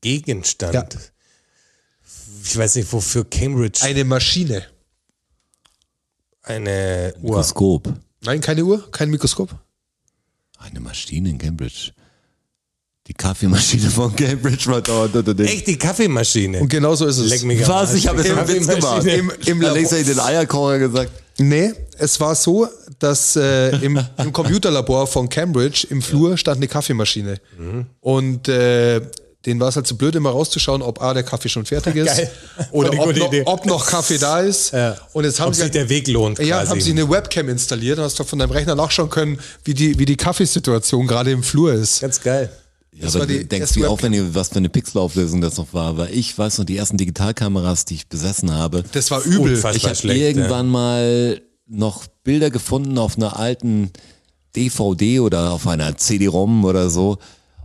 S3: Gegenstand.
S2: Ja.
S3: Ich weiß nicht, wofür Cambridge
S2: Eine Maschine.
S3: eine Uhr.
S4: Mikroskop.
S2: Nein, keine Uhr, kein Mikroskop.
S4: Eine Maschine in Cambridge. Die Kaffeemaschine von Cambridge war dauernd unter den.
S3: Echt, die Kaffeemaschine.
S2: Und genau so ist es.
S3: Leck mich am
S4: Was?
S3: Arsch.
S4: Ich habe jetzt einen Witz gemacht.
S3: Kaffeemaschine.
S4: Im, im
S2: Labor.
S4: Allerdings habe ich den Eierkocher gesagt.
S2: Nee, es war so, dass äh, im, im Computerlabor von Cambridge im Flur stand eine Kaffeemaschine.
S3: Mhm.
S2: Und äh, denen war es halt so blöd, immer rauszuschauen, ob A, der Kaffee schon fertig ist
S3: Geil.
S2: oder
S3: Voll die
S2: ob
S3: gute
S2: noch,
S3: Idee.
S2: ob noch Kaffee da ist.
S3: Ja.
S2: Und jetzt haben
S3: Ob
S2: sie
S3: sich der Weg lohnt
S2: Ja,
S3: quasi.
S2: haben sie ne- eine Webcam installiert und hast doch von deinem Rechner nachschauen können, wie die, wie die Kaffeesituation gerade im Flur ist.
S3: Ganz geil.
S4: Ja,
S2: Das
S4: aber
S2: war die
S4: du denkst
S2: erste
S4: du auch,
S2: Webcam.
S4: wenn ihr, was für eine Pixelauflösung das noch war? Weil ich weiß noch, die ersten Digitalkameras, die ich besessen habe,
S2: Das war übel.
S3: Unfassbar.
S4: ich habe
S3: schlecht, ja.
S4: irgendwann mal noch Bilder gefunden auf einer alten DVD oder auf einer CD-ROM oder so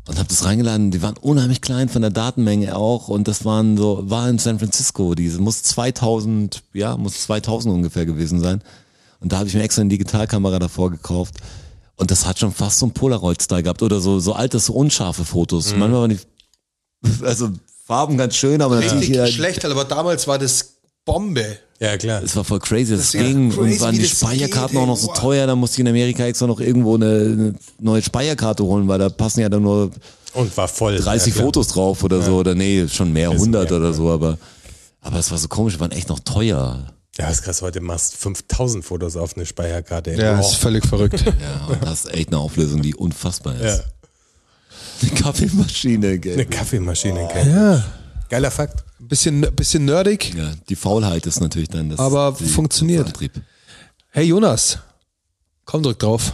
S4: und habe das reingeladen. Die waren unheimlich klein von der Datenmenge auch und das waren so war in San Francisco. Diese muss 2000 ja muss 2000 ungefähr gewesen sein und da habe ich mir extra eine Digitalkamera davor gekauft. Und das hat schon fast so einen Polaroid-Style gehabt oder so, so alte, so unscharfe Fotos.
S3: Mhm.
S4: Manchmal waren die, also Farben ganz schön, aber natürlich
S2: Richtig
S4: äh,
S2: schlecht, aber damals war das Bombe.
S3: Ja, klar.
S4: es war voll crazy, das,
S2: ist ja
S4: ging.
S2: crazy,
S4: und waren
S2: wie
S4: die
S2: das
S4: Speicherkarten
S2: geht, ey.
S4: auch noch so
S2: Boah.
S4: teuer, da musste ich in Amerika extra noch irgendwo eine, eine neue Speicherkarte holen, weil da passen ja dann nur
S3: Und war voll.
S4: 30
S3: ja, klar.
S4: Fotos drauf oder so. Oder nee, schon mehr,
S3: Ist
S4: 100
S3: mehr,
S4: oder so. Aber, aber es war so komisch, die waren echt noch teuer.
S3: Ja, ist krass. Heute machst 5000 Fotos auf eine Speicherkarte. ey.
S2: Ja,
S3: Oh.
S2: ist völlig verrückt.
S4: Ja, und das ist echt eine Auflösung, die unfassbar ist.
S3: ja.
S4: Eine Kaffeemaschine,
S3: Eine
S4: gell?
S3: Kaffeemaschine.
S2: Oh,
S3: Ja. Geiler Fakt.
S2: Bisschen, bisschen nerdig.
S4: Ja, die Faulheit ist natürlich dann das.
S2: Aber
S4: die,
S2: funktioniert.
S4: Das Antrieb.
S2: Hey Jonas, komm drück drauf.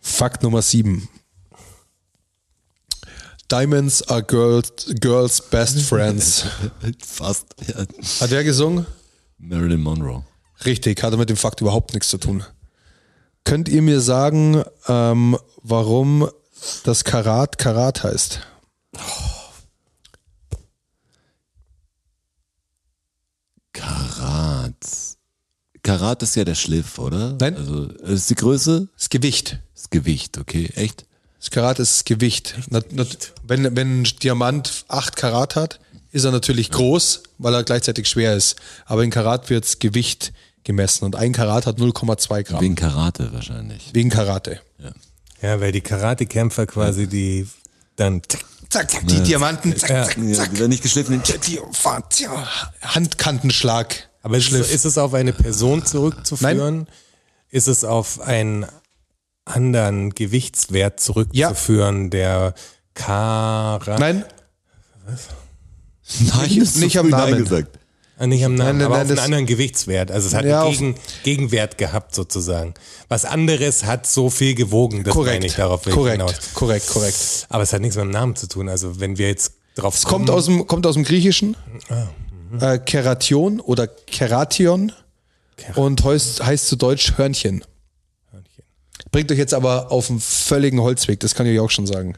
S2: Fakt Nummer 7. Diamonds are girls, girls best friends.
S4: Fast. Ja.
S2: Hat wer gesungen?
S4: Marilyn Monroe.
S2: Richtig, hatte mit dem Fakt überhaupt nichts zu tun. Könnt ihr mir sagen, ähm, warum das Karat Karat heißt?
S4: Karat. Karat ist ja der Schliff, oder?
S2: Nein.
S4: Also ist die Größe,
S2: Das Gewicht.
S4: das Gewicht, okay, echt?
S2: Das Karat ist das Gewicht. Na, na, wenn, wenn ein Diamant 8 Karat hat, ist er natürlich groß, weil er gleichzeitig schwer ist. Aber in Karat wird das Gewicht gemessen und ein Karat hat 0,2 Gramm.
S4: Wegen Karate wahrscheinlich.
S2: Wegen Karate.
S3: Ja, weil die Karatekämpfer quasi die dann zack,
S2: Zack, zack, die Diamanten, zack, zack,
S4: Ja, die werden nicht geschliffen.
S2: Handkantenschlag.
S3: Aber ist es, ist es auf eine Person zurückzuführen? Ist es auf einen anderen Gewichtswert zurückzuführen, der Kara,
S2: Nein,
S4: Nein,
S2: Nicht-
S4: ist zu
S2: nicht am
S4: früh
S2: Namen.
S4: Nein gesagt.
S3: Ah, nicht am
S2: Nein,
S3: Namen,
S2: nein,
S3: aber
S2: nein,
S3: auf einen
S2: das-
S3: anderen Gewichtswert. Also es hat
S2: Ja,
S3: einen
S2: auf-
S3: Gegen, Gegenwert gehabt sozusagen. Was anderes hat so viel gewogen, das
S2: korrekt.
S3: meine ich darauf will ich
S2: korrekt,
S3: hinaus.
S2: korrekt, korrekt.
S3: Aber es hat nichts mit dem Namen zu tun. Also wenn wir jetzt drauf
S2: Es kommt aus dem, kommt aus dem Griechischen. Äh, Keration oder Keration. Und heißt, heißt zu Deutsch Hörnchen. Bringt euch jetzt aber auf einen völligen Holzweg, das kann ich euch auch schon sagen.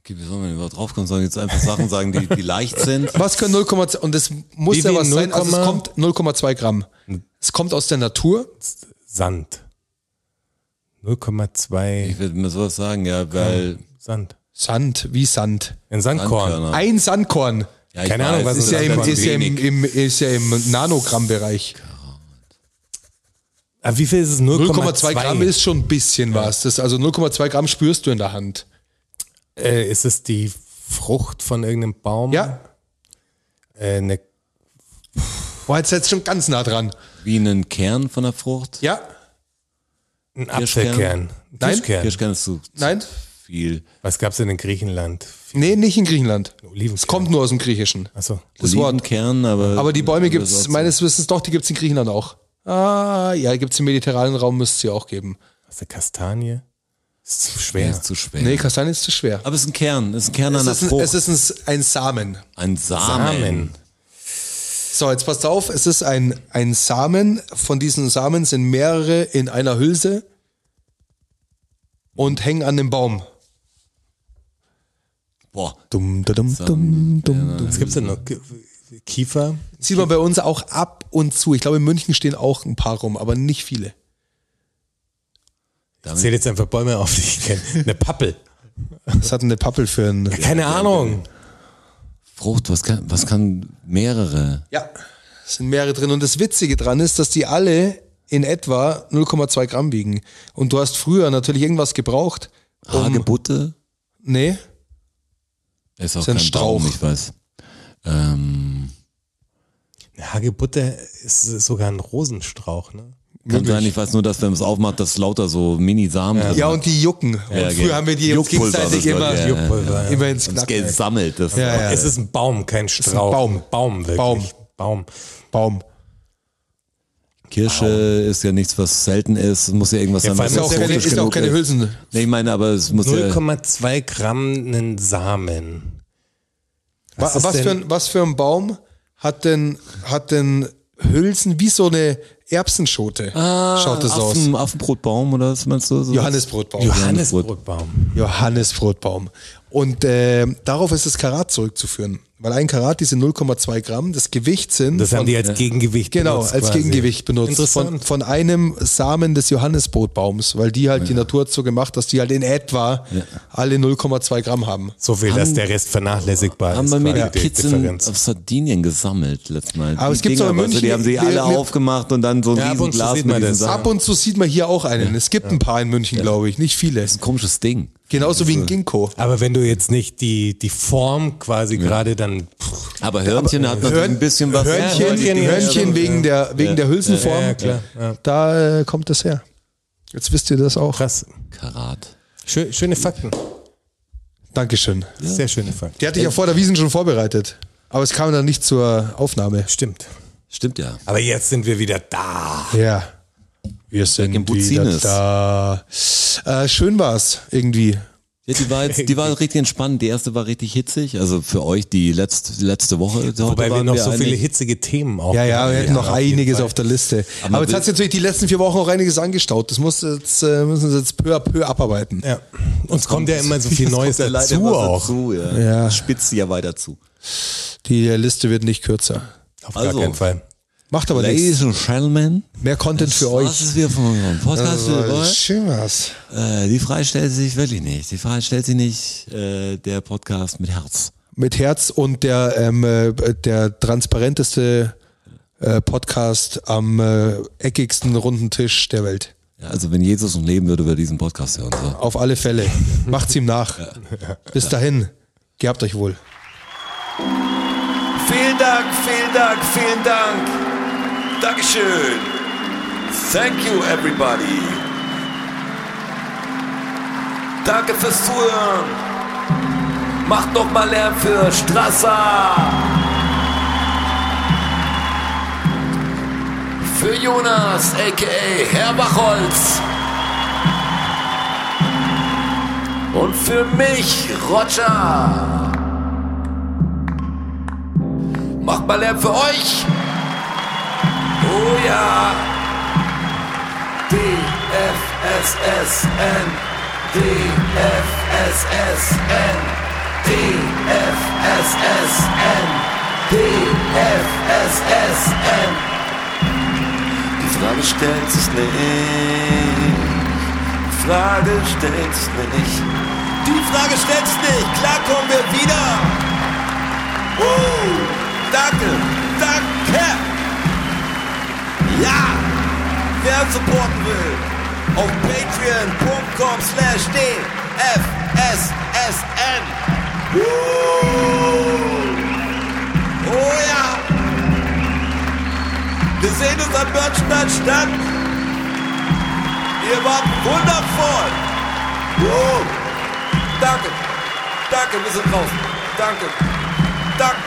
S4: Okay, wie soll man überhaupt draufkommen? Sollen wir jetzt einfach Sachen sagen, die, die leicht sind?
S2: Was können 0,2 und das muss
S3: Wie
S2: ja
S3: viel?
S2: was sein, also es
S3: 0,2
S2: kommt 0,2 Gramm. Es kommt aus der Natur.
S3: Sand. 0,2
S4: Ich würde mir sowas sagen, ja, weil.
S3: Sand.
S2: Sand, wie Sand.
S3: Ein Sandkorn.
S4: Sandkörner.
S2: Ein Sandkorn.
S4: Ja, ich
S3: Keine Ahnung, was
S2: Ist
S3: ist
S2: ja im,
S3: Sandkorn
S2: ist ja im,
S4: wenig.
S2: im, ist ja im Nanogramm-Bereich.
S3: Aber Ah, wie viel ist es?
S2: 0,2 Gramm ist schon ein bisschen was. Das, also 0,2 Gramm spürst du in der Hand.
S3: Äh, ist es die Frucht von irgendeinem Baum?
S2: Ja,
S3: Äh, eine,
S2: Boah, jetzt jetzt schon ganz nah dran.
S4: Wie einen Kern von der Frucht?
S2: Ja,
S3: ein
S4: Kirschkern?
S3: Apfelkern. Ein
S2: Nein.
S3: Kirschkern.
S4: Kirschkern ist zu, zu
S2: nein,
S4: viel.
S3: Was gab's denn in Griechenland?
S2: nee, nicht in Griechenland.
S3: Olivenkern.
S2: Es kommt nur aus dem Griechischen.
S3: Achso.
S2: Das Wort.
S4: Kern, aber.
S2: Aber die Bäume gibt
S4: das
S2: es
S4: ist auch
S2: meines Wissens doch, die gibt es in Griechenland auch. Ah, ja, gibt es im mediterranen Raum, müsste es sie auch geben.
S3: Was ist eine Kastanie? Ist zu
S4: zu-
S3: schwer.
S4: ist zu schwer.
S2: Nee, Kastanien ist zu schwer.
S4: Aber es ist ein Kern, es ist ein Kern
S2: Es
S4: einer
S2: ist, ein,
S4: Frucht.
S2: es ist ein, ein Samen.
S4: ein Samen.
S3: Samen.
S2: So, jetzt passt auf, es ist ein, ein Samen. Von diesen Samen sind mehrere in einer Hülse und hängen an dem Baum.
S4: Boah.
S2: Dum, da, dum, dum, dum, dum.
S3: Was gibt's denn noch? Kiefer.
S2: Sieht man bei uns auch ab und zu. Ich glaube, in München stehen auch ein paar rum, aber nicht viele.
S3: Ich zähle jetzt einfach Bäume auf, die ich kenne. Eine Pappel.
S2: Was hat denn eine Pappel für ein.
S3: Keine Ahnung.
S4: Frucht, was kann, was kann mehrere?
S2: Ja, es sind mehrere drin. Und das Witzige dran ist, dass die alle in etwa 0,2 Gramm wiegen. Und du hast früher natürlich irgendwas gebraucht.
S4: Ah,
S2: Um,
S4: Hagebutte?
S2: nee,
S4: Ist auch
S2: Ist ein
S4: kein
S2: Strauch.
S4: Baum, ich weiß. Ähm,
S3: Eine Hagebutte ist sogar ein Rosenstrauch, ne?
S4: kann sein, ich weiß nur, dass wenn man es aufmacht, dass lauter so Mini-Samen drin
S2: ja,
S4: sind.
S2: und die jucken. Und
S4: Also Ja,
S2: früher
S4: genau.
S2: haben wir die uns
S4: Juckpulver
S2: gegenseitig
S4: ist das,
S2: immer,
S4: ja, ja.
S3: Pulver.
S2: immer ins
S4: Das
S2: Knacken.
S4: Geld sammelt. Das
S2: Ja, ja.
S3: Es ist ein Baum, kein Strauch.
S2: Baum.
S3: Baum, wirklich.
S2: Baum.
S3: Baum.
S2: Baum.
S4: Kirsche ist ja nichts, was selten ist. Es muss ja irgendwas
S3: Ja,
S4: sein,
S3: vor
S4: was
S2: Ist ja
S3: allem
S2: auch
S4: exotisch
S2: keine, ist ja auch
S4: genug
S2: keine Hülsen.
S4: Nee, ich meine, aber es muss ja.
S3: 0,2 Gramm einen Samen.
S2: Was,
S3: ist
S2: was,
S3: denn-
S2: für ein, was für ein Baum hat denn, hat denn Hülsen wie so eine Erbsenschote? Schaut das aus.
S4: Ah, Affen, Affenbrotbaum oder was meinst du? So
S2: Johannesbrotbaum.
S3: Johannesbrotbaum.
S2: Johannesbrotbaum. Und äh, darauf ist das Karat zurückzuführen. Weil ein Karat, diese 0,2 Gramm, das Gewicht sind.
S3: Das haben
S2: von-
S3: die als Gegengewicht
S2: Genau,
S3: benutzt
S2: als
S3: quasi.
S2: Gegengewicht benutzt. Von,
S3: Interessant.
S2: von einem Samen des Johannesbrotbaums, weil die halt die Natur hat so gemacht, dass die halt in etwa alle 0,2 Gramm haben.
S3: so viel, dass der Rest vernachlässigbar
S4: Haben
S3: ist.
S4: bei mir
S3: quasi
S4: die Kids in,
S3: Differenz.
S4: auf Sardinien gesammelt letztes Mal.
S2: Aber
S4: Die
S2: es gibt's
S4: Dinger,
S2: auch in
S4: weißt du, Die
S2: München,
S4: haben sie
S2: wir-
S4: alle
S2: wir-
S4: aufgemacht und dann so ein
S3: Ja, ab und zu
S4: Riesenglas
S3: sieht
S4: mit
S3: man
S4: diesen
S3: das.
S4: Sachen.
S2: Ab und zu sieht man hier auch einen. Es gibt ein paar in München, glaube ich. Nicht viele.
S4: Das ist ein komisches Ding.
S2: Genauso wie ein Ginkgo.
S3: Aber wenn du jetzt nicht die, die Form quasi gerade dann. Pff,
S4: Aber Hörnchen hat natürlich ein bisschen was.
S2: Hörnchen,
S4: Ja, die Dinger-
S2: Hörnchen wegen der, wegen der Hülsenform.
S3: Ja, ja, klar. Ja.
S2: Da äh, kommt das her. Jetzt wisst ihr das auch.
S3: krass.
S4: Karat.
S3: Schö- schöne Fakten.
S2: Dankeschön.
S3: Sehr schöne Fakten.
S2: Die hatte ich ja vor der Wiesen schon vorbereitet. Aber es kam dann nicht zur Aufnahme.
S3: Stimmt.
S4: Stimmt ja.
S3: Aber jetzt sind wir wieder da.
S2: Ja. Wir sind wieder
S4: Buzines.
S2: da. Äh, schön war's irgendwie.
S4: ja die, war jetzt, die war richtig entspannt. Die erste war richtig hitzig. Also für euch die letzte, die letzte Woche. Heute
S3: Wobei wir
S4: waren
S3: noch so viele
S4: eigentlich-
S3: hitzige Themen auch.
S2: Ja, ja, wir hätten noch
S3: auf jeden
S2: einiges
S3: Fall.
S2: auf der Liste. Aber, jetzt
S4: will-
S2: hat sich natürlich die letzten vier Wochen auch einiges angestaut. Das muss jetzt, äh, müssen sie jetzt peu à peu abarbeiten.
S3: Ja. Uns kommt ja immer so viel
S4: Es kommt
S3: Neues
S4: ja leider
S3: dazu
S4: was
S3: auch.
S4: Dazu, ja.
S2: Ja.
S4: Ja. Spitzt sie ja weiter zu.
S2: Die Liste wird nicht kürzer.
S3: Auf
S4: Also.
S3: gar keinen Fall.
S2: Macht aber nichts.
S4: Ladies and Gentlemen,
S2: Mehr Content für
S4: Das
S2: euch.
S4: ist wieder von unserem Podcast. für
S2: Also,
S4: euch.
S2: schön war's.
S4: Äh, die Frage stellt sie sich wirklich nicht. Die Frage stellt sie nicht äh, der Podcast mit Herz.
S2: mit Herz und der, ähm, äh, der transparenteste äh, Podcast am äh, eckigsten runden Tisch der Welt.
S4: Ja, also wenn Jesus noch leben würde, würde er diesen Podcast hören. So.
S2: Auf alle Fälle. Macht's ihm nach. Bis dahin. Gehabt euch wohl.
S5: Vielen Dank, vielen Dank, vielen Dank. Dankeschön. Thank you, everybody. Danke fürs Zuhören. Macht noch mal Lärm für Strasser. Für Jonas, a.k.a. Herr Wachholz. Und für mich, Roger. Macht mal Lärm für euch. Oh ja. DFSSN. DFSSN. DFSSN. DFSSN. Die Frage stellt sich nicht. Die Frage stellt sich nicht. Die Frage stellt sich nicht. Klar kommen wir wieder. Uh, danke, danke. Ja, wer uns supporten will, auf patreon.com slash dfssn. Uh, oh ja. Wir sehen uns am Börnstein statt. Ihr wart wundervoll. Uh, danke, danke, wir sind draußen. Danke, danke.